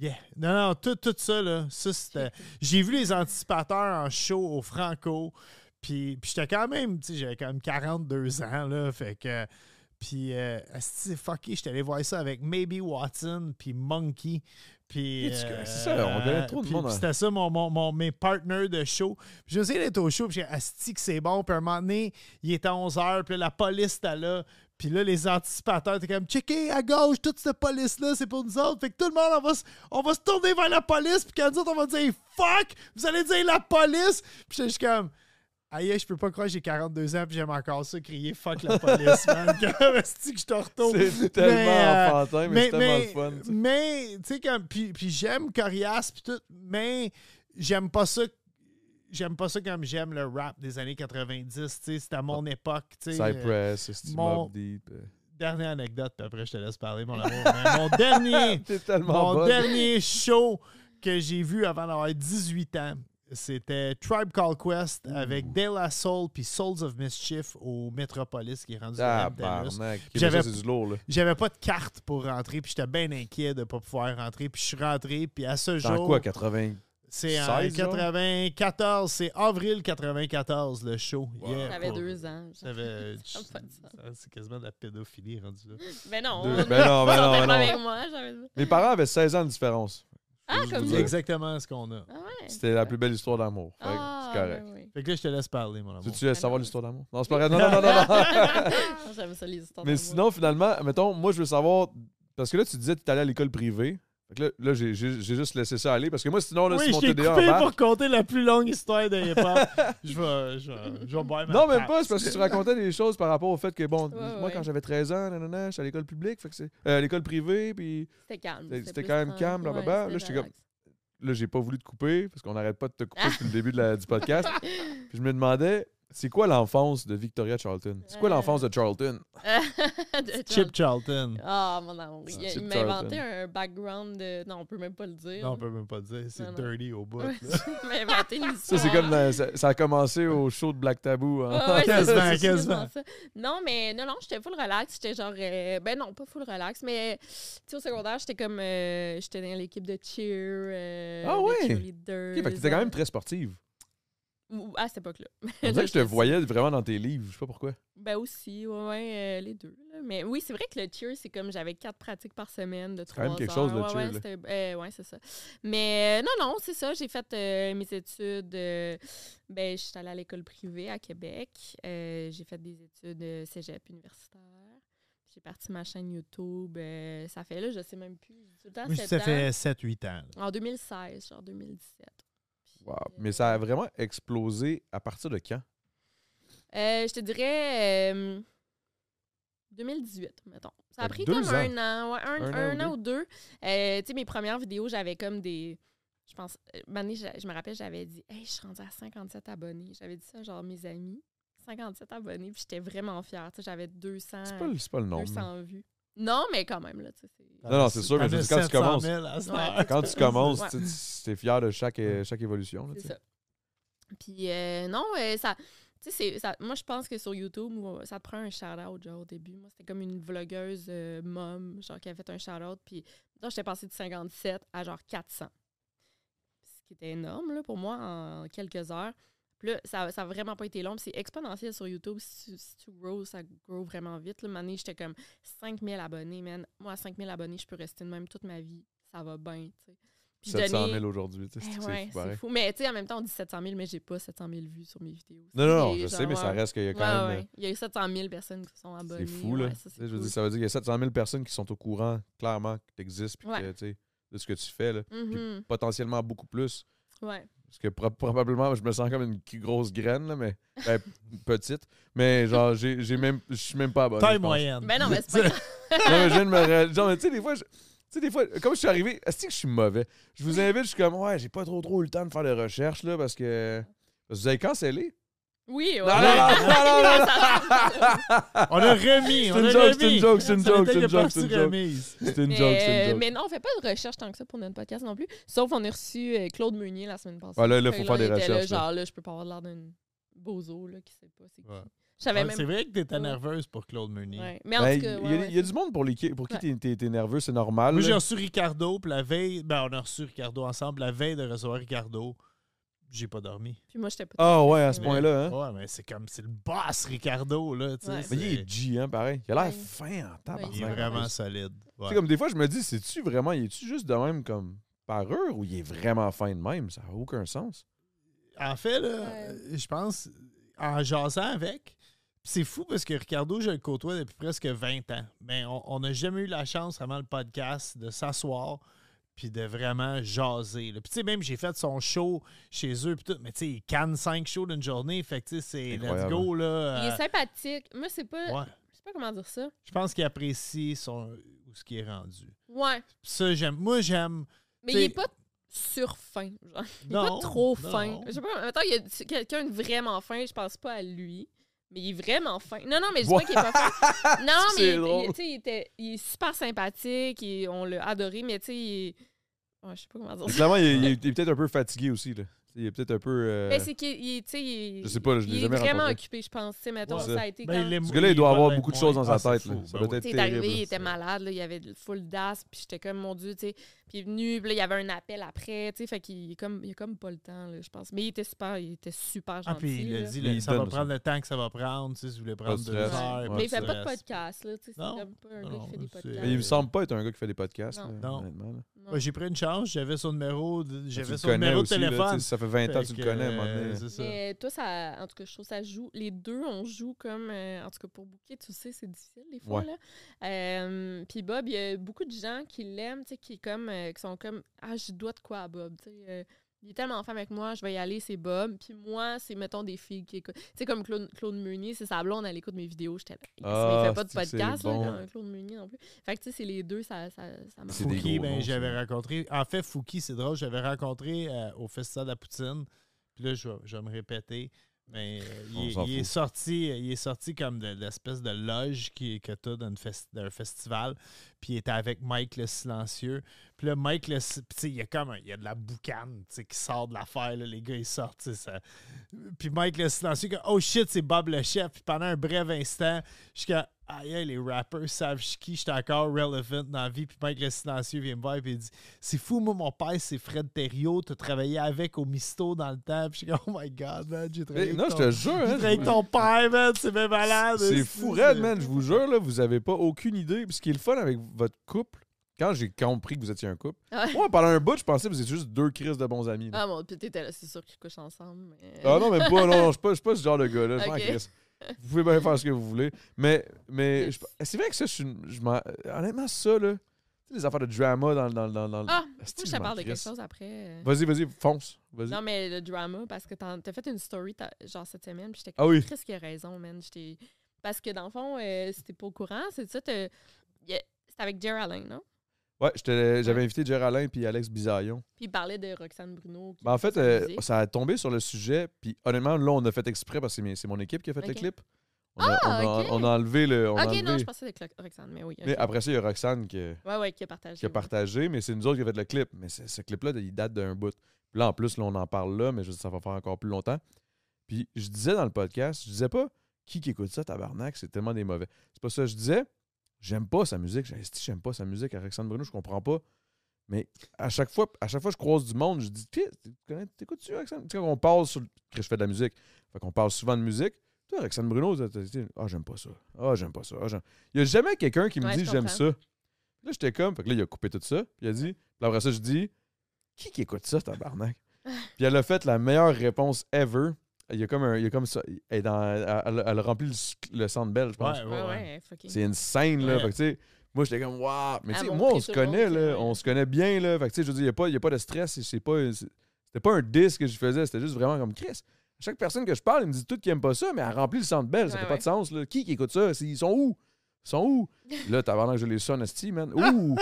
Speaker 2: Yeah. Non, non, tout, tout ça, là, ça, c'était- J'ai vu les anticipateurs en show au Franco, puis, puis j'étais quand même, tu sais, j'avais quand même 42 ans, là, fait que... Puis, euh, asti, c'est fucké, j'étais allé voir ça avec Maybe Watson, puis Monkey, puis...
Speaker 1: Qu'est-ce que-
Speaker 2: euh,
Speaker 1: c'est ça, on connaît trop de
Speaker 2: puis-
Speaker 1: monde,
Speaker 2: puis
Speaker 1: hein.
Speaker 2: C'était ça, mon, mon, mon- mes partners de show. Puis j'ai essayé d'être au show, puis j'ai dit, asti que c'est bon, puis à un moment donné, il était 11h, puis là, la police était là, puis là, les anticipateurs étaient comme checker à gauche, toute cette police-là, c'est pour nous autres. Fait que tout le monde, on va, se- on va se tourner vers la police, puis quand nous autres, on va dire fuck, vous allez dire la police. Puis j'étais juste comme aïe, je peux pas croire que j'ai 42 ans, puis j'aime encore ça, crier fuck la police, man. Comme est que je te retourne.
Speaker 1: C'est tellement
Speaker 2: euh,
Speaker 1: enfantin, mais, c'est tellement le fun. tu sais.
Speaker 2: mais, tu sais, comme, puis, puis j'aime Corias, puis tout, mais j'aime pas ça. J'aime pas ça comme j'aime le rap des années 90, tu sais, c'était à mon
Speaker 1: Ah,
Speaker 2: époque, tu sais. euh,
Speaker 1: Cypress, Steve
Speaker 2: mon-
Speaker 1: Mobb Deep. euh.
Speaker 2: dernière anecdote, puis après, je te laisse parler, mon amour. Mais mon dernier,
Speaker 1: T'es tellement
Speaker 2: mon
Speaker 1: bon.
Speaker 2: dernier show que j'ai vu avant d'avoir 18 ans, c'était Tribe Call Quest avec De La Soul puis Souls of Mischief au Metropolis qui est rendu à
Speaker 1: Tabarnak. Ok,
Speaker 2: J'avais-
Speaker 1: mais Ah, ça, C'est du lourd, là.
Speaker 2: J'avais pas de carte pour rentrer, puis j'étais bien inquiet de pas pouvoir rentrer, puis je suis rentré, puis à ce
Speaker 1: Dans
Speaker 2: jour,
Speaker 1: quoi, 80?
Speaker 2: c'est en
Speaker 1: 16, genre?
Speaker 2: 94, c'est avril 94 le show. Yeah,
Speaker 3: J'avais
Speaker 2: pour-
Speaker 3: deux ans. genre.
Speaker 2: J'avais-
Speaker 3: Ça a pas de sens.
Speaker 2: C'est quasiment de la pédophilie rendue là.
Speaker 3: Ben
Speaker 2: Oh.
Speaker 3: non.
Speaker 1: Deux. Ben non,
Speaker 3: on-
Speaker 1: ben non, ben non.
Speaker 3: avec moi, j'avais-
Speaker 1: Mes parents avaient 16 ans de différence.
Speaker 3: Ah,
Speaker 1: Je
Speaker 3: comme
Speaker 1: vous
Speaker 2: C'est
Speaker 3: ça.
Speaker 1: dis-
Speaker 2: exactement ce qu'on a.
Speaker 3: Ah ouais.
Speaker 1: C'était la plus belle histoire d'amour. Fait que
Speaker 3: Ah,
Speaker 1: C'est correct.
Speaker 3: ben oui.
Speaker 2: Fait que là, je te laisse parler, mon amour.
Speaker 1: Veux-tu euh, savoir l'histoire d'amour? Non, c'est pas vrai. Non, non, non, non. non.
Speaker 3: Ah, J'aime ça, les histoires
Speaker 1: Mais
Speaker 3: d'amour.
Speaker 1: sinon, finalement, mettons, moi, je veux savoir. Parce que là, tu disais que tu allé à l'école privée. Fait que là, là, j'ai j'ai- j'ai juste laissé ça aller. Parce que moi, sinon, là,
Speaker 2: oui,
Speaker 1: si mon
Speaker 2: je t'ai
Speaker 1: TDA
Speaker 2: coupé
Speaker 1: embarque-
Speaker 2: pour compter la plus longue histoire de hip-hop. je vais, je vais, je vais boire ma
Speaker 1: Non, même
Speaker 2: tasse.
Speaker 1: pas. C'est parce que tu racontais des choses par rapport au fait que, bon,
Speaker 3: Ouais,
Speaker 1: moi,
Speaker 3: ouais.
Speaker 1: quand j'avais 13 ans, nanana, j'étais à l'école publique. Fait que c'est. euh, à l'école privée, puis.
Speaker 3: C'était calme.
Speaker 1: C'était
Speaker 3: plus
Speaker 1: quand même
Speaker 3: tranquille.
Speaker 1: calme, blablabla.
Speaker 3: Ouais,
Speaker 1: Là,
Speaker 3: c'était
Speaker 1: j'étais comme-
Speaker 3: relax.
Speaker 1: là, j'ai pas voulu te couper parce qu'on n'arrête pas de te couper depuis le début de la- du podcast. Puis je me demandais, c'est quoi l'enfance de Victoria Charlton? C'est quoi
Speaker 3: Euh.
Speaker 1: l'enfance de Charlton?
Speaker 3: De-
Speaker 2: Chip Charlton.
Speaker 3: Ah, mon amour. Il,
Speaker 1: Chip
Speaker 3: il m'a
Speaker 1: Charlton.
Speaker 3: inventé un background de. Non, on peut même pas le dire.
Speaker 2: Non, on peut même pas dire. C'est
Speaker 3: Non, non.
Speaker 2: dirty au bout.
Speaker 3: Ouais,
Speaker 2: là.
Speaker 3: il m'a inventé une histoire.
Speaker 1: Ça, c'est comme dans- ça, ça a commencé au show de Black Tabou. hein?
Speaker 3: Ah ouais, c'est-
Speaker 2: Quasiment,
Speaker 3: c'est- c'est
Speaker 2: quasiment.
Speaker 3: ça. Non, mais non, non, j'étais full relax. J'étais genre. euh, ben non, pas full relax, mais tu sais, au secondaire, j'étais comme. euh, j'étais dans l'équipe de cheer. euh,
Speaker 1: Ah
Speaker 3: les
Speaker 1: ouais?
Speaker 3: cheerleaders,
Speaker 1: Ok, fait que t'étais quand même
Speaker 3: euh,
Speaker 1: très sportive.
Speaker 3: ou- À cette époque-là.
Speaker 1: On dirait que je te voyais vraiment dans tes livres, je sais pas pourquoi.
Speaker 3: Ben aussi, ouais, ouais, euh, les deux. là. Mais oui, c'est vrai que le cheer, c'est comme j'avais quatre pratiques par semaine de
Speaker 1: quand
Speaker 3: trois
Speaker 1: même
Speaker 3: heures.
Speaker 1: quelque chose, le
Speaker 3: ouais,
Speaker 1: cheer,
Speaker 3: ouais,
Speaker 1: là.
Speaker 3: c'était- euh, ouais, c'est ça. Mais euh, non, non, c'est ça. J'ai fait euh, mes études. euh, ben, je suis allée à l'école privée à Québec. Euh, j'ai fait des études euh, cégep universitaire. J'ai parti ma chaîne YouTube. euh, ça fait là, je sais même plus. je dis Tout le temps,
Speaker 2: Oui,
Speaker 3: sept
Speaker 2: ça
Speaker 3: ans.
Speaker 2: fait 7-8 ans. là.
Speaker 3: En 2016, genre 2017. Puis,
Speaker 1: Wow.
Speaker 3: euh,
Speaker 1: Mais ça a vraiment explosé à partir de quand?
Speaker 3: Euh, je te dirais euh, 2018, mettons. Ça a
Speaker 1: Fait
Speaker 3: pris
Speaker 1: deux
Speaker 3: comme
Speaker 1: ans.
Speaker 3: un an, ouais, un,
Speaker 1: Un an
Speaker 3: un
Speaker 1: ou
Speaker 3: an ou deux. Euh, tu sais, mes premières vidéos, j'avais comme des. Je pense. euh, un moment donné, je, je me rappelle, j'avais dit Hey, je suis rendue à 57 abonnés. J'avais dit ça, genre, mes amis. 57 abonnés, puis j'étais vraiment fière. Tu sais, j'avais 200,
Speaker 1: C'est pas, le- c'est pas le nombre.
Speaker 3: 200 vues. Non, mais quand même, là, tu sais. c'est-
Speaker 1: Non, non, c'est sûr, mais je veux dire, quand tu
Speaker 2: 700
Speaker 1: commences-
Speaker 2: 000 à cette
Speaker 3: Ouais.
Speaker 2: heure.
Speaker 1: Quand tu commences,
Speaker 3: Ouais.
Speaker 1: tu es fier de chaque, euh, chaque évolution. là, tu
Speaker 3: C'est
Speaker 1: sais.
Speaker 3: ça. Puis euh, non, euh, ça. Tu sais, c'est- ça- moi, je pense que sur YouTube, moi, ça te prend un shout-out, genre, au début. Moi, c'était comme une vlogueuse euh, mom, genre, qui avait fait un shout-out. Puis, genre, j'étais passée de 57 à genre 400. Ce qui était énorme, là, pour moi, en quelques heures. Puis là, ça n'a vraiment pas été long. Puis c'est exponentiel sur YouTube. Si tu, si tu grows, ça grow vraiment vite. Là, une année, j'étais comme 5000 abonnés, man. Moi, à 5000 abonnés, je peux rester de même toute ma vie. Ça va bien, tu sais. Puis je
Speaker 1: 700
Speaker 3: donnais-
Speaker 1: 000 aujourd'hui. tu sais,
Speaker 3: eh
Speaker 1: C'est
Speaker 3: ouais,
Speaker 1: c'est fou, pareil.
Speaker 3: c'est fou. Mais tu sais, en même temps, on dit 700 000, mais j'ai pas 700 000 vues sur mes vidéos.
Speaker 1: Non, non, non,
Speaker 3: C'est
Speaker 1: je
Speaker 3: genre,
Speaker 1: sais, mais ça
Speaker 3: ouais.
Speaker 1: reste qu'il y a quand
Speaker 3: Ouais,
Speaker 1: même. euh,
Speaker 3: ouais. Il y a eu 700 000 personnes qui se sont abonnées.
Speaker 1: C'est fou, là.
Speaker 3: ouais,
Speaker 1: Tu
Speaker 3: ça,
Speaker 1: sais,
Speaker 3: c'est
Speaker 1: je veux
Speaker 3: cool.
Speaker 1: dire, ça veut dire qu'il y a 700 000 personnes qui sont au courant, clairement, que tu existes, puis
Speaker 3: Ouais.
Speaker 1: que, tu sais, de ce que tu fais, là.
Speaker 3: Mhm,
Speaker 1: potentiellement beaucoup plus.
Speaker 3: ouais.
Speaker 1: Parce que pro- probablement, je me sens comme une qui- grosse graine, là, mais ben, petite. Mais genre, j'ai j'ai même, je suis même pas abonné.
Speaker 2: Taille
Speaker 1: je pense.
Speaker 2: moyenne.
Speaker 3: Ben non, mais c'est pas grave.
Speaker 1: Non, mais je viens de me ré- genre, mais tu sais, des fois, je- tu sais, des fois, comme je suis arrivé, est-ce que je suis mauvais? Je vous invite, je suis comme, ouais, j'ai pas trop trop eu le temps de faire des recherches, là, parce que. parce que vous avez cancellé?
Speaker 3: Oui,
Speaker 1: Non,
Speaker 3: ouais.
Speaker 1: non, non, non, non, non,
Speaker 2: On a remis.
Speaker 1: C'est
Speaker 2: on
Speaker 1: une
Speaker 2: a
Speaker 1: joke,
Speaker 2: remis.
Speaker 1: c'est une joke, c'est une
Speaker 2: Ça
Speaker 1: joke,
Speaker 2: n'était
Speaker 1: c'est une
Speaker 2: que
Speaker 1: joke,
Speaker 2: partie
Speaker 1: c'est une joke.
Speaker 2: remise.
Speaker 1: C'était une
Speaker 3: Mais,
Speaker 1: joke, c'est
Speaker 3: euh,
Speaker 1: une joke.
Speaker 3: mais non, on fait pas de recherche tant que ça pour notre podcast non plus. Sauf on a reçu euh, Claude Meunier la semaine passée.
Speaker 1: Ah, là, là,
Speaker 3: Fait
Speaker 1: faut
Speaker 3: que
Speaker 1: faire des
Speaker 3: on était là,
Speaker 1: recherches. là.
Speaker 3: genre, là, je peux pas avoir l'air d'une bozo là, qui sait pas c'est qui.
Speaker 2: Ouais.
Speaker 3: Je savais
Speaker 2: Ouais,
Speaker 3: même
Speaker 2: C'est vrai que t'étais
Speaker 3: Ouais.
Speaker 2: nerveuse pour Claude Meunier.
Speaker 3: Ouais. Mais en
Speaker 1: Ben,
Speaker 3: tout cas,
Speaker 1: il
Speaker 3: ouais,
Speaker 1: y a-
Speaker 3: ouais,
Speaker 1: il y, a du monde pour, les qui- pour qui
Speaker 3: Ouais.
Speaker 1: t'es- t'es t'es nerveux, c'est normal.
Speaker 2: Moi, j'ai
Speaker 1: là.
Speaker 2: reçu Ricardo, puis la veille, ben, on a reçu Ricardo ensemble. La veille de recevoir Ricardo, j'ai pas dormi.
Speaker 3: Puis moi, j'étais pas.
Speaker 1: Ah ouais, à ce
Speaker 3: Ouais.
Speaker 1: point-là. Hein?
Speaker 2: Ouais, mais c'est comme, c'est le boss Ricardo, là. tu sais,
Speaker 3: Ouais.
Speaker 2: c'est-
Speaker 1: Mais il est G, hein, pareil. Il a l'air
Speaker 3: Ouais.
Speaker 1: fin en tabarnak.
Speaker 2: il est
Speaker 3: Ouais.
Speaker 2: vraiment solide. Ouais.
Speaker 1: C'est comme des fois, je me dis, c'est-tu vraiment, il est-tu juste de même comme parure ou il est vraiment fin de même? Ça n'a aucun sens.
Speaker 2: En fait, là,
Speaker 3: Ouais.
Speaker 2: euh, je pense, en jasant avec, c'est fou parce que Ricardo, je le côtoie depuis presque 20 ans. Mais on on n'a jamais eu la chance avant le podcast de s'asseoir puis de vraiment jaser. là. Puis tu sais, même j'ai fait son show chez eux puis tout, mais tu sais, il canne 5 shows d'une journée. Fait que tu sais, c'est let's
Speaker 1: Incroyable.
Speaker 2: go, là.
Speaker 1: Ah.
Speaker 3: Il est
Speaker 2: euh,
Speaker 3: sympathique. Moi, c'est pas.
Speaker 2: ouais.
Speaker 3: Je sais pas comment dire ça.
Speaker 2: Je pense qu'il apprécie son, où ce qui est rendu.
Speaker 3: Ouais.
Speaker 2: Ça, j'aime. Moi, j'aime.
Speaker 3: Mais
Speaker 2: T'sais-
Speaker 3: il est pas surfin. Genre. Il est pas
Speaker 2: Non,
Speaker 3: trop
Speaker 2: non. Ben,
Speaker 3: fin. Je sais pas. Mettons, il y a du- quelqu'un de vraiment fin, je pense pas à lui. Mais il est vraiment fin. Non, non, mais je dis
Speaker 1: Ouais.
Speaker 3: pas qu'il est pas fin. Non,
Speaker 1: C'est
Speaker 3: mais il-
Speaker 1: drôle.
Speaker 3: il, tu sais, il était- il est super sympathique. il- on l'a adoré, mais tu sais, il est- ouais, je sais pas comment dire
Speaker 2: Oh.
Speaker 1: Mais
Speaker 3: ça.
Speaker 1: clairement, il, est- il est, il est peut-être un peu fatigué aussi. Là. Il est peut-être un peu. euh,
Speaker 3: Mais c'est qu'il il- tu sais, il-
Speaker 1: Je sais pas, je l'ai
Speaker 3: il est
Speaker 1: jamais
Speaker 3: vraiment
Speaker 1: rencontré.
Speaker 3: occupé, je pense. Tu sais, mettons,
Speaker 2: Ouais.
Speaker 3: ça a été
Speaker 2: Ben,
Speaker 3: quand-
Speaker 2: il aime-
Speaker 1: Ce gars-là, il doit
Speaker 2: va
Speaker 1: avoir
Speaker 2: l'être
Speaker 1: beaucoup de
Speaker 2: moins.
Speaker 1: choses dans
Speaker 2: Ah,
Speaker 1: sa tête.
Speaker 2: c'est fou.
Speaker 1: là.
Speaker 2: Ben
Speaker 1: Ça
Speaker 2: oui.
Speaker 1: doit être
Speaker 3: Tu sais, il est
Speaker 1: terrible.
Speaker 3: arrivé, il
Speaker 1: là.
Speaker 3: était malade, là, il avait de- full d'as, puis j'étais comme, mon Dieu, tu sais. Puis il est venu, puis là, il y avait un appel après, tu sais, fait qu'il est comme, il a comme pas le temps, là, je pense. Mais il était super, il était super gentil.
Speaker 2: Ah, puis il a
Speaker 3: là.
Speaker 2: dit,
Speaker 1: Mais
Speaker 2: là,
Speaker 1: il
Speaker 2: ça va
Speaker 1: donne, ça.
Speaker 2: prendre le temps que ça va prendre. Tu sais, si vous voulez prendre deux
Speaker 1: stress.
Speaker 3: Ouais.
Speaker 2: heures.
Speaker 1: Ouais.
Speaker 3: Mais il fait
Speaker 2: de
Speaker 3: pas de
Speaker 2: stress.
Speaker 3: podcast, là, tu sais, c'est
Speaker 2: Non.
Speaker 3: comme pas un
Speaker 2: Non,
Speaker 3: gars qui fait des
Speaker 2: c'est-
Speaker 3: podcasts.
Speaker 1: Mais il me semble pas être un gars qui fait des podcasts.
Speaker 3: Non.
Speaker 1: là,
Speaker 2: Non.
Speaker 1: honnêtement, là.
Speaker 3: Non.
Speaker 2: Ouais, J'ai pris une charge, j'avais son numéro, de-
Speaker 1: Ah, Tu
Speaker 2: j'avais
Speaker 1: le
Speaker 2: son
Speaker 1: connais
Speaker 2: numéro de
Speaker 1: aussi, là, tu sais,
Speaker 2: téléphone.
Speaker 1: Ça fait 20 ans que tu le
Speaker 2: Fait que,
Speaker 1: connais. à un moment
Speaker 2: euh,
Speaker 1: donné.
Speaker 2: c'est ça.
Speaker 3: Mais toi, ça, en tout cas, je trouve ça joue. Les deux, on joue comme. euh, en tout cas, pour booker, tu sais, c'est difficile des fois.
Speaker 1: Ouais.
Speaker 3: là. Euh, Puis Bob, il y a beaucoup de gens qui l'aiment, tu sais, qui, est comme, euh, qui sont comme Ah, je dois de quoi à Bob. tu sais, euh, il est tellement fan avec moi, je vais y aller, c'est Bob. Puis moi, c'est, mettons, des filles qui écoutent. Tu sais, comme Claude, Claude Meunier, c'est sa blonde, elle écoute mes vidéos. J'étais là. Il
Speaker 1: Ah,
Speaker 3: fait pas de
Speaker 1: c'est-tu que c'est
Speaker 3: podcast, là,
Speaker 1: bon.
Speaker 3: comme Claude Meunier non plus. Fait que, tu sais, c'est les deux, ça, ça, ça marche.
Speaker 1: C'est des
Speaker 2: Fouki,
Speaker 1: gros
Speaker 2: ben,
Speaker 1: noms,
Speaker 2: j'avais
Speaker 1: ça.
Speaker 2: rencontré. En fait, Fouki, c'est drôle, j'avais rencontré euh, au Festival de la Poutine. Puis là, je vais, je vais me répéter. Mais euh,
Speaker 1: On
Speaker 2: il, est-
Speaker 1: s'en
Speaker 2: il est
Speaker 1: fout.
Speaker 2: sorti, euh, il est sorti comme de, de l'espèce de loge qui, que tu as d'un fes- d'un festival. Puis il était avec Mike le Silencieux. Puis là, Mike le. Si- puis tu sais, il y a comme un- il y a de la boucane tu sais, qui sort de l'affaire. là, Les gars, ils sortent. tu sais, Ça. Puis Mike le Silencieux, comme, oh shit, c'est Bob le chef. Puis pendant un bref instant, je suis comme, aïe, aïe, les rappers savent je suis qui, je suis encore relevant dans la vie. Puis Mike le Silencieux vient me voir et il dit, c'est fou, moi, mon père, c'est Fred Thériault. Tu as travaillé avec au Misto dans le temps. Puis je suis comme, oh my god, man, j'ai travaillé
Speaker 1: Eh, Non,
Speaker 2: avec
Speaker 1: je
Speaker 2: ton-
Speaker 1: te jure.
Speaker 2: j'ai
Speaker 1: hein,
Speaker 2: travaillé avec ton père, man, c'est bien malade.
Speaker 1: C'est fou,
Speaker 2: C'est-
Speaker 1: raide, man. Je vous jure, là, vous avez pas aucune idée. Puis ce qui est le fun avec votre couple, quand j'ai compris que vous étiez un couple,
Speaker 3: Ouais.
Speaker 1: moi, pendant un bout, je pensais que vous étiez juste deux crises de bons amis. là.
Speaker 3: Ah, mon, puis t'étais là, c'est sûr qu'ils couchent ensemble. mais-
Speaker 1: Ah non, même pas. Non, non, je suis pas, je suis pas ce genre de gars-là. Je m'en
Speaker 3: Ok.
Speaker 1: crisse. Vous pouvez bien faire ce que vous voulez. Mais, mais
Speaker 3: Yes.
Speaker 1: je- c'est vrai que ça, je suis. une- je m'en- honnêtement, ça, là. Tu sais, les affaires de drama dans, dans, dans, dans
Speaker 3: Ah,
Speaker 1: Asti,
Speaker 3: Moi,
Speaker 1: je
Speaker 3: je te
Speaker 1: m'en
Speaker 3: parle de quelque
Speaker 1: crisse.
Speaker 3: chose après. euh.
Speaker 1: Vas-y, vas-y, fonce. Vas-y.
Speaker 3: Non, mais le drama, parce que t'en- t'as fait une story, t'as- genre cette semaine, puis j'étais
Speaker 1: Ah oui.
Speaker 3: presque raison, man. J'étais- Parce que dans le fond, euh, c'était pas au courant, c'est ça, t'as- y a- c'était avec Jerry Alain, non?
Speaker 1: Ouais, j'étais- j'avais invité Géraldin puis Alex Bisaillon.
Speaker 3: Puis il parlait de Roxane Bruno. qui
Speaker 1: Ben, en fait,
Speaker 3: sa
Speaker 1: euh,
Speaker 3: musique.
Speaker 1: ça a tombé sur le sujet. Puis honnêtement, là, on a fait exprès parce que c'est mes- c'est mon équipe qui a fait le
Speaker 3: Ok.
Speaker 1: clip. On a,
Speaker 3: Ah,
Speaker 1: on a-
Speaker 3: ok.
Speaker 1: on a enlevé le. on a
Speaker 3: ok,
Speaker 1: enlevé.
Speaker 3: non, je pensais que c'était avec Roxane, mais oui. ok.
Speaker 1: Mais après ça, il y a Roxane qui, a-
Speaker 3: ouais, ouais, qui a partagé.
Speaker 1: qui a
Speaker 3: oui.
Speaker 1: partagé, mais c'est nous autres qui a fait le clip. Mais c'est- ce clip-là, il date d'un bout. Puis là, en plus, là, on en parle là, mais je veux dire, ça va faire encore plus longtemps. Puis je disais dans le podcast, je disais pas qui qui écoute ça, tabarnak, c'est tellement des mauvais. C'est pas ça, je disais, j'aime pas sa musique. J'ai dit, j'aime pas sa musique à Roxane Bruno, je comprends pas. Mais à chaque fois, à chaque fois que je croise du monde, je dis, Chris, tu connais- t'écoutes-tu Roxane? Tu sais, quand on parle sur le. Chris, je fais de la musique. Fait qu'on parle souvent de musique. Toi, Roxane Bruno, t'as- t'as dit, ah, j'aime pas ça. Ah, j'aime pas ça. Ah, j'aime- Il y a jamais quelqu'un qui me
Speaker 3: Ouais,
Speaker 1: dit,
Speaker 3: je
Speaker 1: j'aime
Speaker 3: comprends.
Speaker 1: ça. Là, j'étais comme, fait que là, il a coupé tout ça. Puis il a dit, puis après ça, je dis, qui qui écoute ça, tabarnak? puis elle a fait la meilleure réponse ever. Il y a comme un. Il y a comme ça. Elle, est dans- elle- elle- elle a rempli le, s- le Sandbell, je pense.
Speaker 2: Ouais, ouais,
Speaker 3: Ouais,
Speaker 2: ouais.
Speaker 3: ouais, fucking.
Speaker 1: C'est une scène, là.
Speaker 2: Ouais.
Speaker 1: Fait que, tu sais, moi, j'étais comme, waouh! Mais, tu
Speaker 3: À
Speaker 1: sais,
Speaker 3: montrer
Speaker 1: moi, on
Speaker 3: tout
Speaker 1: se
Speaker 3: le monde
Speaker 1: connaît,
Speaker 3: que-
Speaker 1: là.
Speaker 3: ouais.
Speaker 1: On se connaît bien, là. Fait que, tu sais, je veux dire, il n'y a, pas- y a pas de stress. C'est pas. c'est- C'était pas un disque que je faisais. C'était juste vraiment comme Chris. Chaque personne que je parle, ils me dit tout qu'ils aiment pas ça, mais elle remplit le Sandbell. Ça
Speaker 3: Ouais,
Speaker 1: fait pas
Speaker 3: ouais.
Speaker 1: de sens, là. Qui qui écoute ça? C'est- Ils sont où? Ils sont où? là, tabarnak, je les sonne, esti, man. Ouh!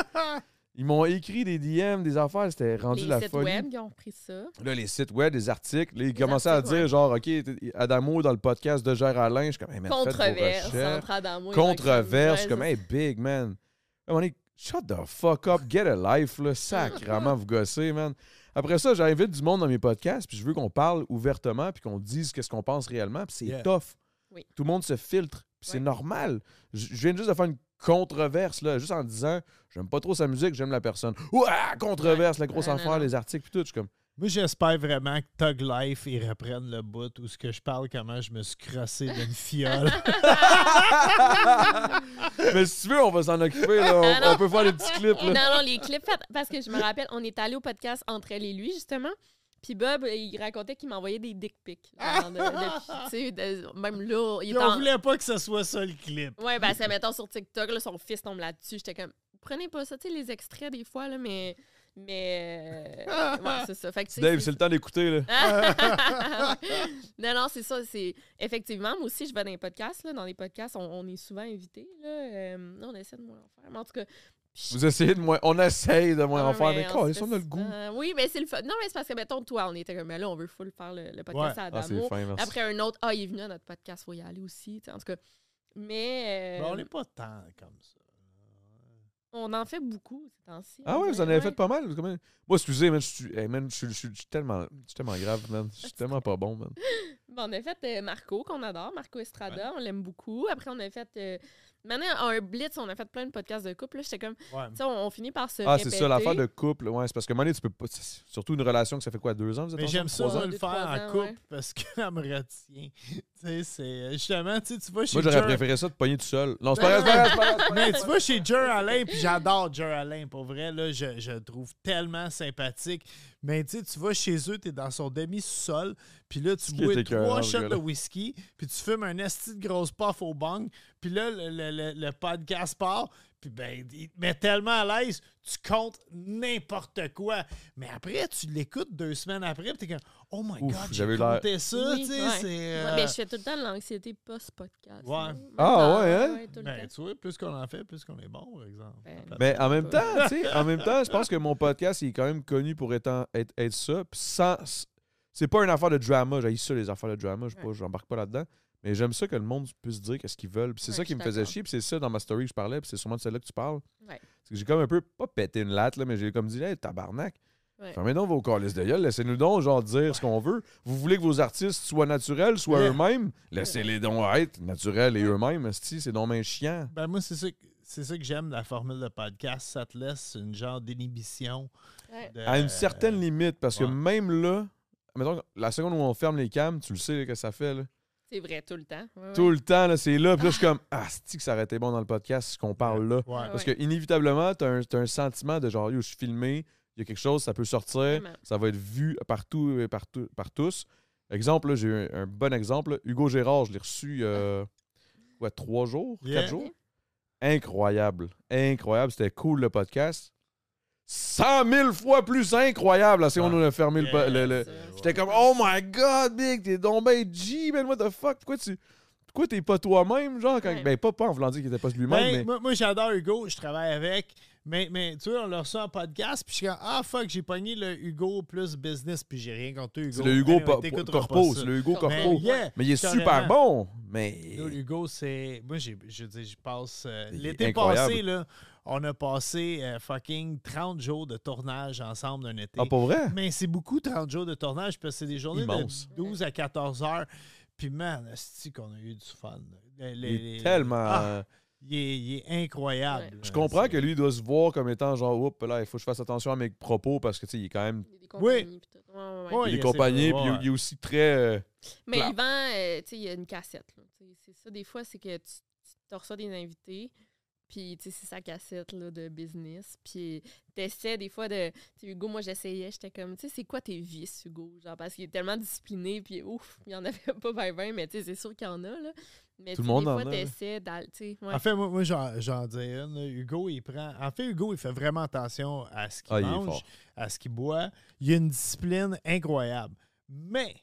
Speaker 1: Ils m'ont écrit des DM, des affaires. C'était rendu
Speaker 3: Les
Speaker 1: la
Speaker 3: sites
Speaker 1: folie.
Speaker 3: web qui ont pris ça.
Speaker 1: Là, les sites web, des articles, là, ils commençaient
Speaker 3: articles,
Speaker 1: à dire
Speaker 3: ouais.
Speaker 1: genre, OK, t- Adamo dans le podcast de Gérard Alain, je suis comme, hey, man, faites vos
Speaker 3: Controverse,
Speaker 1: recherches.
Speaker 3: entre Adamo et Roxane.
Speaker 1: Controverse,
Speaker 3: Ouais,
Speaker 1: comme,
Speaker 3: c'est-
Speaker 1: hey, big, man. À un moment donné, Shut the fuck up, get a life, là. Sacrement, vous gossez, man. Après ça, j'invite du monde dans mes podcasts, puis je veux qu'on parle ouvertement, puis qu'on dise qu'est-ce qu'on pense réellement, puis c'est
Speaker 2: Yeah.
Speaker 1: tough.
Speaker 3: Oui.
Speaker 1: Tout le monde se filtre, puis c'est
Speaker 3: Ouais.
Speaker 1: normal. J- Je viens juste de faire une controverse, là, juste en disant, j'aime pas trop sa musique, j'aime la personne. Ouah, controverse, la grosse
Speaker 3: Ouais, non,
Speaker 1: affaire,
Speaker 3: non.
Speaker 1: les articles, puis tout. Je suis comme,
Speaker 2: Moi, j'espère vraiment que Tug Life, ils reprennent le bout où ce que je parle, comment je me suis crossé d'une fiole.
Speaker 1: mais si tu veux, on va s'en occuper, là.
Speaker 3: Ah,
Speaker 1: On,
Speaker 3: non.
Speaker 1: on peut faire des petits clips,
Speaker 3: Non,
Speaker 1: là.
Speaker 3: non, les clips faits. Parce que je me rappelle, on est allé au podcast entre elle et lui, justement. Puis Bob, euh, il racontait qu'il m'envoyait des dick pics. genre, de- de- tu sais, de- même là, il
Speaker 2: Puis
Speaker 3: est
Speaker 2: on
Speaker 3: en...
Speaker 2: voulait pas que ce soit ça le clip.
Speaker 3: Ouais, parce que, mettons, sur TikTok, là, son fils tombe là-dessus. J'étais comme, prenez pas ça, tu sais, les extraits des fois, là, mais. Mais. euh, ouais, c'est ça. Fait que, tu sais,
Speaker 1: Dave, c'est le temps d'écouter, là.
Speaker 3: non, non, c'est ça. C'est... Effectivement, moi aussi, je vais dans les podcasts. Là. Dans les podcasts, on, on est souvent invités. Là. Euh, on essaie de moins en faire. Mais en tout cas,
Speaker 1: Vous essayez de moins. On essaye de moins en
Speaker 3: Ah,
Speaker 1: faire,
Speaker 3: mais
Speaker 1: mais
Speaker 3: on
Speaker 1: quoi,
Speaker 3: se
Speaker 1: on
Speaker 3: fait
Speaker 1: a le goût.
Speaker 3: ça. oui, mais c'est le fun. Non, mais c'est parce que, mettons, toi, on était comme, mais là, on veut full faire le, le podcast à
Speaker 1: Ah, c'est
Speaker 3: Adamo.
Speaker 1: fin, merci.
Speaker 3: Après un autre, ah, il est venu à notre podcast, faut y aller aussi. tu sais, En tout cas, mais euh,
Speaker 2: Mais on n'est pas tant comme ça.
Speaker 3: on en fait beaucoup ces temps-ci.
Speaker 1: Ah
Speaker 3: on
Speaker 1: ouais,
Speaker 3: dirait,
Speaker 1: vous en avez fait pas mal. vous, quand même. Moi, excusez, man, je suis, hey, man, je suis- je suis- je suis tellement, je suis tellement grave, man. Je suis tellement pas bon, man.
Speaker 3: Ben, on a fait euh, Marco, qu'on adore, Marco Estrada, on l'aime beaucoup. Après, on a fait. euh, maintenant, en un blitz, on a fait plein de podcasts de couple. là, J'étais comme, tu
Speaker 2: Ouais.
Speaker 3: sais, on, on finit par se.
Speaker 1: Ah, c'est ça, l'affaire
Speaker 3: répéter.
Speaker 1: de couple. Ouais, c'est parce que monnaie, tu peux pas. c'est Surtout une relation que ça fait quoi, deux ans, vous êtes
Speaker 2: Mais j'aime
Speaker 1: ensemble? Trois
Speaker 2: ça
Speaker 3: trois
Speaker 1: ans?
Speaker 2: moi,
Speaker 3: ans.
Speaker 2: le faire
Speaker 3: Deux, trois
Speaker 2: en
Speaker 3: ans,
Speaker 2: couple
Speaker 3: ouais.
Speaker 2: parce qu'elle me retient. tu sais, c'est justement, tu sais, tu vas chez
Speaker 1: Moi, j'aurais
Speaker 2: Jer-
Speaker 1: préféré ça de pogner tout seul. Non, c'est
Speaker 2: Ouais,
Speaker 1: pas
Speaker 2: ouais.
Speaker 1: grave, c'est pas grave.
Speaker 2: Mais tu vois, chez Jer Alain, puis j'adore Jer Alain, pour vrai, là, je, je le trouve tellement sympathique. Mais tu sais, tu vas chez eux, t'es dans son demi-sol, puis là, tu
Speaker 1: qui
Speaker 2: bois
Speaker 1: est écœurant,
Speaker 2: trois
Speaker 1: ce
Speaker 2: shots de
Speaker 1: gars-là.
Speaker 2: whisky, puis tu fumes un esti de grosse puff au bang, puis là, le, le- le- le podcast part, puis ben, il te met tellement à l'aise, tu comptes n'importe quoi. Mais après, tu l'écoutes deux semaines après, puis t'es comme, oh my
Speaker 1: Ouf,
Speaker 2: god,
Speaker 1: j'avais
Speaker 2: j'ai
Speaker 1: eu l'air-
Speaker 2: compté ça,
Speaker 3: Oui,
Speaker 2: tu sais,
Speaker 3: ouais.
Speaker 2: c'est.
Speaker 3: Ouais,
Speaker 2: euh,
Speaker 3: mais je fais tout le temps de l'anxiété post-podcast.
Speaker 2: Ouais.
Speaker 3: là. Même
Speaker 1: Ah,
Speaker 3: dans-
Speaker 1: ouais, hein?
Speaker 3: tout le
Speaker 2: ben,
Speaker 3: temps.
Speaker 2: tu vois, plus qu'on en fait, plus qu'on est bon, par exemple.
Speaker 3: Ben,
Speaker 1: Mais en même
Speaker 3: pas.
Speaker 1: temps, tu sais, en même temps, je pense que mon podcast il est quand même connu pour étant- être, être ça. Puis sans. C'est pas une affaire de drama. J'ai ça, les affaires de drama. Je sais pas,
Speaker 3: Ouais.
Speaker 1: j'embarque pas là-dedans. Mais j'aime ça que le monde puisse dire qu'est-ce qu'ils veulent. Puis c'est
Speaker 3: Ouais,
Speaker 1: ça
Speaker 3: je
Speaker 1: qui me
Speaker 3: suis
Speaker 1: faisait
Speaker 3: d'accord.
Speaker 1: chier. Puis c'est ça dans ma story que je parlais. Puis c'est sûrement de celle-là que tu parles.
Speaker 3: Ouais.
Speaker 1: C'est que j'ai comme un peu, pas pété une latte, là, mais j'ai comme dit, hey, tabarnak.
Speaker 3: Ouais.
Speaker 1: Fermez donc vos calices de gueule. Laissez-nous donc, genre, dire ce qu'on veut. Vous voulez que vos artistes soient naturels, soient
Speaker 2: Ouais.
Speaker 1: eux-mêmes. Laissez-les donc être naturels et eux-mêmes. esti, C'est donc bien chiant.
Speaker 2: Ben moi, c'est ça que, c'est ça que j'aime de la formule de podcast. Ça te laisse une genre d'inhibition.
Speaker 3: Ouais.
Speaker 2: de-
Speaker 1: À une certaine limite, parce
Speaker 2: Euh, ouais.
Speaker 1: que même là, mettons, la seconde où on ferme les cams, tu le sais là, que ça fait. là.
Speaker 3: C'est vrai, tout le temps. Ouais,
Speaker 1: Tout le temps, là, c'est là. Puis là, je suis comme, ah, c'est que ça aurait été bon dans le podcast, ce qu'on parle là.
Speaker 2: Ouais.
Speaker 1: Parce que inévitablement, tu as, un sentiment de genre, yo, je suis filmé, il y a quelque chose, ça peut sortir,
Speaker 3: Vraiment.
Speaker 1: ça va être vu partout et partout, par tous. Exemple, là, j'ai eu un, un bon exemple. là. Hugo Gérard, je l'ai reçu euh, quoi, trois jours,
Speaker 2: Yeah.
Speaker 1: quatre jours. Incroyable. Incroyable. C'était cool le podcast. 100 000 fois plus incroyable. Là, c'est
Speaker 2: Ouais.
Speaker 1: on a fermé le, po-
Speaker 2: Yeah.
Speaker 1: le- le-
Speaker 3: Ça,
Speaker 1: J'étais comme Oh my god, Big, t'es donc ben G, man, what the fuck? Pourquoi tu. Pourquoi t'es pas toi-même, genre? Quand...
Speaker 3: Ouais.
Speaker 1: Ben, pas, pas en voulant dire qu'il était pas lui-même,
Speaker 2: Ben,
Speaker 1: mais.
Speaker 2: Moi, moi, j'adore Hugo, je travaille avec. Mais, mais tu vois, on le reçoit en podcast, puis je suis comme Ah fuck, j'ai pogné le Hugo plus business, puis j'ai rien contre Hugo.
Speaker 1: C'est le Hugo
Speaker 2: Anyway,
Speaker 1: po- po-
Speaker 2: t'écouteras pas
Speaker 1: Corpo,
Speaker 2: ça.
Speaker 1: c'est le Hugo
Speaker 3: Mais-
Speaker 1: Corpo.
Speaker 2: Mais, yeah,
Speaker 1: Mais il est
Speaker 2: carrément.
Speaker 1: super bon, mais.
Speaker 2: Yo, Hugo, c'est. Moi, j'ai- je veux dire, je passe. euh,
Speaker 1: Il est
Speaker 2: L'été
Speaker 1: incroyable.
Speaker 2: passé, là, on a passé euh, fucking 30 jours de tournage ensemble d'un été.
Speaker 1: Ah, pas vrai?
Speaker 2: Mais c'est beaucoup 30 jours de tournage parce que c'est des journées
Speaker 1: Immense.
Speaker 2: de 12 à 14 heures. Puis man, c'est qu'on a eu du fun. Les- les-
Speaker 1: Il
Speaker 2: les-
Speaker 1: est tellement.
Speaker 2: Ah, il, est, il est incroyable.
Speaker 3: Ouais.
Speaker 1: Je comprends
Speaker 2: C'est-
Speaker 1: que lui doit se voir comme étant genre, oups, là, il faut que je fasse attention à mes propos parce que, tu sais, il est quand même.
Speaker 3: Il y a des compagnies pis tout. Ouais, ouais, ouais.
Speaker 2: Ouais,
Speaker 1: il
Speaker 2: il
Speaker 1: est
Speaker 2: essaie de
Speaker 1: compagné,
Speaker 2: voir.
Speaker 1: puis il est- il est aussi très. euh,
Speaker 3: Mais
Speaker 1: Clap.
Speaker 3: il vend, euh, tu sais, il y a une cassette. là. Tu sais, C'est ça, des fois, c'est que tu, tu te reçois des invités, puis tu sais, c'est sa cassette là, de business. Puis t'essaies des fois de. Tu sais, Hugo, moi, j'essayais, j'étais comme, tu sais, c'est quoi tes vices, Hugo? Genre, parce qu'il est tellement discipliné, puis ouf, il n'y en avait pas 20, 20, mais tu sais, c'est sûr qu'il y en a, là. Mais
Speaker 1: Tout le
Speaker 3: tu sais,
Speaker 1: monde
Speaker 3: des
Speaker 1: en
Speaker 3: fois,
Speaker 1: a, là.
Speaker 3: t'essaies d'aller. Tu sais, ouais.
Speaker 2: En fait, moi, moi, j'en, j'en dis une. là. Hugo, il prend. En fait, Hugo, il fait vraiment attention à ce qu'il
Speaker 1: Ah, il est
Speaker 2: mange,
Speaker 1: fort.
Speaker 2: à ce qu'il boit. Il a une discipline incroyable. Mais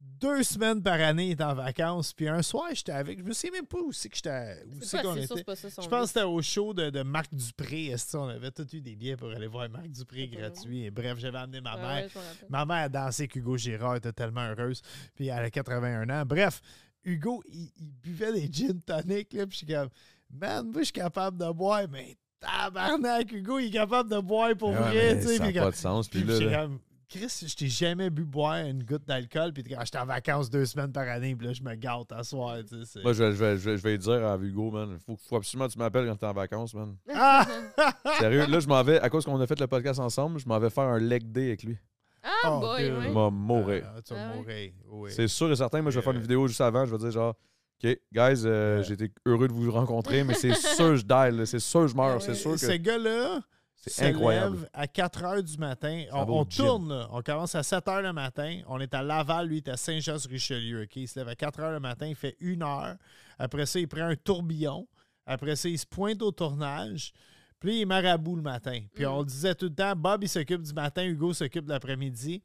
Speaker 2: deux semaines par année, il est en vacances. Puis un soir, j'étais avec. Je me sais même pas où c'est que j'étais. Où
Speaker 3: c'est
Speaker 2: c'est
Speaker 3: pas,
Speaker 2: qu'on
Speaker 3: c'est sûr,
Speaker 2: était.
Speaker 3: c'est pas ça son
Speaker 2: Je pense que
Speaker 3: vice.
Speaker 2: c'était au show de, de Marc Dupré. Est-ce que on avait tous eu des billets pour aller voir Marc Dupré
Speaker 3: C'est pas
Speaker 2: gratuit? Et bref, j'avais amené ma
Speaker 3: Ouais,
Speaker 2: mère.
Speaker 3: ouais, je m'en rappelle.
Speaker 2: Ma mère a dansé avec Hugo Girard, elle était tellement heureuse. Puis elle a 81 ans. Bref, Hugo, il, il buvait des gin tonic. Là, puis je suis comme, man, moi, je suis capable de boire, mais tabarnak, Hugo, il est capable de boire pour
Speaker 1: Ouais,
Speaker 2: vrai.
Speaker 1: Ah, mais
Speaker 2: tu sais,
Speaker 1: ça
Speaker 2: puis
Speaker 1: n'a
Speaker 2: comme-
Speaker 1: pas de sens. Puis
Speaker 2: puis
Speaker 1: là,
Speaker 2: j'ai
Speaker 1: là,
Speaker 2: comme, Chris, je t'ai jamais bu boire une goutte d'alcool. Puis quand j'étais en vacances deux semaines par année, puis là, je me gâte à soir. tu sais, c'est-
Speaker 1: moi, je, je vais- je vais- je vais dire à Hugo, man, faut, faut absolument que tu m'appelles quand t'es en vacances, man.
Speaker 2: Ah!
Speaker 1: Sérieux, là, je m'en vais, à cause qu'on a fait le podcast ensemble, je m'en vais faire un leg day avec lui.
Speaker 3: Ah,
Speaker 2: Oh,
Speaker 3: boy,
Speaker 2: dude.
Speaker 1: Il
Speaker 3: ouais.
Speaker 1: m'a mourir.
Speaker 2: Ah, tu vas
Speaker 3: Ah ouais.
Speaker 2: mourir. Oui.
Speaker 1: C'est sûr et certain. Moi, je vais faire une
Speaker 2: Euh.
Speaker 1: vidéo juste avant. Je vais dire genre, OK, guys, euh,
Speaker 2: Ouais.
Speaker 1: j'étais heureux de vous rencontrer, mais c'est sûr je die. là. C'est sûr je meurs.
Speaker 3: Ouais.
Speaker 1: C'est sûr
Speaker 2: Euh, Ce
Speaker 1: que
Speaker 2: gars-là
Speaker 1: c'est
Speaker 2: se
Speaker 1: incroyable.
Speaker 2: lève à 4 h du matin.
Speaker 1: Ça
Speaker 2: On,
Speaker 1: va au
Speaker 2: on
Speaker 1: gym.
Speaker 2: tourne, là. On commence à 7 h le matin. On est à Laval. Lui, il est à Saint-Jean-sur-Richelieu. OK? Il se lève à 4 h le matin. Il fait une heure. Après ça, il prend un tourbillon. Après ça, il se pointe au tournage. Puis il est marabout le matin. Puis on le disait tout le temps, Bob, il s'occupe du matin, Hugo s'occupe de l'après-midi.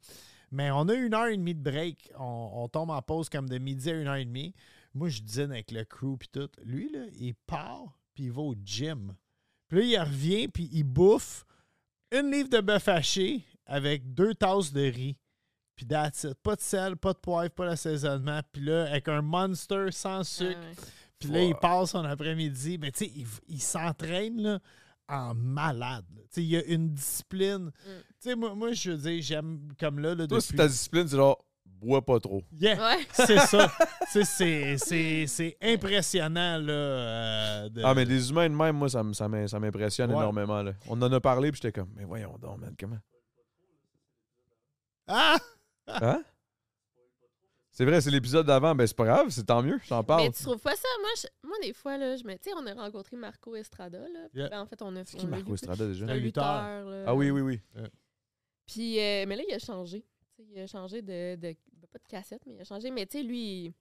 Speaker 2: Mais on a une heure et demie de break. On, on tombe en pause comme de midi à une heure et demie. Moi, je dîne avec le crew puis tout. Lui, là, il part, puis il va au gym. Puis là, il revient, puis il bouffe une livre de bœuf haché avec deux tasses de riz. Puis that's it. Pas de sel, pas de poivre, pas d'assaisonnement. Puis là, avec un monster sans
Speaker 3: Ah,
Speaker 2: sucre.
Speaker 3: ouais.
Speaker 2: Puis là, il passe son après-midi. Mais tu sais, il, il s'entraîne là, en malade. là. Tu sais, il y a une discipline. Tu sais, moi, moi, je veux dire, j'aime comme là. là
Speaker 1: Toi, si
Speaker 2: depuis... Euh,
Speaker 1: ta discipline, c'est genre, bois pas trop.
Speaker 2: Yeah!
Speaker 3: Ouais.
Speaker 2: C'est ça. Tu sais, c'est- c'est c'est impressionnant, là. euh, de-
Speaker 1: Ah, mais des humains de même, moi, ça, me- ça m'im- ça m'impressionne
Speaker 2: Ouais.
Speaker 1: énormément. là. On en a parlé, puis j'étais comme, mais voyons donc, man, comment.
Speaker 2: Ah!
Speaker 1: Hein? C'est vrai, c'est l'épisode d'avant, ben c'est pas grave, c'est tant mieux, j'en parle.
Speaker 3: Mais tu trouves pas ça? Moi, je- moi des fois, là, je me. Tu sais, on a rencontré Marco Estrada, là. puis
Speaker 2: Yeah.
Speaker 3: ben, en fait, on a
Speaker 1: C'est
Speaker 3: on
Speaker 1: qui
Speaker 3: l'a
Speaker 1: Marco
Speaker 3: vu-
Speaker 1: Estrada déjà?
Speaker 2: Un
Speaker 3: Un
Speaker 2: lutteur.
Speaker 3: lutteur. là.
Speaker 1: Ah oui, oui, oui.
Speaker 3: Puis, euh, mais là, il a changé. Tu sais, il a changé de, de- ben, Pas de cassette, mais il a changé. Mais tu sais, lui il-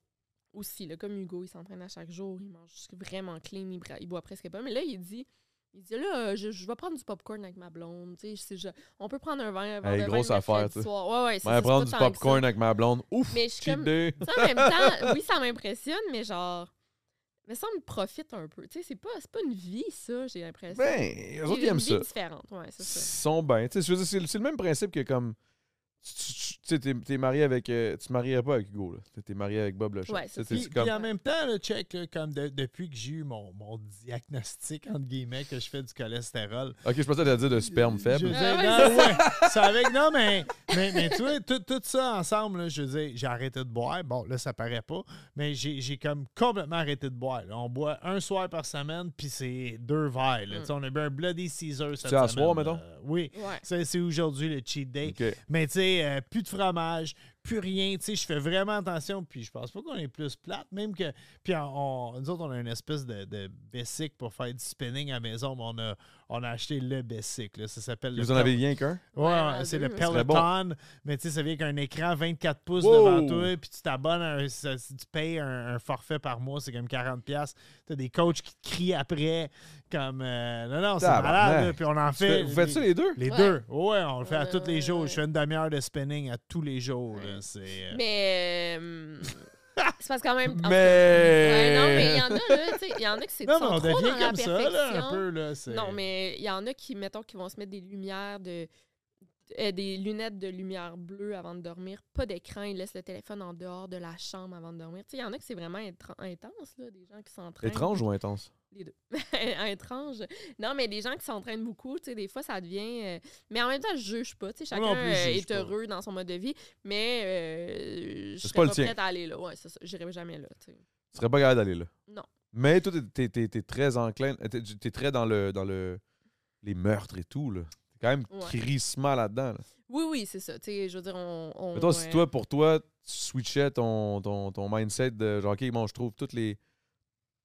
Speaker 3: aussi, là, comme Hugo, il s'entraîne à chaque jour. Il mange vraiment clean. Il, bra- il boit presque pas. Mais là, il dit. Il dit là, euh, je, je vais prendre du popcorn avec ma blonde. Tu sais, c'est- je- on peut prendre un vin avant
Speaker 1: Hey,
Speaker 3: de vin
Speaker 1: grosse
Speaker 3: le mercredi
Speaker 1: affaire, tu sais.
Speaker 3: soir. Ouais, ouais, c'est
Speaker 1: On va
Speaker 3: ça, c'est
Speaker 1: prendre
Speaker 3: pas
Speaker 1: du
Speaker 3: tant que ça.
Speaker 1: popcorn avec ma blonde. Ouf,
Speaker 3: Mais je suis
Speaker 1: cheat
Speaker 3: comme-
Speaker 1: day.
Speaker 3: Tu sais, en même temps, oui, ça m'impressionne, mais genre, mais ça me profite un peu. Tu sais, c'est pas, c'est pas une vie, ça, j'ai l'impression.
Speaker 1: Ben, eux
Speaker 3: C'est
Speaker 1: autres, ils
Speaker 3: une
Speaker 1: aiment
Speaker 3: vie
Speaker 1: ça.
Speaker 3: différente, ouais, c'est
Speaker 1: Ils
Speaker 3: ça.
Speaker 1: sont bien. Tu sais, je veux dire, C'est c'est le même principe que comme. Tu tu- tu- tu sais, t'es t'es marié avec. euh, tu te marierais pas avec Hugo, là. T'es- T'es marié avec Bob le chat.
Speaker 3: Ouais,
Speaker 1: Tu sais,
Speaker 3: c'est
Speaker 1: c'est
Speaker 2: Puis,
Speaker 1: comme.
Speaker 2: puis en même temps, là, check, là, comme de- depuis que j'ai eu mon, mon diagnostic, entre guillemets, que je fais du cholestérol.
Speaker 1: Ok, je pensais que t'allais dire de sperme
Speaker 2: Je veux
Speaker 1: faible.
Speaker 2: dire,
Speaker 3: Ah ouais,
Speaker 2: non, ouais, c'est avec, non, mais, mais, mais tu vois, tout, tout ça ensemble, là, je veux dire, j'ai arrêté de boire. Bon, là, ça paraît pas, mais j'ai j'ai comme complètement arrêté de boire. là. On boit un soir par semaine, puis c'est deux verres. là.
Speaker 3: Mm.
Speaker 2: Tu sais, On a bu un Bloody Caesar cette
Speaker 1: à
Speaker 2: semaine.
Speaker 1: soir,
Speaker 2: là.
Speaker 1: mettons?
Speaker 2: oui.
Speaker 3: Ouais.
Speaker 2: Ça, C'est aujourd'hui le cheat day.
Speaker 1: Ok.
Speaker 2: Mais tu sais, euh, plus de fromage, plus rien. Tu sais, je fais vraiment attention. Puis je pense pas qu'on est plus plate, même que. Puis on, on- nous autres, on a une espèce de, de Bessic pour faire du spinning à la maison. Mais on a, on a acheté le Bessic. là. Ça s'appelle le.
Speaker 1: Vous en
Speaker 2: Pel-
Speaker 1: avez rien qu'un?
Speaker 2: Ouais,
Speaker 3: Ouais,
Speaker 2: ouais, c'est
Speaker 3: deux,
Speaker 2: le
Speaker 3: mais c'est
Speaker 1: très
Speaker 2: Peloton.
Speaker 1: bon.
Speaker 2: Mais tu sais, ça vient avec un écran 24 pouces
Speaker 1: Wow!
Speaker 2: devant toi. Puis tu t'abonnes, à un- ça- tu payes un, un forfait par mois. C'est comme 40$. Tu as des coachs qui te crient après. Comme. euh, non, non, c'est
Speaker 1: Tabarnak.
Speaker 2: malade. là, Puis on en
Speaker 1: Tu fais-
Speaker 2: fait.
Speaker 1: Vous faites ça les deux?
Speaker 2: Les
Speaker 3: Ouais.
Speaker 2: deux. Ouais, on le fait à
Speaker 3: Ouais,
Speaker 2: tous les
Speaker 3: ouais,
Speaker 2: jours.
Speaker 3: ouais.
Speaker 2: Je fais une demi-heure de spinning à tous les jours. là.
Speaker 3: Ouais.
Speaker 2: C'est. euh,
Speaker 3: Mais. euh, c'est parce qu'en même en tout cas,
Speaker 1: Mais-
Speaker 3: ouais, non, mais il y en a, là, tu sais, il y en a qui c'est
Speaker 2: Non,
Speaker 3: sont
Speaker 2: mais on
Speaker 3: trop dans
Speaker 2: devient
Speaker 3: la
Speaker 2: comme ça, là, un
Speaker 3: perfection.
Speaker 2: peu. Là, c'est-
Speaker 3: Non, mais il y en a qui, mettons, qui vont se mettre des lumières de. euh, des lunettes de lumière bleue avant de dormir, pas d'écran, ils laissent le téléphone en dehors de la chambre avant de dormir. Tu sais, il y en a qui c'est vraiment intran- intense, là, des gens qui s'entraînent.
Speaker 1: Étrange ou intense?
Speaker 3: Les deux. étrange. Non, mais des gens qui s'entraînent beaucoup, tu sais, des fois, ça devient... euh, Mais en même temps, je juge pas, tu sais,
Speaker 2: Moi
Speaker 3: chacun
Speaker 2: non plus, je
Speaker 3: euh,
Speaker 2: juge
Speaker 3: est
Speaker 2: pas.
Speaker 3: heureux dans son mode de vie, mais euh, je
Speaker 1: C'est
Speaker 3: serais
Speaker 1: pas
Speaker 3: pas,
Speaker 1: le tien.
Speaker 3: prête à aller là. Ouais, c'est ça, j'irai jamais là, tu sais.
Speaker 1: Tu serais pas capable d'aller là?
Speaker 3: Non.
Speaker 1: Mais toi, t'es- t'es t'es- t'es très enclin. T'es t'es très dans le. dans le. les meurtres et tout, là. T'es quand même
Speaker 3: Ouais.
Speaker 1: crissement là-dedans. là.
Speaker 3: Oui, oui, c'est ça, tu sais, je veux dire, on... on- euh,
Speaker 1: Mettons, si
Speaker 3: ouais.
Speaker 1: toi, pour toi, tu switchais ton, ton, ton mindset de genre, OK, bon, je trouve toutes les,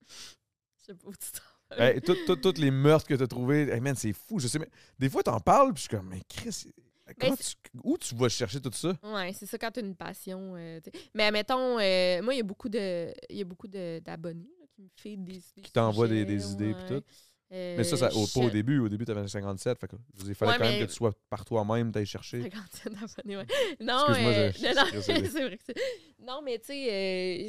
Speaker 3: Je sais pas où tu t'en-
Speaker 1: hey, tout- tout- toutes les meurtres que tu as trouvés. Hey, man, c'est fou. Je sais, mais des fois, t'en parles, puis je suis comme, mais Chris, comment tu- où tu vas chercher tout ça?
Speaker 3: Ouais, c'est ça, quand t'as une passion, euh, tu sais. Mais mettons, euh, moi, il y a beaucoup de il y a beaucoup de- d'abonnés là, qui me fait des... des
Speaker 1: Qui t'envoient des-
Speaker 3: sujets,
Speaker 1: des idées, puis
Speaker 3: ouais.
Speaker 1: tout. Mais ça, ça
Speaker 3: Euh,
Speaker 1: au- pas au
Speaker 3: je-
Speaker 1: début. Au début, t'avais 57. Fait que, je veux dire, il fallait
Speaker 3: Ouais,
Speaker 1: quand même
Speaker 3: mais-
Speaker 1: que tu sois par toi-même, t'ailles chercher.
Speaker 3: Cinquantaine d'abonnés, ouais. Non,
Speaker 1: Mm. Excuse-moi,
Speaker 3: euh,
Speaker 1: je-
Speaker 3: non, non,
Speaker 1: je suis
Speaker 3: c'est
Speaker 1: stressé.
Speaker 3: vrai que c'est- Non, mais tu sais,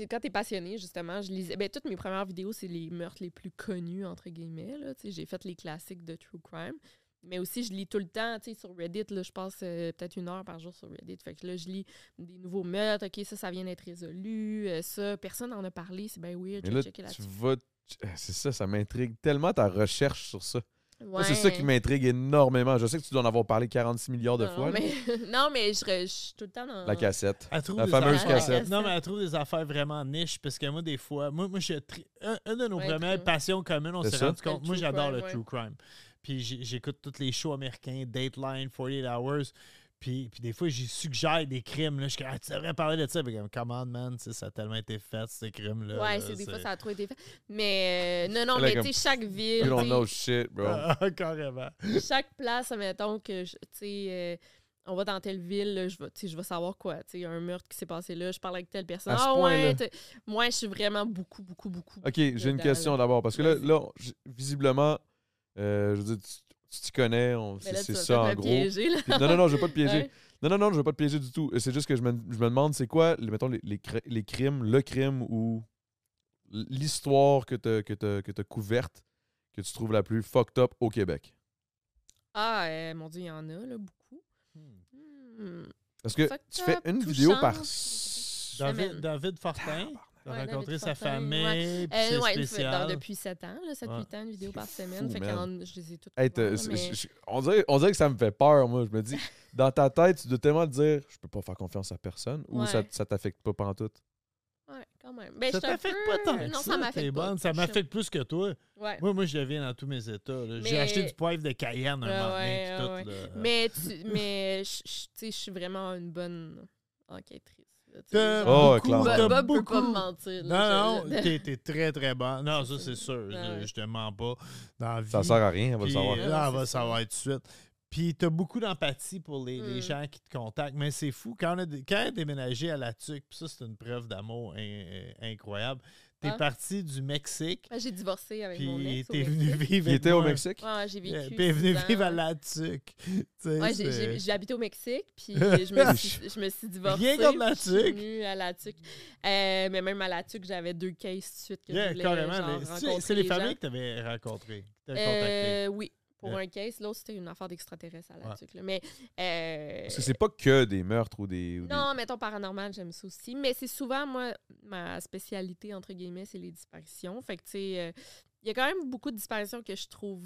Speaker 3: euh, quand t'es passionné, justement, je lisais. Ben, toutes mes premières vidéos, c'est les meurtres les plus connus, entre guillemets. là. Tu sais, J'ai fait les classiques de True Crime. Mais aussi, je lis tout le temps, tu sais, sur Reddit, là, je passe euh, peut-être une heure par jour sur Reddit. Fait que là, je lis des nouveaux meurtres, OK, ça, ça vient d'être résolu, euh, ça, personne n'en a parlé, c'est bien weird,
Speaker 1: Mais
Speaker 3: j'ai
Speaker 1: là, tu
Speaker 3: checké là-dessus.
Speaker 1: vas. tu- eh, C'est ça, ça m'intrigue tellement ta recherche sur ça. Moi, c'est ça qui m'intrigue énormément. Je sais que tu dois en avoir parlé 46 milliards de
Speaker 3: Non,
Speaker 1: fois. là.
Speaker 3: Ah, Mais... non, mais je, re- je suis tout le temps dans.
Speaker 1: La cassette.
Speaker 2: Elle trouve
Speaker 1: La
Speaker 2: des
Speaker 1: fameuse
Speaker 2: affaires-
Speaker 1: cassette.
Speaker 2: Non, mais elle trouve des affaires vraiment niches parce que moi, des fois, moi, moi je suis tri- un- une de nos
Speaker 3: Ouais,
Speaker 2: premières
Speaker 3: true.
Speaker 2: passions communes, on
Speaker 1: C'est
Speaker 2: s'est
Speaker 1: ça?
Speaker 2: rendu compte.
Speaker 3: Le
Speaker 2: Moi,
Speaker 3: true
Speaker 2: j'adore
Speaker 3: crime,
Speaker 2: le
Speaker 3: ouais.
Speaker 2: true crime. Puis j'ai- j'écoute tous les shows américains, Dateline, 48 Hours. Puis, puis des fois, j'y suggère des crimes. Là. Je suis comme, Ah, tu devrais parler de ça. Puis comme, come on, man, tu sais, ça a tellement été fait, ces crimes-là.
Speaker 3: Ouais,
Speaker 2: là, euh,
Speaker 3: c'est des fois, ça a trop été fait. Mais euh, non, non,
Speaker 1: Elle a
Speaker 3: mais
Speaker 1: comme-
Speaker 3: tu sais, chaque ville,
Speaker 1: You don't
Speaker 3: tu
Speaker 1: know shit, bro.
Speaker 2: Ah, Carrément.
Speaker 3: sais, chaque place, mettons que, je- tu sais, euh, on va dans telle ville, là, je vais, tu sais, je vais savoir quoi. Tu sais, il y a un meurtre qui s'est passé là, je parle avec telle personne.
Speaker 1: À ce
Speaker 3: Ah
Speaker 1: point-là.
Speaker 3: ouais, tu- moi, je suis vraiment beaucoup, beaucoup, beaucoup.
Speaker 1: OK, j'ai une
Speaker 3: Dans-
Speaker 1: question d'abord. Parce que là,
Speaker 3: Vas-y.
Speaker 1: là on- j- visiblement, euh, je veux dire, tu- tu t'y connais, on-
Speaker 3: Mais
Speaker 1: c'est
Speaker 3: là, tu
Speaker 1: c'est
Speaker 3: vas
Speaker 1: ça
Speaker 3: peut-être
Speaker 1: en
Speaker 3: me
Speaker 1: gros.
Speaker 3: piéger, là.
Speaker 1: Puis- non, non, non, je veux pas te piéger.
Speaker 3: Ouais.
Speaker 1: Non, non, non, je veux pas te piéger du tout. C'est juste que je me, je me demande, c'est quoi, les- mettons, les, les, cr- les crimes, le crime ou l'histoire que t'as que t'as- que t'as couverte, que tu trouves la plus fucked up au Québec?
Speaker 3: Ah, euh, mon Dieu, il y en a, là, beaucoup. Hmm.
Speaker 1: Parce que
Speaker 3: Fucked
Speaker 1: tu fais
Speaker 3: up,
Speaker 1: une vidéo par...
Speaker 3: touchante.
Speaker 1: s-
Speaker 2: David,
Speaker 3: Semaine.
Speaker 2: David
Speaker 1: Ah,
Speaker 2: Fortin, t'as
Speaker 3: Ouais, David
Speaker 2: rencontré sa
Speaker 3: Fortin,
Speaker 2: famille.
Speaker 3: ouais.
Speaker 2: puis
Speaker 3: Euh,
Speaker 2: c'est
Speaker 3: ouais, une fois-
Speaker 2: spécial.
Speaker 3: dans- depuis 7 ans, là, 7-8
Speaker 2: Ouais.
Speaker 3: ans, une vidéo
Speaker 1: C'est
Speaker 3: par semaine.
Speaker 1: fou,
Speaker 3: fait
Speaker 1: man.
Speaker 3: que je les ai toutes.
Speaker 1: Hey, t'as-
Speaker 3: voir,
Speaker 1: c'est-
Speaker 3: mais-
Speaker 1: je- je- on, dirait, on dirait que ça me fait peur, moi. Je me dis, dans ta tête, tu dois tellement te dire, je peux pas faire confiance à personne ou
Speaker 3: Ouais.
Speaker 1: ça, ça t'affecte pas pantoute.
Speaker 3: Ouais, quand même. Ben,
Speaker 2: Ça
Speaker 3: je suis un
Speaker 2: t'affecte
Speaker 3: peu-
Speaker 2: pas tant que
Speaker 3: Non,
Speaker 2: ça,
Speaker 3: ça
Speaker 2: t'es
Speaker 3: m'affecte pas.
Speaker 2: bonne. Ça
Speaker 3: Je suis un-
Speaker 2: m'affecte plus que toi.
Speaker 3: Ouais.
Speaker 2: Moi, moi, je le viens dans tous mes états. là. J'ai
Speaker 3: Mais-
Speaker 2: acheté du poivre de Cayenne un
Speaker 3: Ouais,
Speaker 2: moment donné,
Speaker 3: ouais,
Speaker 2: puis tout,
Speaker 3: ouais,
Speaker 2: là.
Speaker 3: Mais, tu, mais je- je- tu sais, je suis vraiment une bonne enquêtrice. là, tu sais,
Speaker 2: T'as
Speaker 3: genre,
Speaker 1: Oh,
Speaker 2: beaucoup,
Speaker 1: clairement.
Speaker 2: t'as
Speaker 3: Bob, Bob peut
Speaker 2: beaucoup.
Speaker 3: pas me mentir. là,
Speaker 2: Non,
Speaker 3: je-
Speaker 2: non, t'es t'es très, très bonne. Non, ça,
Speaker 3: C'est
Speaker 2: c'est sûr.
Speaker 3: Ah
Speaker 2: Je,
Speaker 3: ouais.
Speaker 2: je te mens pas dans la vie.
Speaker 1: Ça sert à rien, on va le
Speaker 2: Puis,
Speaker 1: savoir.
Speaker 2: là,
Speaker 3: Ah,
Speaker 2: on
Speaker 3: c'est
Speaker 2: va le
Speaker 3: ça.
Speaker 2: savoir tout de suite. Puis, t'as beaucoup d'empathie pour les, les
Speaker 3: Mm.
Speaker 2: gens qui te contactent. Mais c'est fou. Quand on a, dé- quand elle a déménagé à la TUC, puis ça, c'est une preuve d'amour in- incroyable. T'es
Speaker 3: Ah.
Speaker 2: parti du Mexique,
Speaker 3: Ben, j'ai divorcé avec mon
Speaker 2: puis
Speaker 3: ex. au
Speaker 2: t'es
Speaker 3: Mexique.
Speaker 2: venu vivre.
Speaker 1: Il
Speaker 2: avec
Speaker 1: était au
Speaker 2: moi.
Speaker 1: Mexique?
Speaker 3: Ouais, j'ai
Speaker 2: Euh,
Speaker 3: vécu.
Speaker 2: Puis elle est venue
Speaker 3: six ans.
Speaker 2: vivre à la euh. tuque. Tu sais,
Speaker 3: Ouais,
Speaker 2: c'est-
Speaker 3: j'ai- j'ai j'ai habité au Mexique, puis je me suis, je me suis divorcée.
Speaker 2: Rien contre la
Speaker 3: puis je suis
Speaker 2: tuque.
Speaker 3: venue à la tuque. Euh, mais même à la tuque, j'avais deux cases tout de suite que
Speaker 2: Yeah,
Speaker 3: je voulais
Speaker 2: carrément,
Speaker 3: genre,
Speaker 2: les- c'est-
Speaker 3: rencontrer
Speaker 2: C'est les
Speaker 3: les gens.
Speaker 2: familles que tu avais rencontrées, que t'avais contactées.
Speaker 3: Euh, oui, pour
Speaker 2: Yeah.
Speaker 3: un case. L'autre, c'était une affaire d'extraterrestre à la
Speaker 2: Ouais.
Speaker 3: tuque. là. Mais. euh,
Speaker 1: Parce que c'est pas que des meurtres ou des. ou des-
Speaker 3: Non, mettons paranormal, j'aime ça aussi. Mais c'est souvent, moi, ma spécialité, entre guillemets, c'est les disparitions. Fait que, tu sais, euh, il y a quand même beaucoup de disparitions que je trouve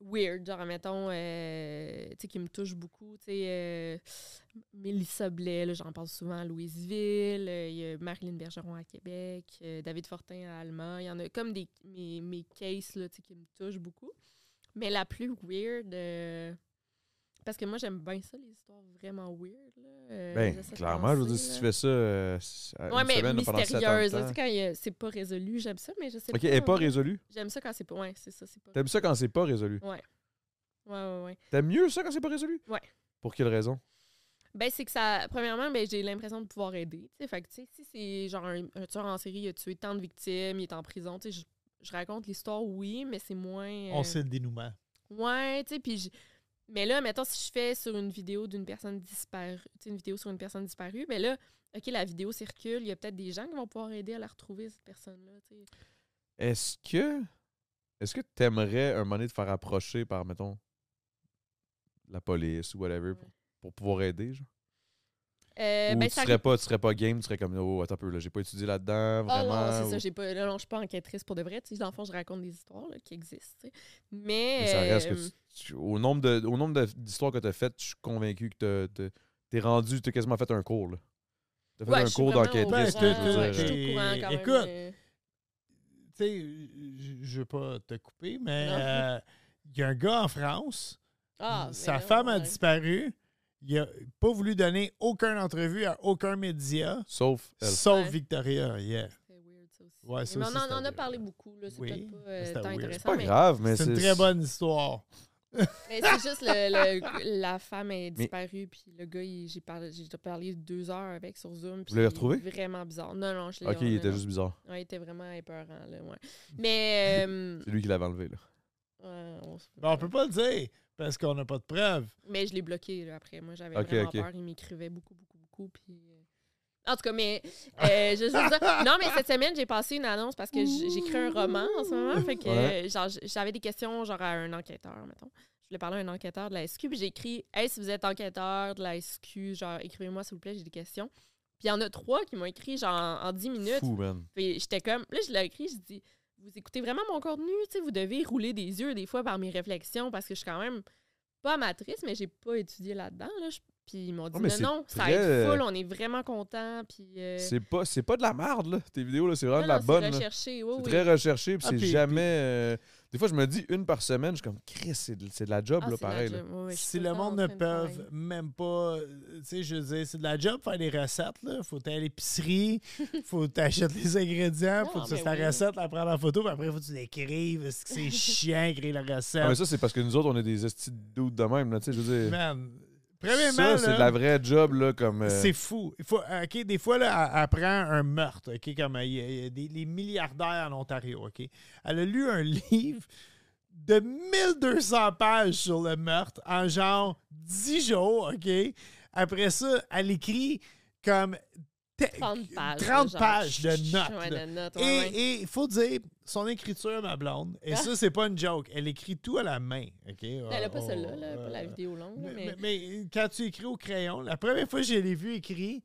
Speaker 3: weird. Genre, mettons, euh, tu sais, qui me touchent beaucoup. Tu sais, euh, Mélissa Blais, là, j'en parle souvent à Louisville. Euh, Il y a Marilyn Bergeron à Québec. euh, David Fortin à Allemagne. Il y en a comme des, mes, mes cases, là, tu sais, qui me touchent beaucoup. Mais la plus weird. euh, parce que moi, j'aime bien ça, les histoires vraiment weird. Là. Euh,
Speaker 1: Ben,
Speaker 3: j'essaie de
Speaker 1: clairement, je veux dire,
Speaker 3: penser,
Speaker 1: si tu
Speaker 3: là.
Speaker 1: fais ça euh, s- à
Speaker 3: Ouais,
Speaker 1: une
Speaker 3: mais
Speaker 1: semaine pendant sept ans. de
Speaker 3: mystérieuse. là, tu sais,
Speaker 1: temps.
Speaker 3: quand il y a- c'est pas résolu, j'aime ça, mais je sais
Speaker 1: Ok, elle est pas
Speaker 3: ouais.
Speaker 1: résolue.
Speaker 3: J'aime ça quand c'est pas. Ouais, c'est ça, c'est pas.
Speaker 1: T'aimes ça quand c'est pas résolu.
Speaker 3: Ouais, ouais, ouais.
Speaker 1: T'aimes mieux ça quand c'est pas résolu?
Speaker 3: Ouais.
Speaker 1: Pour quelle raison?
Speaker 3: Ben, c'est que ça. Premièrement, ben, j'ai l'impression de pouvoir aider. tu sais. Fait que, tu sais, si c'est genre un, un tueur en série, il a tué tant de victimes, il est en prison, tu sais, je, je raconte l'histoire, oui, mais c'est moins.
Speaker 2: On
Speaker 3: euh,
Speaker 2: sait le dénouement.
Speaker 3: Ouais, tu sais, puis je- Mais là, mettons, si je fais sur une vidéo d'une personne disparue, tu sais, une vidéo sur une personne disparue, ben là, OK, la vidéo circule, il y a peut-être des gens qui vont pouvoir aider à la retrouver, cette personne-là, tu sais.
Speaker 1: Est-ce que. Est-ce que t'aimerais un moment donné te faire approcher par, mettons, la police ou whatever pour, pour pouvoir aider, genre?
Speaker 3: Euh,
Speaker 1: Ou
Speaker 3: ben,
Speaker 1: tu,
Speaker 3: ça
Speaker 1: serais pas, tu serais pas game, tu serais comme, oh, attends un peu, là, j'ai pas étudié là-dedans,
Speaker 3: Ah
Speaker 1: vraiment.
Speaker 3: non, c'est
Speaker 1: ou-
Speaker 3: ça, j'ai pas, là, non, je suis pas enquêtrice pour de vrai. Tu sais, dans le fond, je raconte des histoires là, qui existent. tu sais. Mais,
Speaker 1: Mais ça reste que
Speaker 3: euh,
Speaker 1: tu- tu- au nombre de- au nombre de- d'histoires que tu as faites, je suis convaincu que t'as- t'as- t'es rendu, t'as quasiment fait un cours. Tu as fait
Speaker 3: ouais,
Speaker 1: un
Speaker 3: je suis
Speaker 1: cours
Speaker 3: vraiment
Speaker 1: d'enquêtrice.
Speaker 3: au
Speaker 2: là,
Speaker 3: courant,
Speaker 1: je veux
Speaker 2: Ouais,
Speaker 3: ouais,
Speaker 1: dire,
Speaker 3: je
Speaker 1: euh,
Speaker 3: suis au courant quand même,
Speaker 2: Écoute,
Speaker 3: euh,
Speaker 2: Tu sais, je- je veux pas te couper, mais
Speaker 3: Non.
Speaker 2: euh, il y a un gars en France,
Speaker 3: ah,
Speaker 2: sa
Speaker 3: mais non,
Speaker 2: femme a
Speaker 3: ouais.
Speaker 2: disparu, il a pas voulu donner aucune entrevue à aucun média,
Speaker 1: sauf elle.
Speaker 2: sauf
Speaker 3: Ouais.
Speaker 2: Victoria. Yeah.
Speaker 3: C'était weird, ça aussi.
Speaker 2: Ouais, ça
Speaker 3: mais
Speaker 2: aussi,
Speaker 3: on en-
Speaker 2: c'était
Speaker 3: on en a
Speaker 2: weird.
Speaker 3: parlé beaucoup. là, C'est
Speaker 2: Oui,
Speaker 3: peut-être pas euh,
Speaker 2: c'était
Speaker 3: tant
Speaker 1: C'est
Speaker 2: weird.
Speaker 1: pas
Speaker 3: intéressant. Mais,
Speaker 1: grave, mais
Speaker 2: C'est une très bonne histoire.
Speaker 3: mais c'est juste le, le- la femme
Speaker 1: Mais-
Speaker 3: est disparue. Puis le gars, il- j'ai parlé, j'ai parlé deux heures avec sur Zoom. puis
Speaker 1: l'avez
Speaker 3: il est
Speaker 1: retrouvé?
Speaker 3: Vraiment bizarre. Non, non, je l'ai
Speaker 1: Ok,
Speaker 3: non,
Speaker 1: il
Speaker 3: non,
Speaker 1: était
Speaker 3: non.
Speaker 1: juste bizarre.
Speaker 3: Ouais, il était vraiment épeurant. Là, ouais. Mais. euh,
Speaker 1: C'est lui qui l'avait enlevé. Là.
Speaker 3: ouais, on se-
Speaker 2: Ben, on peut pas le dire parce qu'on n'a pas de preuves.
Speaker 3: Mais je l'ai bloqué là, après. Moi, j'avais
Speaker 1: Ok,
Speaker 3: vraiment
Speaker 1: ok.
Speaker 3: peur. Il m'écrivait beaucoup, beaucoup, beaucoup. Puis... euh, En tout cas, mais euh, je veux juste dire- Non, mais cette semaine, j'ai passé une annonce parce que j- j'écris un roman en ce moment. Fait que
Speaker 1: Ouais.
Speaker 3: euh, genre, j- j'avais des questions genre à un enquêteur, mettons. Je voulais parler à un enquêteur de la SQ. Puis j'ai écrit Hey, si vous êtes enquêteur de la SQ, genre écrivez-moi s'il vous plaît, j'ai des questions. Puis il y en a trois qui m'ont écrit genre en 10 minutes.
Speaker 1: Fou, man.
Speaker 3: Puis j'étais comme, là, je l'ai écrit, je dis, vous écoutez vraiment mon contenu, tu sais, vous devez rouler des yeux des fois par mes réflexions parce que je suis quand même pas amatrice, mais j'ai pas étudié là-dedans. Là. Je- Puis ils m'ont dit,
Speaker 1: Ah, mais
Speaker 3: non,
Speaker 1: c'est
Speaker 3: non, ça
Speaker 1: très,
Speaker 3: aide
Speaker 1: euh,
Speaker 3: full, on est vraiment content. Puis. euh,
Speaker 1: C'est pas, c'est pas de la merde, là. Tes vidéos, là, c'est
Speaker 3: non,
Speaker 1: vraiment de
Speaker 3: non,
Speaker 1: la
Speaker 3: c'est
Speaker 1: bonne. là.
Speaker 3: recherché, Oh oui,
Speaker 1: C'est
Speaker 3: oui.
Speaker 1: très recherché, puis
Speaker 2: Ah,
Speaker 1: c'est
Speaker 2: puis-
Speaker 1: jamais. euh, Des fois, je me dis une par semaine, je suis comme, Chris, c'est de, c'est de la job,
Speaker 3: Ah,
Speaker 1: là,
Speaker 3: c'est de la
Speaker 1: pareil. là.
Speaker 3: job, oui, oui, je suis
Speaker 2: si
Speaker 3: tout
Speaker 2: le
Speaker 3: temps en
Speaker 2: monde ne
Speaker 3: train de
Speaker 2: peut
Speaker 3: travailler.
Speaker 2: même pas, euh, tu sais, je veux dire, c'est de la job faire des recettes, là. Faut aller à l'épicerie, faut t'achètes les ingrédients,
Speaker 3: Non,
Speaker 2: faut que tu
Speaker 3: mais
Speaker 2: fasses ta
Speaker 3: oui.
Speaker 2: recette, la prendre en photo, puis après, faut que tu l'écrives. Est-ce que c'est chiant écrire la recette?
Speaker 1: Ah, mais ça, c'est parce que nous autres, on est des estis de doutes de même, là, tu sais, je veux dire.
Speaker 2: Man,
Speaker 1: Ça,
Speaker 2: premièrement,
Speaker 1: c'est de
Speaker 2: là,
Speaker 1: la vraie job, là, comme. euh,
Speaker 2: C'est fou. Il faut, OK, des fois, là, elle, elle prend un meurtre, OK, comme euh, il y a- il y a des, les milliardaires en Ontario, OK. Elle a lu un livre de 1200 pages sur le meurtre en genre 10 jours, OK. Après ça, elle écrit comme te-
Speaker 3: 30 pages.
Speaker 2: 30
Speaker 3: genre,
Speaker 2: pages de
Speaker 3: chut,
Speaker 2: notes.
Speaker 3: ouais,
Speaker 2: là.
Speaker 3: de notes, ouais, ouais. Ah.
Speaker 2: Et il faut dire, son écriture, ma blonde, et ça, c'est pas une joke. Elle écrit tout à la main, OK.
Speaker 3: Elle a pas
Speaker 2: Oh,
Speaker 3: celle-là, là, pas la
Speaker 2: euh,
Speaker 3: vidéo longue. là,
Speaker 2: mais,
Speaker 3: mais...
Speaker 2: mais- mais euh, quand tu écris au crayon, la première fois que je l'ai vu écrit,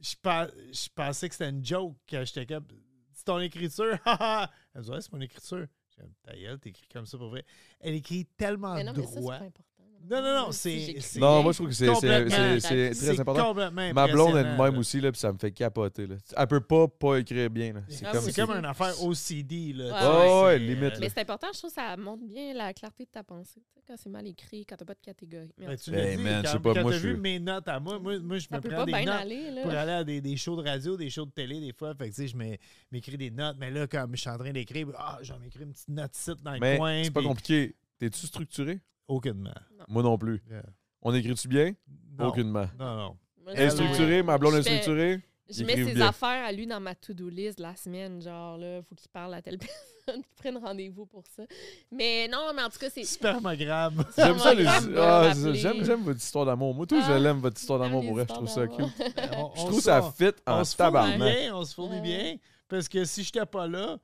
Speaker 2: je, pens- je pensais que c'était une joke quand j'étais comme C'est ton écriture, haha! Elle me dit Ouais, c'est mon écriture. J'ai comme Ta gueule, t'écris comme ça pour vrai. Elle écrit tellement
Speaker 3: Mais non, mais ça, c'est pas
Speaker 2: droit.
Speaker 3: important.
Speaker 2: Non, non, non,
Speaker 3: Moi, si
Speaker 2: c'est-
Speaker 3: j'écris
Speaker 2: c'est-
Speaker 1: Non, moi, je trouve que c'est- c'est-
Speaker 2: complètement-
Speaker 1: c'est c'est très
Speaker 2: c'est
Speaker 1: important.
Speaker 2: complètement
Speaker 1: Ma blonde est de
Speaker 2: impressionnant,
Speaker 1: même
Speaker 2: là.
Speaker 1: aussi, là, puis ça me fait capoter, là. Elle peut pas pas écrire bien, là. C'est
Speaker 3: Ah
Speaker 1: comme.
Speaker 3: oui,
Speaker 2: C'est
Speaker 1: c'est-
Speaker 2: comme une affaire OCD. Là,
Speaker 3: Ouais,
Speaker 2: tu sais,
Speaker 1: ouais,
Speaker 2: c'est- euh,
Speaker 1: limite, là.
Speaker 3: Mais c'est important, je trouve que ça montre bien la clarté de ta pensée. tu sais, quand c'est mal écrit, quand t'as pas de catégorie. Merde.
Speaker 2: Ben, tu
Speaker 1: Ben,
Speaker 2: l'as dit,
Speaker 1: man, je sais
Speaker 2: quand,
Speaker 1: pas,
Speaker 2: quand
Speaker 1: moi,
Speaker 2: t'as
Speaker 1: je
Speaker 2: vu
Speaker 1: suis-
Speaker 2: mes notes à moi, moi, moi je
Speaker 3: ça
Speaker 2: me
Speaker 3: peut
Speaker 2: prends
Speaker 3: pas
Speaker 2: des
Speaker 3: bien
Speaker 2: notes
Speaker 3: aller,
Speaker 2: pour
Speaker 3: là.
Speaker 2: aller à des, des shows de radio, des shows de télé, des fois. Fait que, tu sais, je m'é- m'écris des notes, mais là, comme je suis en train d'écrire, ah, j'en écris une petite note site dans le
Speaker 1: Mais
Speaker 2: coin.
Speaker 1: c'est pas
Speaker 2: puis-
Speaker 1: compliqué. T'es-tu structuré?
Speaker 2: Aucunement.
Speaker 1: Moi non plus.
Speaker 2: Yeah.
Speaker 1: On écris-tu bien?
Speaker 2: Non,
Speaker 1: Aucunement.
Speaker 2: Non, non.
Speaker 3: Moi,
Speaker 1: Elle est
Speaker 3: je-
Speaker 1: structurée, ma blonde est
Speaker 3: Je fais-
Speaker 1: structurée.
Speaker 3: Je mets
Speaker 1: Écrive
Speaker 3: ses
Speaker 1: bien.
Speaker 3: affaires à lui dans ma to-do list de la semaine. Genre, là, faut qu'il parle à telle personne, qu'il prenne rendez-vous pour ça. Mais non, mais en tout cas, c'est.
Speaker 2: Spermogramme.
Speaker 1: J'aime ça,
Speaker 3: mon
Speaker 1: les.
Speaker 3: grand me
Speaker 1: Ah,
Speaker 3: l'a
Speaker 1: c'est ça. J'aime
Speaker 3: rappelé.
Speaker 1: j'aime votre histoire d'amour. Moi, tout, je
Speaker 3: Ah,
Speaker 1: l'aime, votre histoire
Speaker 3: j'aime
Speaker 1: d'amour,
Speaker 3: les
Speaker 1: pour vrai. Je trouve ça
Speaker 3: histoires
Speaker 1: cute.
Speaker 3: d'amour.
Speaker 2: On-
Speaker 1: Je
Speaker 2: on
Speaker 1: trouve
Speaker 2: se-
Speaker 1: ça fit en
Speaker 2: On se fournit
Speaker 1: tabarnak.
Speaker 2: bien, on se fournit
Speaker 3: Ouais.
Speaker 2: bien. Parce que si j'étais pas là,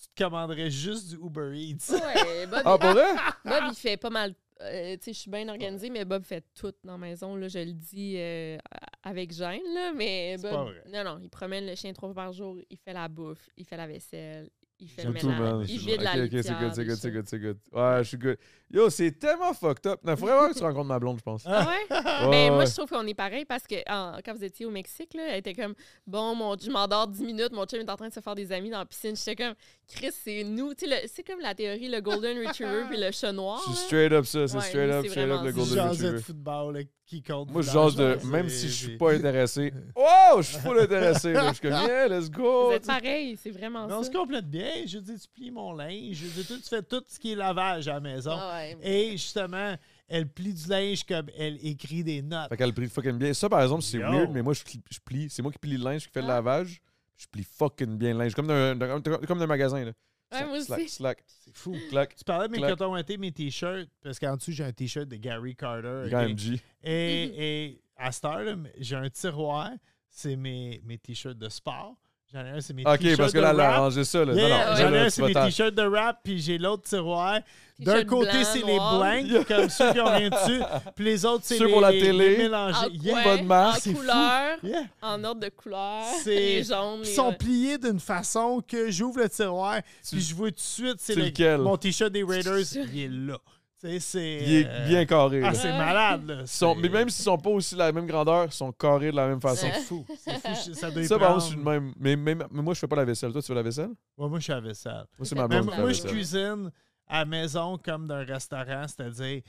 Speaker 2: tu te commanderais juste du Uber Eats.
Speaker 3: Ouais, Bob,
Speaker 1: Ah, pour vrai?
Speaker 3: Bob, il fait pas mal. euh, tu sais, je suis bien organisée, mais Bob fait tout dans la maison. Là, je le dis euh, avec gêne, là, mais
Speaker 2: C'est
Speaker 3: Bob.
Speaker 2: pas vrai.
Speaker 3: Non, non, il promène le chien trois fois par jour, il fait la bouffe, il fait la vaisselle, il fait le
Speaker 1: J'aime tout,
Speaker 3: ménage,
Speaker 1: man.
Speaker 3: il vide la
Speaker 1: Ok, ok, c'est
Speaker 3: litière,
Speaker 1: good, c'est
Speaker 3: des
Speaker 1: good, c'est
Speaker 3: choses.
Speaker 1: good, c'est good. Ouais, je suis good. Yo, c'est tellement fucked up. Il faudrait vraiment que tu rencontres ma blonde, je pense.
Speaker 3: Ah ouais?
Speaker 1: Ouais,
Speaker 3: Mais
Speaker 2: Ben,
Speaker 3: moi,
Speaker 1: ouais.
Speaker 3: je trouve qu'on est pareil parce que en- quand vous étiez au Mexique, là, elle était comme Bon, mon, je m'endors 10 minutes, mon chum est en train de se faire des amis dans la piscine. J'étais comme Chris, c'est nous. Tu sais, le- c'est comme la théorie, le Golden Retriever puis le chat noir.
Speaker 1: C'est
Speaker 3: là.
Speaker 1: straight up ça, c'est
Speaker 3: Ah, Ouais,
Speaker 1: straight
Speaker 3: lui,
Speaker 1: up,
Speaker 3: c'est
Speaker 1: straight up
Speaker 3: vraiment
Speaker 1: le
Speaker 3: ça.
Speaker 1: Golden
Speaker 2: Jaser de
Speaker 1: Retriever.
Speaker 2: football là, qui compte.
Speaker 1: Moi, je
Speaker 2: dans
Speaker 1: jase de.
Speaker 2: la-
Speaker 1: Même si je
Speaker 2: c'est-
Speaker 1: suis pas intéressé. Oh, je suis full intéressé. là. Je suis comme, yeah, let's
Speaker 3: Vous
Speaker 1: go.
Speaker 3: êtes pareil, c'est vraiment
Speaker 2: Mais on
Speaker 3: ça.
Speaker 2: se complète bien. Je dis, tu plies mon linge. Je dis, tu fais tout ce qui est lavage à la maison.
Speaker 3: Ah ouais.
Speaker 2: Et justement, elle plie du linge comme elle écrit des notes.
Speaker 1: Fait qu'elle prie fucking bien. Ça, par exemple, c'est
Speaker 2: Yo.
Speaker 1: weird, mais moi, je plie. je plie. C'est moi qui plie le linge, qui fais le
Speaker 3: Ah.
Speaker 1: lavage. Je plie fucking bien le linge. Comme d'un- d'un- comme comme d'un magasin, là.
Speaker 3: Ouais, moi
Speaker 1: Slack,
Speaker 3: aussi.
Speaker 1: slack,
Speaker 2: C'est fou.
Speaker 1: clac.
Speaker 2: Tu parlais de mes
Speaker 1: Clac.
Speaker 2: cotons été, mes t-shirts, parce qu'en dessous, j'ai un t-shirt de Gary Carter. ok?
Speaker 1: KMG.
Speaker 3: Mhm.
Speaker 2: Et, et à cette heure, là, j'ai un tiroir, c'est mes, mes t-shirts de sport. J'en ai un, c'est mes
Speaker 1: Ok,
Speaker 2: t-shirts
Speaker 1: parce que
Speaker 2: de
Speaker 1: là, elle a
Speaker 2: rap.
Speaker 1: arrangé ça. Là.
Speaker 2: Yeah,
Speaker 1: non, non,
Speaker 2: j'en ai
Speaker 1: là,
Speaker 2: un,
Speaker 1: tu
Speaker 2: c'est
Speaker 1: vas
Speaker 2: mes
Speaker 1: t'en-
Speaker 2: t-shirts de rap, puis j'ai l'autre tiroir. D'un
Speaker 3: T-shirt
Speaker 2: côté,
Speaker 3: blanc,
Speaker 2: c'est les
Speaker 3: noir.
Speaker 2: blancs, comme ceux qui ont rien dessus, puis les autres, c'est
Speaker 1: Ceux
Speaker 2: les,
Speaker 1: pour la
Speaker 2: les-
Speaker 1: télé.
Speaker 2: les mélangés.
Speaker 3: En,
Speaker 2: Yeah.
Speaker 3: coin,
Speaker 1: pas de marque,
Speaker 2: c'est
Speaker 3: en
Speaker 2: fou.
Speaker 3: couleur,
Speaker 2: Yeah.
Speaker 3: en ordre de couleur,
Speaker 2: C'est-
Speaker 3: les
Speaker 2: Ils
Speaker 3: jaunes, les
Speaker 2: sont pliés d'une façon que j'ouvre le tiroir,
Speaker 1: Tu-
Speaker 2: puis je vois tout de suite, c'est
Speaker 1: C'est
Speaker 2: le-
Speaker 1: lequel?
Speaker 2: mon t-shirt des Raiders, il est là. Tu sais, c'est...
Speaker 1: Il est
Speaker 2: euh,
Speaker 1: bien carré. là.
Speaker 2: Ah, c'est malade, là.
Speaker 1: Ils sont- mais
Speaker 2: C'est-
Speaker 1: même s'ils sont pas aussi de la même grandeur, ils sont carrés de la même façon.
Speaker 2: C'est fou. C'est fou. je- Ça doit y
Speaker 1: Ça, par
Speaker 2: prendre-
Speaker 1: contre, je suis de même. Mais, mais- mais moi, je fais pas la vaisselle. Toi, tu fais la vaisselle?
Speaker 2: Ouais, moi, je suis à la vaisselle.
Speaker 1: Moi, c'est ma
Speaker 2: Mais
Speaker 1: blonde.
Speaker 2: moi,
Speaker 1: qui
Speaker 3: la
Speaker 1: fait
Speaker 2: moi, je
Speaker 1: vaisselle.
Speaker 2: cuisine à la maison comme d'un restaurant, c'est-à-dire.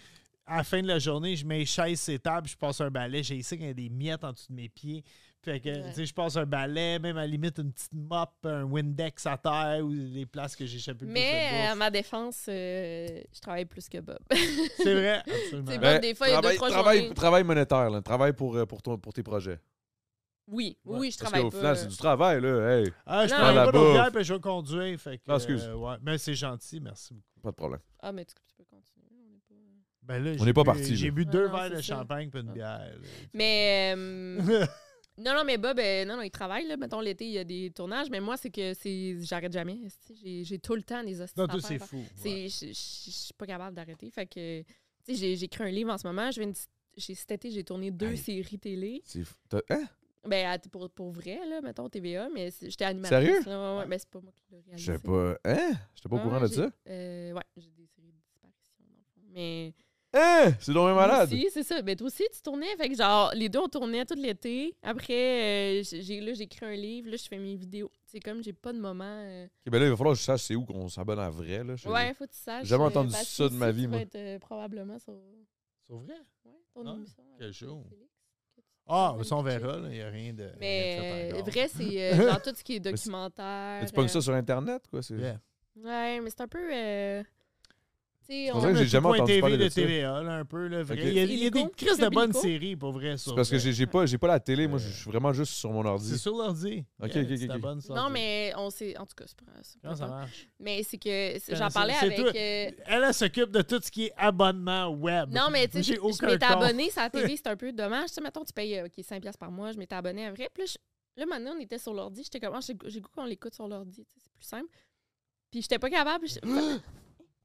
Speaker 2: À la fin de la journée, je mets chaises, ces tables, je passe un balai. J'ai ici qu'il y a des miettes en dessous de mes pieds. Fait que,
Speaker 3: Ouais.
Speaker 2: tu sais, je passe un balai, même à la limite une petite mop, un Windex à terre ou les places que j'échappe le plus de
Speaker 3: Mais euh, à
Speaker 2: bouffe.
Speaker 3: ma défense, euh, je travaille plus que Bob.
Speaker 2: C'est vrai, absolument.
Speaker 1: Ben,
Speaker 3: C'est bon. Bob, des fois, il y a deux,
Speaker 1: travail,
Speaker 3: trois
Speaker 1: travail-
Speaker 3: journées.
Speaker 1: travail monétaire, là. travail pour, euh, pour, ton- pour tes projets.
Speaker 3: Oui,
Speaker 2: Ouais,
Speaker 3: oui, je
Speaker 1: Parce
Speaker 3: travaille
Speaker 1: qu'au
Speaker 3: pas. euh,
Speaker 1: final, c'est du travail. Là. Hey,
Speaker 2: Ah, je
Speaker 3: Non,
Speaker 2: prends
Speaker 1: la
Speaker 2: pas de
Speaker 1: bouffe.
Speaker 2: bière, puis je vais conduire. Fait que,
Speaker 1: Ah, excuse.
Speaker 2: euh, ouais. Mais c'est gentil, merci beaucoup.
Speaker 1: pas de problème.
Speaker 3: Ah, mais tu, tu peux continuer. on est pas-
Speaker 2: Ben là,
Speaker 1: On
Speaker 2: j'ai
Speaker 1: est pas
Speaker 2: bu-
Speaker 1: parti, là.
Speaker 2: J'ai bu
Speaker 3: Ah,
Speaker 2: deux
Speaker 3: non,
Speaker 2: verres
Speaker 3: c'est
Speaker 2: de
Speaker 3: ça.
Speaker 2: champagne puis une
Speaker 3: Ah.
Speaker 2: bière. là.
Speaker 3: Mais. euh, Non, non, mais Bob, euh, non, non, il travaille, là. Mettons, l'été, il y a des tournages, mais moi, c'est que c'est j'arrête jamais. esti. J'ai- J'ai tout le temps des hosties.
Speaker 2: Non,
Speaker 3: d'affaires
Speaker 2: toi, c'est
Speaker 3: à faire.
Speaker 2: fou.
Speaker 3: C'est- Je je- je suis pas capable d'arrêter. Fait que, tu sais, j'ai- j'écris un livre en ce moment. Je viens de- j'ai- Cet été, j'ai tourné deux
Speaker 1: Hey.
Speaker 3: séries télé.
Speaker 1: C'est fou. T'as- Hein?
Speaker 3: Ben, à- pour, pour vrai, là, mettons TVA, mais c'est- j'étais animatrice.
Speaker 1: Sérieux?
Speaker 3: là, ouais, ouais, mais c'est pas moi qui l'ai réalisé.
Speaker 1: Je sais pas. Hein? J'étais pas au
Speaker 3: Ah, Ouais,
Speaker 1: courant de
Speaker 3: j'ai-
Speaker 1: ça.
Speaker 3: euh, ouais, j'ai des séries de disparitions, dans le fond. Mais.
Speaker 1: Hein? C'est donc bien malade.
Speaker 3: Moi aussi, c'est ça. Mais toi aussi, tu tournais. Fait que genre, les deux, on tournait tout l'été. Après, euh, j'ai là, j'écris un livre. Là, je fais mes vidéos. C'est comme, j'ai pas de moment. euh,
Speaker 1: Ok, ben là, il va falloir que je sache c'est où qu'on s'abonne à vrai. Là, je-
Speaker 3: Ouais, faut que tu saches.
Speaker 1: J'ai jamais
Speaker 3: euh,
Speaker 1: entendu
Speaker 3: parce que
Speaker 1: ça de ma
Speaker 3: aussi,
Speaker 1: vie,
Speaker 3: tu vas
Speaker 1: moi.
Speaker 3: être, euh, probablement sur ouais,
Speaker 2: C'est vrai?
Speaker 3: ton
Speaker 2: Ah,
Speaker 3: émission.
Speaker 2: quel
Speaker 3: avec
Speaker 2: show.
Speaker 3: Félix, que tu-
Speaker 2: Ah,
Speaker 3: Ouais,
Speaker 2: ça, on
Speaker 3: check.
Speaker 2: verra. Il n'y a rien de. rien de
Speaker 3: Mais
Speaker 2: fait
Speaker 3: euh,
Speaker 2: encore.
Speaker 3: vrai, c'est euh, genre tout ce qui est
Speaker 1: Mais c'est-
Speaker 3: documentaire.
Speaker 1: Mais tu pognes
Speaker 3: euh,
Speaker 1: ça sur Internet, quoi. c'est-
Speaker 2: Yeah.
Speaker 3: Ouais, mais c'est un peu. euh, Tu sais,
Speaker 1: On
Speaker 3: on.
Speaker 1: dirait que j'ai jamais entendu
Speaker 2: TV
Speaker 1: parler de
Speaker 2: de
Speaker 1: ça.
Speaker 2: TVA, là, un peu. Là, vrai.
Speaker 1: Ok.
Speaker 2: Il y a, il y a des
Speaker 3: Illico?
Speaker 2: crises de
Speaker 3: Club
Speaker 2: bonnes
Speaker 3: Illico?
Speaker 2: séries, pour vrai.
Speaker 1: C'est
Speaker 2: sur-
Speaker 1: parce que j'ai j'ai pas, j'ai pas la télé, moi,
Speaker 2: Euh,
Speaker 1: je je suis vraiment juste sur mon
Speaker 2: C'est
Speaker 1: ordi.
Speaker 2: sur l'ordi.
Speaker 1: Ok,
Speaker 2: Yeah,
Speaker 1: ok, ok,
Speaker 2: tu
Speaker 1: ok.
Speaker 2: t'abonnes sur
Speaker 3: Non,
Speaker 2: l'ordi.
Speaker 3: mais on sait. En tout cas, c'est pas. c'est pas
Speaker 2: Comment ça
Speaker 3: grave.
Speaker 2: marche?
Speaker 3: Mais c'est que c'est-
Speaker 2: Ben,
Speaker 3: j'en
Speaker 2: c'est-
Speaker 3: parlais
Speaker 2: c'est
Speaker 3: avec.
Speaker 2: toi.
Speaker 3: euh,
Speaker 2: Elle, elle s'occupe de tout ce qui est abonnement web.
Speaker 3: Non, mais tu sais,
Speaker 2: J'ai
Speaker 3: je- je
Speaker 2: aucun
Speaker 3: m'étais
Speaker 2: compte.
Speaker 3: abonné sur la TV, c'est un peu dommage. Tu sais, mettons, tu payes euh, ok, 5$ piastres par mois, je m'étais abonné à vrai. Puis là, je- là, maintenant, on était sur l'ordi. J'étais comme, Ah, j'ai j'ai goût qu'on l'écoute sur l'ordi, tu sais, c'est plus simple. Puis j'étais pas capable. je-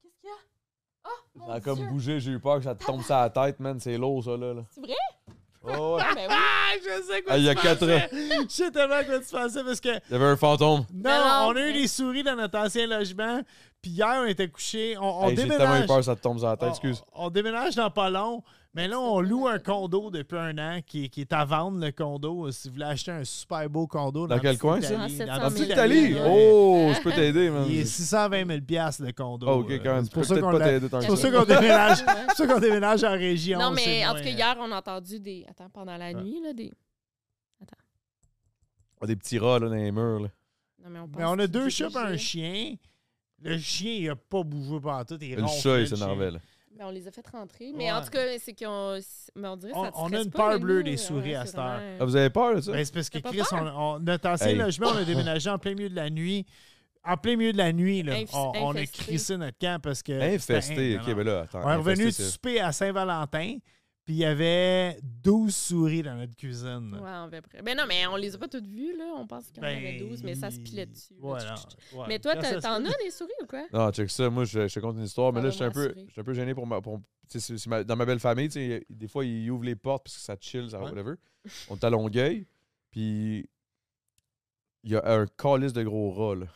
Speaker 3: Qu'est-ce qu'il y a? Oh,
Speaker 1: Ça
Speaker 3: mon
Speaker 1: a comme
Speaker 3: Dieu!
Speaker 1: bougé, j'ai eu peur que ça te tombe sur la tête, man. C'est lourd, ça, là. là.
Speaker 3: C'est vrai?
Speaker 1: Oh, ouais.
Speaker 3: Ah, ben oui.
Speaker 2: Ah, je sais quoi
Speaker 1: Ah, il y a
Speaker 2: tu
Speaker 1: quatre
Speaker 2: pensais. Je sais tellement à quoi tu pensais parce que.
Speaker 1: Il y avait un fantôme.
Speaker 2: Non,
Speaker 3: non,
Speaker 2: on a eu
Speaker 3: mais-
Speaker 2: des souris dans notre ancien logement. Puis hier, on était couchés. On, on
Speaker 1: Hey, j'ai tellement eu
Speaker 2: déménage.
Speaker 1: peur que ça te tombe sur la tête,
Speaker 2: on-
Speaker 1: excuse.
Speaker 2: On, déménage dans pas long, mais là, on loue un condo depuis un an qui, est- qui est à vendre, le condo. Si vous voulez acheter un super beau condo
Speaker 1: Dans
Speaker 2: la
Speaker 1: quel
Speaker 2: petite
Speaker 1: coin, ça?
Speaker 2: Italie, dans
Speaker 3: Ah,
Speaker 2: la
Speaker 1: En
Speaker 2: petite
Speaker 1: petite
Speaker 3: Italie,
Speaker 1: Italie!
Speaker 2: là,
Speaker 1: Oh, je peux t'aider, man.
Speaker 2: Il est 620 000 le condo.
Speaker 1: Ah, ok, quand même.
Speaker 2: C'est pour
Speaker 1: Je
Speaker 2: ça
Speaker 1: peux
Speaker 2: qu'on
Speaker 1: peut-être pas
Speaker 2: l'a-
Speaker 1: t'aider tant que
Speaker 2: c'est
Speaker 1: ça.
Speaker 2: pour ça qu'on déménage. c'est pour ça qu'on déménage en région.
Speaker 3: Non, mais
Speaker 2: c'est
Speaker 3: en tout cas,
Speaker 2: moins- euh.
Speaker 3: hier, on a entendu des. Attends, pendant la nuit, là, des.
Speaker 1: Ah, Des petits rats, là, dans les murs, là.
Speaker 3: Non, mais
Speaker 2: Mais
Speaker 3: on, pense
Speaker 2: on a
Speaker 3: que
Speaker 2: deux chats
Speaker 3: c'est des
Speaker 2: et un
Speaker 3: gilets.
Speaker 2: chien. Le chien, il a pas bougé pendant tout. Il est
Speaker 1: Le
Speaker 2: ronflé,
Speaker 1: chat, il
Speaker 2: chien.
Speaker 1: s'énervait, là.
Speaker 3: Ben, on les a fait rentrer. Mais
Speaker 2: Ouais.
Speaker 3: en tout cas, c'est qu'on. Mais on dirait que
Speaker 2: On-
Speaker 3: ça te
Speaker 2: on a
Speaker 3: stresse
Speaker 2: une
Speaker 3: pas,
Speaker 2: peur
Speaker 3: là,
Speaker 2: bleue
Speaker 3: nous.
Speaker 2: des souris
Speaker 3: Ouais,
Speaker 2: à
Speaker 3: c'est
Speaker 2: cette heure.
Speaker 3: vraiment-
Speaker 1: Ah, vous avez peur, de ça?
Speaker 2: Ben, c'est parce que
Speaker 3: T'as pas
Speaker 2: Chris, on, on- notre ancien
Speaker 1: Hey.
Speaker 2: logement, on a déménagé en plein milieu de la nuit. En plein milieu de la nuit, là,
Speaker 3: Inf-
Speaker 2: on, on a
Speaker 3: infesté.
Speaker 2: crissé notre camp parce que. c'était-
Speaker 1: Infesté.
Speaker 2: non,
Speaker 1: Ok,
Speaker 2: non.
Speaker 1: ben là, attends.
Speaker 2: On est revenu
Speaker 1: infesté, c'est-
Speaker 2: souper à Saint-Valentin, puis il y avait 12 souris dans notre cuisine.
Speaker 3: Ouais, on va près. Ben non, mais on les a pas toutes vues, là. On pense qu'il y en avait 12, mais ça se pilait dessus. là.
Speaker 2: Ben, Voilà.
Speaker 3: Chut, chut, chut.
Speaker 2: Ouais.
Speaker 3: Mais toi,
Speaker 2: Quand
Speaker 3: t'as-
Speaker 2: ça se-
Speaker 3: t'en as des souris ou quoi?
Speaker 1: Non, check ça. Moi, je, je te conte une histoire, mais
Speaker 2: Ah,
Speaker 1: là, je suis un
Speaker 3: Parle-moi,
Speaker 1: peu,
Speaker 3: souris.
Speaker 1: je suis un peu gêné pour ma. Pour, tu sais, c'est- c'est ma- dans ma belle famille, tu sais, des fois, ils ouvrent les portes parce que ça chill, ça
Speaker 2: Ouais.
Speaker 1: whatever. On est à Longueuil, puis il y a un calice de gros rats, là.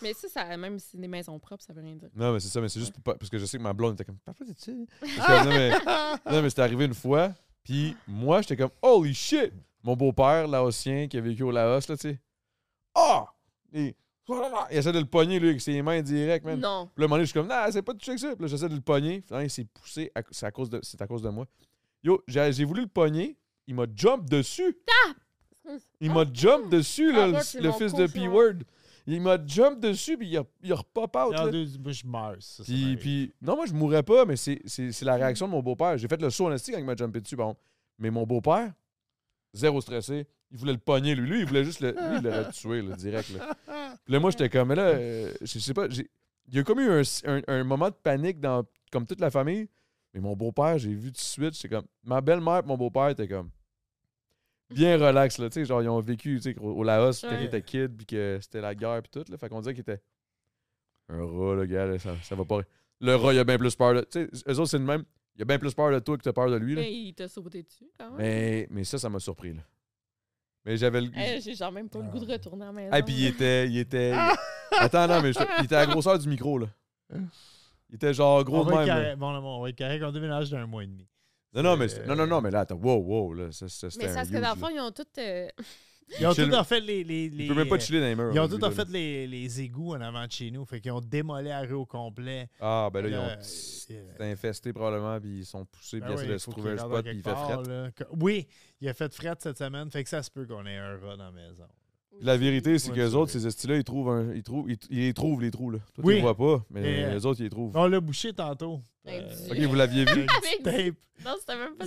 Speaker 3: Mais ça, ça, même si c'est des maisons propres, ça veut rien dire.
Speaker 1: Non, mais c'est ça, mais c'est juste pour pas- parce que je sais que ma blonde était comme, papa, t'es chill. non, mais, non, mais c'était arrivé une fois, puis moi, j'étais comme, holy shit! Mon beau-père, laotien, qui a vécu au Laos, là, tu sais. Ah! Et- Il essaie de le pogner, lui, avec ses mains direct, man.
Speaker 3: Non.
Speaker 1: Puis là, à un moment donné, je suis comme, non, c'est pas touché que ça. Puis là, j'essaie de le pogner. Finalement, il s'est poussé. à- C'est à, cause de- c'est à cause de moi. Yo, j'ai j'ai voulu le pogner. Il m'a jump dessus. Il m'a jump dessus, là,
Speaker 3: Ah,
Speaker 1: le-
Speaker 3: moi, c'est
Speaker 1: le
Speaker 3: mon
Speaker 1: fils de
Speaker 3: cauchemar.
Speaker 1: P-Word. Il m'a jump dessus, puis il a, il a repop out.
Speaker 2: Non,
Speaker 1: là.
Speaker 2: deux- moi, je meurs. ça, ça
Speaker 1: Puis,
Speaker 2: m'arrive.
Speaker 1: puis, non, moi, je mourrais pas, mais c'est- c'est c'est la réaction de mon beau-père. J'ai fait le saut en esti quand il m'a jumpé dessus. Bon. Mais mon beau-père, zéro stressé. Il voulait le pogner, lui. Lui, il voulait juste le. Lui, il l'aurait tué, là, direct. Là. Puis là, moi, j'étais comme, mais là, euh, je sais pas. j'ai- Il y a comme eu un, un- un moment de panique dans comme toute la famille. Mais mon beau-père, j'ai vu tout de suite. J'étais comme. Ma belle-mère et mon beau-père étaient comme. Bien relax, là. Tu sais, genre, ils ont vécu tu sais, au, au Laos quand
Speaker 3: Ouais.
Speaker 1: ils étaient kids, puis que c'était la guerre, puis tout. Là. Fait qu'on disait qu'ils étaient. Un rat, le gars, là, ça, ça va pas. Le rat, il a bien plus peur de. Tu sais, eux autres, c'est le même. Il a bien plus peur de toi que t'as peur de lui, là.
Speaker 3: Mais il t'a sauté dessus, quand même.
Speaker 1: Mais, mais ça, ça m'a surpris, là. Mais j'avais le.
Speaker 3: Eh, J'ai genre même pas le goût de retourner en maison.
Speaker 1: Ben, Ah, puis il
Speaker 3: là.
Speaker 1: était. Il était.
Speaker 2: Ah!
Speaker 1: Attends, non, mais je- il était à la grosseur du micro, là. Il était genre
Speaker 2: Hein? on
Speaker 1: gros de
Speaker 2: va,
Speaker 1: même.
Speaker 2: être
Speaker 1: là.
Speaker 2: carré, bon, là, on va être correct, on déménage d'un mois et demi.
Speaker 1: Non, non, mais, c'est- non, non, non, mais là, attends. Wow, wow, là. Ça, ça, c'était
Speaker 3: Mais
Speaker 1: un
Speaker 3: c'est parce que
Speaker 1: huge,
Speaker 3: dans
Speaker 1: là.
Speaker 3: le fond, ils ont toutes. euh,
Speaker 2: Ils ont
Speaker 1: Chill.
Speaker 2: tout en fait les. les, les euh,
Speaker 1: Il peut même pas chiller hein, dans les murs.
Speaker 2: Ils ont
Speaker 1: là,
Speaker 2: tout
Speaker 1: lui,
Speaker 2: en
Speaker 1: là.
Speaker 2: fait les, les égouts en avant de chez nous. Fait qu'ils ont démolé la rue au complet.
Speaker 1: Ah, ben là, ils
Speaker 2: Là,
Speaker 1: ont. C'était infesté probablement, puis ils sont poussés,
Speaker 2: Ben
Speaker 1: puis ils
Speaker 2: oui,
Speaker 1: essaient de
Speaker 2: il
Speaker 1: se
Speaker 2: faut
Speaker 1: trouver un
Speaker 2: qu'il rentre
Speaker 1: spot, puis il fait
Speaker 2: quelque
Speaker 1: fret.
Speaker 2: part, là. Que- Oui, il a fait fret cette semaine. Fait que ça se peut qu'on ait un rat dans la maison.
Speaker 1: La vérité, c'est
Speaker 2: Ouais,
Speaker 1: que les
Speaker 2: c'est
Speaker 1: autres,
Speaker 2: vrai.
Speaker 1: ces estis-là, ils trouvent un- ils trouvent, ils, ils les trouvent les trous là. Toi,
Speaker 2: Oui.
Speaker 1: tu les vois pas, mais
Speaker 2: Mais,
Speaker 1: les autres, ils les trouvent.
Speaker 2: On l'a bouché tantôt.
Speaker 3: Ben, Dieu.
Speaker 1: Ok, vous l'aviez vu?
Speaker 2: avec du tape.
Speaker 3: Non, c'était même pas.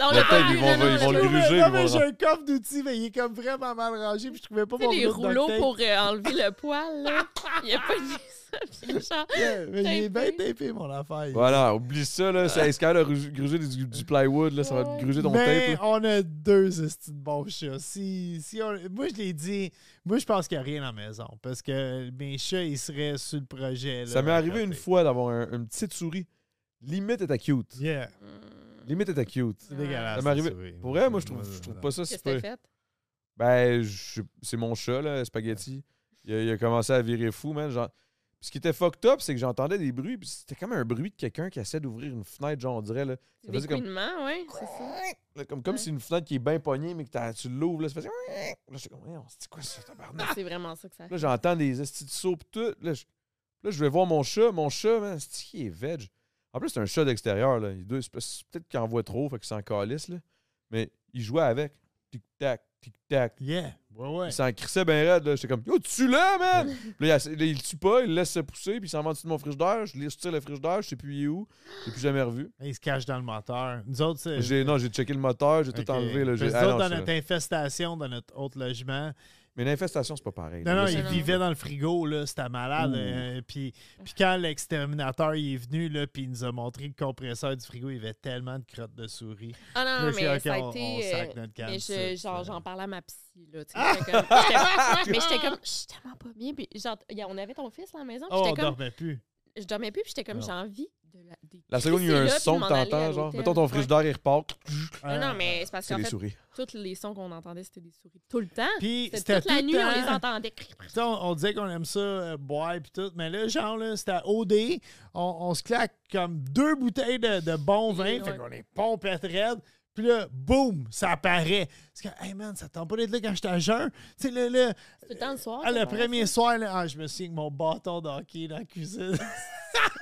Speaker 3: On
Speaker 1: La
Speaker 3: l'a
Speaker 1: tête,
Speaker 3: pas
Speaker 1: ils
Speaker 3: vu,
Speaker 1: vont-
Speaker 3: non, non,
Speaker 1: ils
Speaker 3: je
Speaker 1: vont le
Speaker 3: l'ai
Speaker 2: Non, mais-
Speaker 1: gruger,
Speaker 2: non,
Speaker 1: ils
Speaker 2: mais
Speaker 1: vont-
Speaker 2: j'ai un coffre d'outils, mais il est comme vraiment mal rangé, puis je trouvais pas
Speaker 3: Tu sais,
Speaker 2: mon
Speaker 3: les
Speaker 2: bout de
Speaker 3: rouleaux
Speaker 2: tape.
Speaker 3: pour euh, enlever le poil, là. Il a pas dit ça, puis genre.
Speaker 2: Yeah, mais j'ai bien
Speaker 3: Tapé.
Speaker 2: tapé mon affaire.
Speaker 1: Voilà, oublie ça, là. Ça c'est quand même de gruger du, du plywood, là. Ça va te gruger ton
Speaker 2: mais
Speaker 1: tape. là.
Speaker 2: on a deux estis de bons chats. Si, si on- moi, je l'ai dit, moi, je pense qu'il n'y a rien en maison parce que mes chats, ils seraient sur le projet. là,
Speaker 1: Ça m'est
Speaker 2: à
Speaker 1: arrivé
Speaker 2: côté.
Speaker 1: une fois d'avoir un- une petite souris. Limite, elle était cute.
Speaker 2: Yeah.
Speaker 3: hum,
Speaker 1: Limite, elle était cute.
Speaker 2: C'est dégueulasse.
Speaker 1: Ça m'est arrivé.
Speaker 2: cette souris.
Speaker 1: Pour vrai, moi, je trouve, je trouve pas ça
Speaker 3: Qu'est-ce que t'as
Speaker 1: super.
Speaker 3: fait?
Speaker 1: Ben, je- c'est mon chat, là, Spaghetti. Il a, il a commencé à virer fou, man. Genre... Puis Ce qui était fucked up, c'est que j'entendais des bruits, puis c'était comme un bruit de quelqu'un qui essaie d'ouvrir une fenêtre, genre, on dirait, là.
Speaker 3: C'est
Speaker 1: faisait
Speaker 3: Des
Speaker 1: comme-
Speaker 3: couinements, ouais, c'est ça.
Speaker 1: Là, comme comme
Speaker 3: Ouais.
Speaker 1: c'est une fenêtre qui est bien pognée, mais que t'as- tu l'ouvres, là, ça fait... Là, je suis comme, Voyons, c'est quoi ça, tabarnak?
Speaker 3: C'est vraiment ça que ça fait.
Speaker 1: Là, j'entends des estis de sauts pis tout. Là je, là, je vais voir mon chat. Mon chat, man, c'est qui est veg. En plus, c'est un chat d'extérieur. là. Il doit- c'est Peut-être qu'il en voit trop, fait qu'il s'en calisse. Là. Mais il jouait avec. Tic-tac, tic-tac.
Speaker 2: Yeah. Ouais, ouais.
Speaker 1: Il s'en crissait bien raide. là. J'étais comme, yo, tu là, man! Puis là, il, essa- là, il le tue pas, il le laisse se pousser, puis il s'en va en dessous de mon frigidaire. Je tire le frigidaire, je sais plus il est où. Je l'ai plus jamais revu.
Speaker 2: Il se cache dans le moteur. Nous autres, c'est.
Speaker 1: J'ai- Non, j'ai checké le moteur, j'ai
Speaker 2: Ok.
Speaker 1: tout enlevé. Là,
Speaker 2: Parce que
Speaker 1: j'ai,
Speaker 2: nous
Speaker 1: ah, non,
Speaker 2: autres, dans
Speaker 1: je-
Speaker 2: notre infestation, dans notre autre logement.
Speaker 1: Mais l'infestation, c'est pas pareil.
Speaker 2: Non,
Speaker 1: là.
Speaker 2: non,
Speaker 1: Là,
Speaker 2: il
Speaker 1: c'est-
Speaker 2: vivait dans le frigo, là. C'était malade.
Speaker 1: Ouh.
Speaker 2: euh, puis, puis quand l'exterminateur il est venu, là, puis il nous a montré le compresseur du frigo, il y avait tellement de crottes de souris.
Speaker 3: Ah non,
Speaker 2: Là,
Speaker 3: non,
Speaker 2: c'est,
Speaker 3: mais
Speaker 2: ok,
Speaker 3: ça a
Speaker 2: on- on
Speaker 3: été. euh,
Speaker 2: sac notre canne,
Speaker 3: Mais
Speaker 2: ça,
Speaker 3: je, genre,
Speaker 2: ça. Ah!
Speaker 3: j'en parlais à ma psy, là. tu sais, j'étais comme- j'étais- mais j'étais comme, je suis tellement pas bien. Puis, genre, il y a- on avait ton fils là, à la maison. puis
Speaker 2: Oh, on
Speaker 3: j'étais comme,
Speaker 2: dormait plus.
Speaker 3: je dormais plus, puis j'étais comme,
Speaker 2: Non.
Speaker 3: j'ai envie de la. des-
Speaker 1: La seconde, il y a un
Speaker 3: là, puis
Speaker 1: son
Speaker 3: m'en
Speaker 1: que
Speaker 3: aller à
Speaker 1: t'entends, genre.
Speaker 3: l'hôtel.
Speaker 1: Mettons ton
Speaker 3: Ouais.
Speaker 1: frigidaire, il repart.
Speaker 3: Ah Non,
Speaker 2: Euh,
Speaker 3: non, mais c'est parce
Speaker 1: C'est
Speaker 3: qu'en
Speaker 1: les
Speaker 3: fait,
Speaker 1: souris.
Speaker 3: tous les sons qu'on entendait, c'était des souris. Tout le temps.
Speaker 2: Puis
Speaker 3: C'était toute
Speaker 2: tout
Speaker 3: la
Speaker 2: le
Speaker 3: nuit, on les
Speaker 2: temps-
Speaker 3: entendait.
Speaker 2: Tu sais, on, on disait qu'on aime ça, euh, boire puis tout, mais là, genre, là, c'était à OD, on, on se claque comme deux bouteilles de, de bon vin,
Speaker 3: Ouais.
Speaker 2: fait qu'on est pompette raide, puis là, boum, ça apparaît. C'est que, hey man, ça tombe pas d'être là quand j'étais à jeun. Tu sais, là, là,
Speaker 3: Tout le temps le soir.
Speaker 2: ah, le
Speaker 3: c'est bon,
Speaker 2: premier
Speaker 3: ça.
Speaker 2: soir, là, ah, je me suis avec mon bâton d'hockey dans la cuisine.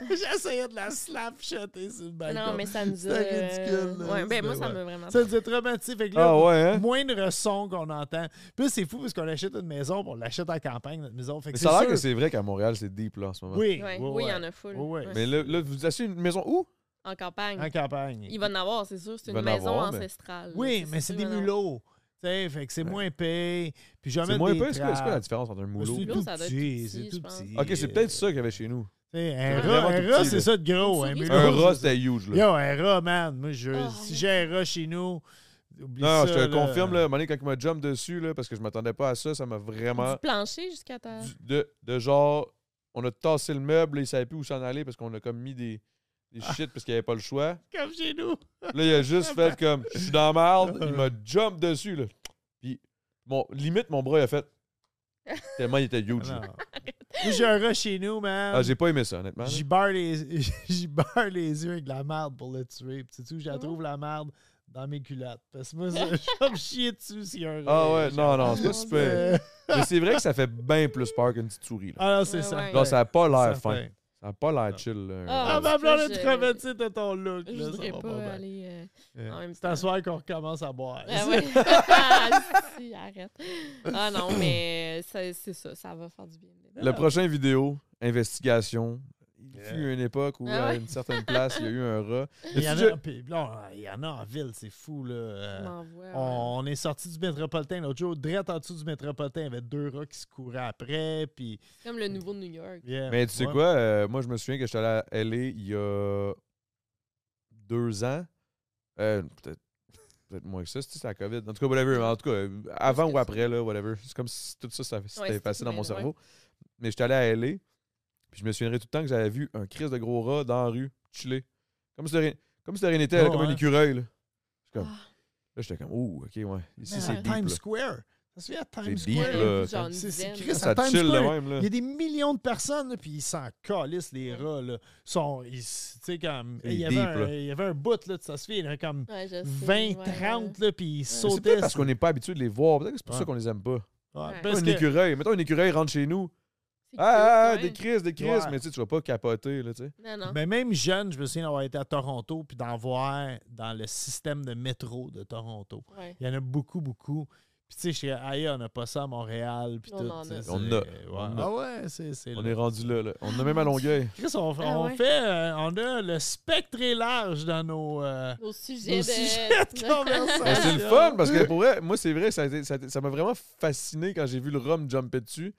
Speaker 2: J'essayais de la slap shotter sur le balcon.
Speaker 3: Non, mais ça nous a.
Speaker 2: C'était ridicule, là.
Speaker 3: Ouais, ben moi,
Speaker 2: C'était-
Speaker 3: ça
Speaker 2: ouais.
Speaker 3: m'a vraiment.
Speaker 2: Ça nous a traumatisé. Fait que là,
Speaker 1: Ah ouais, hein?
Speaker 2: moindre son qu'on entend. Puis là, c'est fou parce qu'on achète une maison, puis on l'achète en campagne, notre maison. Fait que
Speaker 1: Mais ça a
Speaker 2: sûr.
Speaker 1: l'air que c'est vrai qu'à Montréal, c'est deep là en ce moment.
Speaker 2: Oui,
Speaker 3: Ouais,
Speaker 2: oui,
Speaker 3: Oui, il y
Speaker 2: ouais.
Speaker 3: en a full.
Speaker 2: Ouais, ouais.
Speaker 3: Ouais.
Speaker 1: Mais là, là, vous achetez une maison où?
Speaker 3: En campagne.
Speaker 2: En campagne.
Speaker 3: Il va en avoir, c'est sûr. C'est
Speaker 1: Il va
Speaker 3: une
Speaker 1: en
Speaker 3: maison
Speaker 1: avoir, mais-
Speaker 3: ancestrale.
Speaker 2: Oui,
Speaker 3: là,
Speaker 2: mais c'est
Speaker 3: sûr,
Speaker 2: des
Speaker 3: il va en avoir.
Speaker 2: mulots. Tu sais, fait que c'est
Speaker 1: Ouais.
Speaker 2: moins épais. Puis jamais
Speaker 1: C'est moins
Speaker 2: des
Speaker 1: peu. C'est quoi, c'est quoi la
Speaker 2: trappes.
Speaker 1: différence entre un
Speaker 2: C'est
Speaker 1: moulot?
Speaker 3: Mulot,
Speaker 2: tout
Speaker 3: ça doit être
Speaker 2: petit,
Speaker 3: tout
Speaker 2: c'est
Speaker 3: petit,
Speaker 2: tout
Speaker 3: je pense.
Speaker 2: petit.
Speaker 1: Ok, c'est peut-être ça qu'il y avait chez nous.
Speaker 2: Tu sais, Un
Speaker 3: C'est
Speaker 2: rat,
Speaker 1: vraiment
Speaker 2: un
Speaker 1: tout
Speaker 2: rat,
Speaker 1: petit,
Speaker 2: c'est
Speaker 1: là.
Speaker 2: ça de gros. Un
Speaker 3: Une souris,
Speaker 2: mulot.
Speaker 3: c'est
Speaker 1: Un
Speaker 3: gros,
Speaker 1: rat, c'était huge là.
Speaker 2: Yo, un rat, man. Moi, je,
Speaker 3: Ah,
Speaker 2: si
Speaker 3: ouais.
Speaker 2: j'ai un rat chez nous, oublie
Speaker 1: Non,
Speaker 2: ça.
Speaker 1: je te
Speaker 2: là.
Speaker 1: le confirme, là, à un moment donné, quand il m'a jump dessus, là, parce que je m'attendais pas à ça, ça m'a vraiment.
Speaker 3: Du plancher jusqu'à ta.
Speaker 1: du- de, de genre, on a tassé le meuble, il savait plus où s'en aller parce qu'on a comme mis des, des shit parce qu'il avait pas le choix.
Speaker 2: Comme chez nous.
Speaker 1: Là, il a juste fait comme, je suis dans la merde, il m'a jump dessus, là. Puis, mon, limite, mon bras, il a fait. Tellement il était huge.
Speaker 2: Ah Non.
Speaker 1: là.
Speaker 2: Moi, j'ai un rat chez nous, man.
Speaker 1: Ah, j'ai pas aimé ça, honnêtement. là.
Speaker 2: J'y barre les, j'y barre les yeux avec de la merde pour le tuer. Puis sais-tu où je
Speaker 3: Ah
Speaker 2: la trouve, la merde? Dans mes culottes. Parce que moi, ça- je vais me chier dessus s'il y a un rat.
Speaker 1: Ah ouais, non, non, c'est
Speaker 3: Mon
Speaker 1: pas super.
Speaker 2: Euh,
Speaker 1: Mais c'est vrai que ça fait bien plus peur qu'une petite souris. Là.
Speaker 2: Ah non, c'est
Speaker 3: Ouais,
Speaker 2: ça.
Speaker 3: ouais.
Speaker 1: Genre, ça a pas
Speaker 2: Ça
Speaker 1: l'air
Speaker 2: fait.
Speaker 1: fin. Ça a pas l'air chill. là.
Speaker 3: Ah,
Speaker 2: Ah,
Speaker 3: ouais.
Speaker 2: ma blonde
Speaker 3: Je-
Speaker 2: est traumatisée de ton look.
Speaker 3: Je
Speaker 2: là, ça
Speaker 3: voudrais
Speaker 2: va
Speaker 3: pas,
Speaker 2: bien.
Speaker 3: aller. euh,
Speaker 2: Euh,
Speaker 3: en même
Speaker 2: C'est à
Speaker 3: temps.
Speaker 2: soir qu'on recommence à boire.
Speaker 3: Ah ouais. Ah, si, arrête. Ah non, mais ça- c'est ça, ça va faire du bien.
Speaker 2: Euh,
Speaker 1: Le prochain vidéo, investigation. Il
Speaker 2: Yeah.
Speaker 1: fut une époque où,
Speaker 3: Ah
Speaker 1: à
Speaker 3: ouais.
Speaker 1: une certaine place, il y a eu un rat.
Speaker 2: Il y, en
Speaker 1: As-tu déjà-
Speaker 2: a, puis là, on- il y en a en ville, c'est fou. Là.
Speaker 3: On
Speaker 2: Euh,
Speaker 3: en voit, ouais.
Speaker 2: On est sorti du métropolitain l'autre jour, direct en dessous du métropolitain, il y avait deux rats qui se couraient après. Puis,
Speaker 3: C'est Comme le nouveau de New York.
Speaker 2: yeah.
Speaker 1: Mais tu sais
Speaker 2: Ouais.
Speaker 1: quoi, euh, moi je me souviens que j'étais allé à LA il y a deux ans. Euh, peut-être peut-être moins que ça, c'est la COVID. En tout cas, whatever. En tout cas, euh, avant
Speaker 3: que
Speaker 1: ou
Speaker 3: ça.
Speaker 1: après, là, whatever. C'est comme si tout ça, ça c'était
Speaker 3: c'est
Speaker 1: effacé dans mon
Speaker 3: tout, mais ouais.
Speaker 1: cerveau. Mais j'étais allé à LA, puis je me souviendrai tout le temps que j'avais vu un crise de gros rat dans la rue, chiller. Comme si de rien, comme si de rien n'était, là,
Speaker 2: Ah
Speaker 1: comme un
Speaker 2: ouais.
Speaker 1: écureuil. Là, Comme-
Speaker 3: Ah,
Speaker 1: Là, j'étais comme, oh, ok, ouais. Ici,
Speaker 2: Mais
Speaker 1: c'est
Speaker 2: à
Speaker 1: deep. là.
Speaker 2: Times Square. Ça se fait à Times
Speaker 1: C'est deep,
Speaker 2: Square.
Speaker 1: là.
Speaker 3: genre une
Speaker 2: C'est- c'est
Speaker 3: dizaine.
Speaker 2: Chris.
Speaker 1: Ça
Speaker 2: à Times
Speaker 1: chill de
Speaker 2: Square,
Speaker 1: même. Là.
Speaker 2: Il y a des millions de personnes, là, puis ils s'en calissent, les rats. Là. Ils Sont, ils- tu sais, comme,
Speaker 1: C'est
Speaker 2: il, y avait
Speaker 1: deep,
Speaker 2: un,
Speaker 1: là.
Speaker 2: il y avait un bout, là, de ça se fait, il y en a comme
Speaker 3: Ah, Ouais, je sais,
Speaker 2: 20,
Speaker 3: ouais.
Speaker 2: 30, là, puis ils
Speaker 1: Mais C'est
Speaker 2: sautaient.
Speaker 1: peut-être parce qu'on n'est pas habitué de les voir. Peut-être que c'est pour ça
Speaker 2: Ouais.
Speaker 1: qu'on les aime pas.
Speaker 2: Ouais,
Speaker 3: Ouais.
Speaker 2: parce
Speaker 1: un
Speaker 2: que-
Speaker 1: écureuil. Mettons, un écureuil rentre chez nous.
Speaker 3: C'est
Speaker 1: Ah, ah,
Speaker 3: cute,
Speaker 1: des
Speaker 3: ouais.
Speaker 1: crises, des crises.
Speaker 2: Ouais.
Speaker 1: Mais tu sais, tu vas pas capoter, là, tu sais.
Speaker 3: Non, non.
Speaker 2: Mais même jeune, je me souviens d'avoir été à Toronto puis d'en voir dans le système de métro de Toronto.
Speaker 3: Ouais.
Speaker 2: Il y en a beaucoup, beaucoup. Puis tu sais, je suis aïe, on n'a pas ça à Montréal. Puis
Speaker 3: On
Speaker 2: tout,
Speaker 3: en a.
Speaker 2: tu sais,
Speaker 1: On
Speaker 2: c'est-
Speaker 1: a.
Speaker 2: ouais.
Speaker 1: On a.
Speaker 2: Ah ouais, c'est. c'est
Speaker 1: On
Speaker 2: là.
Speaker 1: est rendu là, là. On a même à Longueuil.
Speaker 2: Chris, on,
Speaker 3: Ah
Speaker 2: on
Speaker 3: ouais.
Speaker 2: fait. euh, on a le spectre est large dans nos. euh,
Speaker 3: Au sujet
Speaker 2: Au
Speaker 3: de.
Speaker 2: sujet de conversation. Euh,
Speaker 1: Mais c'est le fun parce que pour vrai, moi, c'est vrai, ça a été- ça a été- ça m'a vraiment fasciné quand j'ai vu le rhum jumper dessus.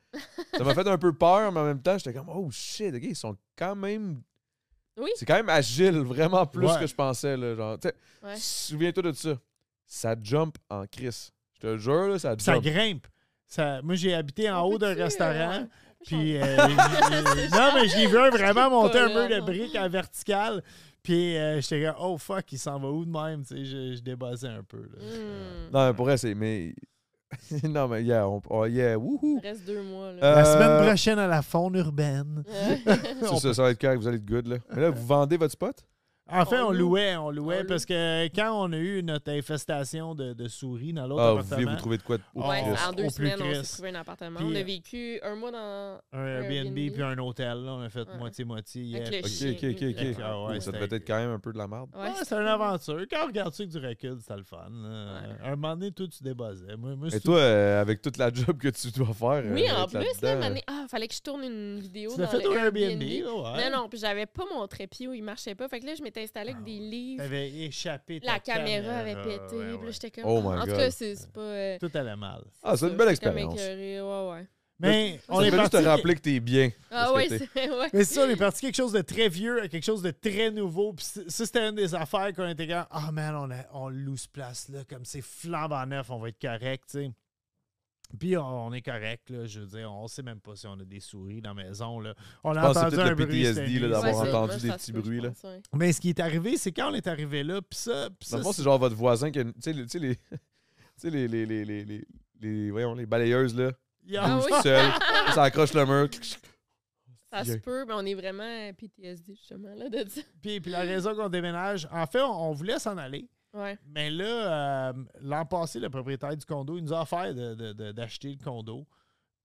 Speaker 1: Ça m'a fait un peu peur, mais en même temps, j'étais comme, oh shit, ok, ils sont quand même.
Speaker 3: Oui.
Speaker 1: C'est quand même agile, vraiment plus
Speaker 2: Ouais.
Speaker 1: que je pensais, là. Genre, tu sais,
Speaker 3: Ouais.
Speaker 1: souviens-toi de ça. Ça jump en crise. Je te le jure, là, ça
Speaker 2: Puis ça
Speaker 1: jump.
Speaker 2: grimpe. Ça, moi, j'ai habité en
Speaker 3: On
Speaker 2: haut d'un
Speaker 3: peut-tu, euh,
Speaker 2: restaurant.
Speaker 3: ouais,
Speaker 2: Puis, euh, j'ai- j'ai- non, mais j'ai vu un vraiment monter un peu de briques à verticale. Puis euh, j'étais comme, oh fuck, il s'en va où de même? Tu sais, je, je débossais un peu. là. Euh,
Speaker 3: Hmm.
Speaker 1: Non, mais pour vrai, c'est. Mais. non, mais yeah, on... oh, yeah,
Speaker 3: Il
Speaker 1: wouhou!
Speaker 3: reste deux mois. Là.
Speaker 2: La
Speaker 1: Euh,
Speaker 2: semaine prochaine à la faune urbaine.
Speaker 1: C'est ça, ça va être correct, vous allez être good, là. Mais là, vous vendez votre spot?
Speaker 2: En fait,
Speaker 3: On
Speaker 2: on,
Speaker 3: loue.
Speaker 2: louait, on louait,
Speaker 3: Oh. On
Speaker 2: parce que quand on a eu notre infestation de, de souris dans l'autre
Speaker 1: Ah, vous voulez
Speaker 2: appartement,
Speaker 1: vous trouver de quoi de au
Speaker 2: Oh,
Speaker 3: ouais,
Speaker 1: Christ.
Speaker 3: en deux
Speaker 2: au plus
Speaker 3: semaines, on
Speaker 2: Christ.
Speaker 3: s'est trouvé un appartement.
Speaker 2: Puis,
Speaker 3: on a
Speaker 2: euh,
Speaker 3: vécu un mois dans.
Speaker 2: un Airbnb,
Speaker 3: Airbnb.
Speaker 2: puis un hôtel, là, on a fait
Speaker 3: Ouais.
Speaker 2: moitié-moitié.
Speaker 3: Avec
Speaker 2: yeah.
Speaker 3: le
Speaker 1: Ok,
Speaker 3: chien.
Speaker 1: ok, ok, ok.
Speaker 3: puis-
Speaker 2: Ah ouais,
Speaker 1: Mais ça
Speaker 2: c'était-
Speaker 1: devait être quand même un peu de la merde.
Speaker 3: Ouais,
Speaker 2: Ouais, c'est une aventure. Quand on regarde ça avec du recul, c'était le fun. là.
Speaker 3: Ouais.
Speaker 2: Un moment donné, tout, tu débossais. Moi, moi,
Speaker 1: Et
Speaker 2: c'est-
Speaker 1: toi, euh, avec toute la job que tu dois faire.
Speaker 3: Oui,
Speaker 1: euh,
Speaker 3: en
Speaker 1: être là-dedans,
Speaker 3: plus, là,
Speaker 1: euh,
Speaker 3: mané... ah, fallait que je tourne une vidéo
Speaker 2: tu
Speaker 3: dans
Speaker 2: l'as fait
Speaker 3: le
Speaker 2: au Airbnb.
Speaker 3: Airbnb.
Speaker 2: là, ouais.
Speaker 3: Non, non, puis j'avais pas mon trépied où il marchait pas. Fait que là, je m'étais installée
Speaker 1: Ah
Speaker 3: avec des livres.
Speaker 2: T'avais échappé. ta
Speaker 3: La caméra avait pété.
Speaker 2: ouais,
Speaker 3: Puis
Speaker 2: ouais.
Speaker 3: là, j'étais comme.
Speaker 1: Oh my
Speaker 3: en tout
Speaker 1: God.
Speaker 3: cas, c'est c'est pas. euh,
Speaker 2: Tout allait mal.
Speaker 1: Ah, c'est
Speaker 3: ça,
Speaker 1: une belle
Speaker 3: j'étais comme
Speaker 1: expérience. Ça
Speaker 3: écœurée, Ouais, ouais.
Speaker 2: Mais on
Speaker 1: fait
Speaker 2: est
Speaker 1: juste
Speaker 2: parti.
Speaker 1: te rappeler que t'es bien.
Speaker 3: Ah,
Speaker 1: Parce que
Speaker 3: ouais,
Speaker 1: t'es-
Speaker 3: c'est ouais.
Speaker 2: Mais c'est ça, on est parti quelque chose de très vieux à quelque chose de très nouveau. Puis c'est- ça, c'était une des affaires qu'on était comme Ah man, on, a- on loue ce place-là, comme c'est flambant neuf, on va être correct, tu sais. Puis on, on est correct, là, je veux dire, on sait même pas si on a des souris dans la maison. Là. On
Speaker 1: Je
Speaker 2: a
Speaker 1: pense que c'est
Speaker 2: entendu
Speaker 1: peut-être
Speaker 2: un
Speaker 1: le
Speaker 2: bruit.
Speaker 1: PTSD, là,
Speaker 2: c'était une-
Speaker 1: d'avoir
Speaker 3: Ouais, ça,
Speaker 1: entendu
Speaker 3: moi,
Speaker 1: des
Speaker 3: ça se
Speaker 1: petits
Speaker 3: peut, je
Speaker 1: bruits, là.
Speaker 3: pense, ouais.
Speaker 2: Mais ce qui est arrivé, c'est quand on est arrivé là, puis ça, puis
Speaker 1: Dans
Speaker 2: ça.
Speaker 1: le fond, c'est
Speaker 2: c'est-
Speaker 1: genre votre voisin qui a une- Tu sais, les- tu sais, les. Tu sais, les. les, les, les, les- les- voyons, les balayeuses, là.
Speaker 2: Yeah.
Speaker 3: oui.
Speaker 1: Tout seul. ça accroche le mur.
Speaker 3: Ça se
Speaker 1: Vieille.
Speaker 3: peut, mais on est vraiment PTSD, justement, là, de ça.
Speaker 2: Puis, puis la raison qu'on déménage, en fait, on, on voulait s'en aller.
Speaker 3: Ouais.
Speaker 2: Mais là, euh, l'an passé, le propriétaire du condo, il nous a offert de- de- de- d'acheter le condo.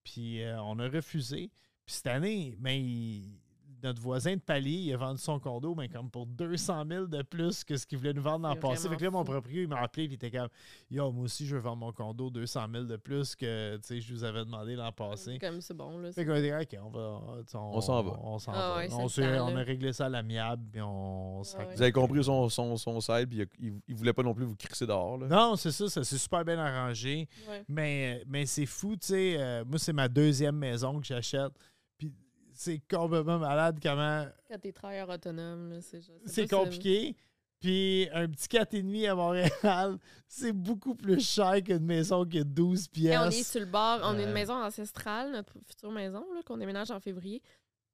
Speaker 2: Puis euh, on a refusé. Puis cette année, ben, il- notre voisin de palier, il a vendu son condo, mais comme pour 200 000 de plus que ce qu'il voulait nous vendre l'an
Speaker 3: C'est
Speaker 2: passé. Fait que là,
Speaker 3: vraiment
Speaker 2: mon
Speaker 3: fou.
Speaker 2: propriétaire, il m'a appelé, puis il était comme Yo, moi aussi, je veux vendre mon condo 200 000 de plus que tu sais, je vous avais demandé l'an passé.
Speaker 3: Comme c'est bon, là.
Speaker 2: Fait qu'on a dit, OK, on va. tu sais,
Speaker 1: On s'en va.
Speaker 2: On, s'en
Speaker 3: Ah
Speaker 2: va.
Speaker 3: ouais, c'est
Speaker 2: on,
Speaker 3: le
Speaker 2: s'est-
Speaker 3: temps,
Speaker 2: on
Speaker 3: là. Ah
Speaker 2: a réglé ça à l'amiable, puis on s'en-
Speaker 3: Ouais.
Speaker 1: Vous avez compris son, son, son side, puis il, a- il- il voulait pas non plus vous crisser dehors, là.
Speaker 2: Non, c'est ça, ça s'est super bien arrangé.
Speaker 3: Ouais.
Speaker 2: Mais, mais c'est fou, tu sais. euh, moi, c'est ma deuxième maison que j'achète. Puis c'est complètement malade comment
Speaker 3: Quand t'es travailleur autonome, là, c'est juste-
Speaker 2: c'est
Speaker 3: pas si-
Speaker 2: compliqué. Puis un petit 4,5 à Montréal, c'est beaucoup plus cher qu'une maison qui a 12 pièces.
Speaker 3: Hey, on est sur le bord, on a
Speaker 2: Euh.
Speaker 3: une maison ancestrale, notre future maison, là, qu'on déménage en février.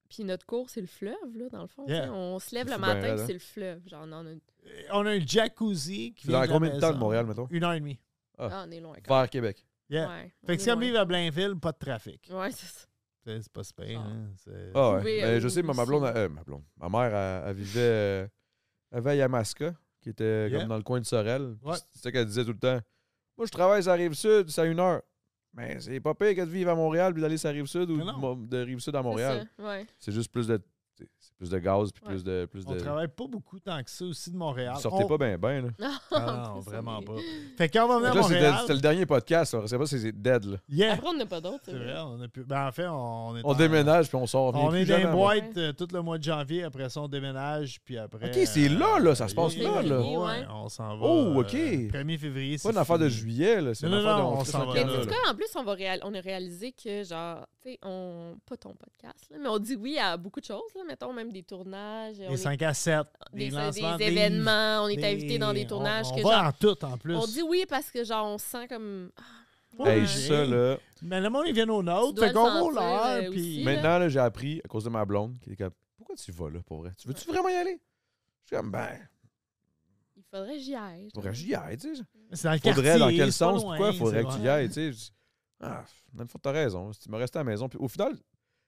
Speaker 3: Puis notre cours, c'est le fleuve, là, dans le fond.
Speaker 2: Yeah.
Speaker 3: tu sais. On se lève
Speaker 1: C'est bien
Speaker 3: le matin,
Speaker 1: raide,
Speaker 3: puis
Speaker 1: hein.
Speaker 3: c'est le fleuve. Genre, non, on, a une-
Speaker 2: On a un jacuzzi qui
Speaker 1: Dans
Speaker 2: vient de la
Speaker 1: combien de temps de
Speaker 2: maison.
Speaker 1: Montréal, mettons?
Speaker 2: Une heure et demie.
Speaker 1: Ah.
Speaker 3: ah, on est loin. Quand.
Speaker 1: Vers Québec.
Speaker 2: Yeah.
Speaker 3: Ouais,
Speaker 2: Fait que
Speaker 3: on
Speaker 2: si
Speaker 3: est
Speaker 2: on
Speaker 3: loin.
Speaker 2: vivre à Blainville, pas de trafic.
Speaker 3: Ouais, c'est ça.
Speaker 2: C'est c'est pas hein, super.
Speaker 3: Ah.
Speaker 1: Ah ouais.
Speaker 3: pouvez,
Speaker 1: Ben,
Speaker 3: euh,
Speaker 1: je sais, ma ma
Speaker 3: aussi.
Speaker 1: blonde, euh, ma blonde, ma mère, elle, elle vivait, euh, elle vivait à Yamaska, qui était
Speaker 2: Yeah.
Speaker 1: comme dans le coin de Sorel. Puis
Speaker 2: Ouais.
Speaker 1: C'est ça qu'elle disait tout le temps. Moi, je travaille sur la Rive-Sud, c'est à une heure. Mais c'est pas pire que de vivre à Montréal puis d'aller sur la Rive-Sud ou
Speaker 2: Mais non.
Speaker 1: de Mo- de Rive-Sud à Montréal.
Speaker 3: C'est ça, ouais.
Speaker 1: C'est juste plus de c'est plus de gaz puis
Speaker 3: Ouais.
Speaker 1: plus de... Plus
Speaker 2: On
Speaker 1: de...
Speaker 2: travaille pas beaucoup tant que ça aussi de Montréal.
Speaker 1: Vous sortez
Speaker 2: On-
Speaker 1: pas bien, bien.
Speaker 3: Non,
Speaker 2: Ah
Speaker 3: en
Speaker 2: non,
Speaker 3: plus,
Speaker 2: vraiment
Speaker 3: on est-
Speaker 2: pas. Fait que quand on va venir à
Speaker 1: Là, c'était-
Speaker 2: Montréal,
Speaker 1: c'était le dernier podcast, on sait pas si c'est dead. Là.
Speaker 2: yeah,
Speaker 3: Après, on n'a pas d'autres.
Speaker 2: c'est vrai, on a pu- ben, en fait, on est
Speaker 1: On
Speaker 2: en-
Speaker 1: déménage puis on sort. vient
Speaker 2: On
Speaker 1: plus
Speaker 2: est dans
Speaker 1: jamais
Speaker 2: les
Speaker 1: à
Speaker 2: boîtes euh, tout le mois de janvier, après ça on déménage, puis après... euh,
Speaker 1: Ok, c'est là, là, ça se passe
Speaker 2: oui,
Speaker 3: là, là.
Speaker 2: oui,
Speaker 3: Ouais.
Speaker 2: on s'en va.
Speaker 1: Oh,
Speaker 2: euh,
Speaker 1: ok.
Speaker 2: 1er février, c'est
Speaker 1: Pas une affaire de
Speaker 2: fini.
Speaker 1: juillet, là. C'est
Speaker 2: Non,
Speaker 1: une
Speaker 2: non,
Speaker 1: affaire
Speaker 2: non,
Speaker 1: de
Speaker 2: on
Speaker 1: crisse
Speaker 2: s'en
Speaker 1: un
Speaker 2: va.
Speaker 3: Mais
Speaker 1: camp,
Speaker 2: Là,
Speaker 3: tu
Speaker 1: là.
Speaker 3: en plus, on, va réal- on a réalisé que, genre, tu sais, on. Pas ton podcast, là, mais on dit oui à beaucoup de choses, là, mettons, même des tournages. on
Speaker 2: Des
Speaker 3: est-
Speaker 2: 5 à 7,
Speaker 3: des,
Speaker 2: des,
Speaker 3: des
Speaker 2: lancements, des-
Speaker 3: événements, on est
Speaker 2: des-
Speaker 3: invité dans des tournages.
Speaker 2: On, on
Speaker 3: que
Speaker 2: va
Speaker 3: genre,
Speaker 2: en tout, en plus.
Speaker 3: on dit oui parce que, genre, on se sent comme. ah,
Speaker 2: Pas
Speaker 1: Hey,
Speaker 2: obligé.
Speaker 1: ça, là.
Speaker 2: Mais le monde, ils viennent au
Speaker 3: Tu
Speaker 2: nôtre,
Speaker 3: dois
Speaker 2: fait
Speaker 3: le
Speaker 2: qu'on va au
Speaker 3: sentir,
Speaker 2: leur,
Speaker 3: euh,
Speaker 2: puis...
Speaker 3: aussi. là.
Speaker 1: Maintenant, là, j'ai appris à cause de ma blonde qui est comme Pourquoi tu vas là pour vrai? Tu veux-tu vraiment y aller? Je suis comme ben,
Speaker 3: il faudrait que j'y aille.
Speaker 1: faudrait que j'y aille, tu sais.
Speaker 2: C'est dans le
Speaker 1: Faudrait
Speaker 2: quartier,
Speaker 1: dans quel
Speaker 2: c'est pas
Speaker 1: sens?
Speaker 2: loin,
Speaker 1: pourquoi faudrait
Speaker 2: c'est
Speaker 1: que tu y
Speaker 2: vrai.
Speaker 1: ailles, tu sais? Ah, même fois, t'as raison. Si tu me restais à la maison. Puis au final,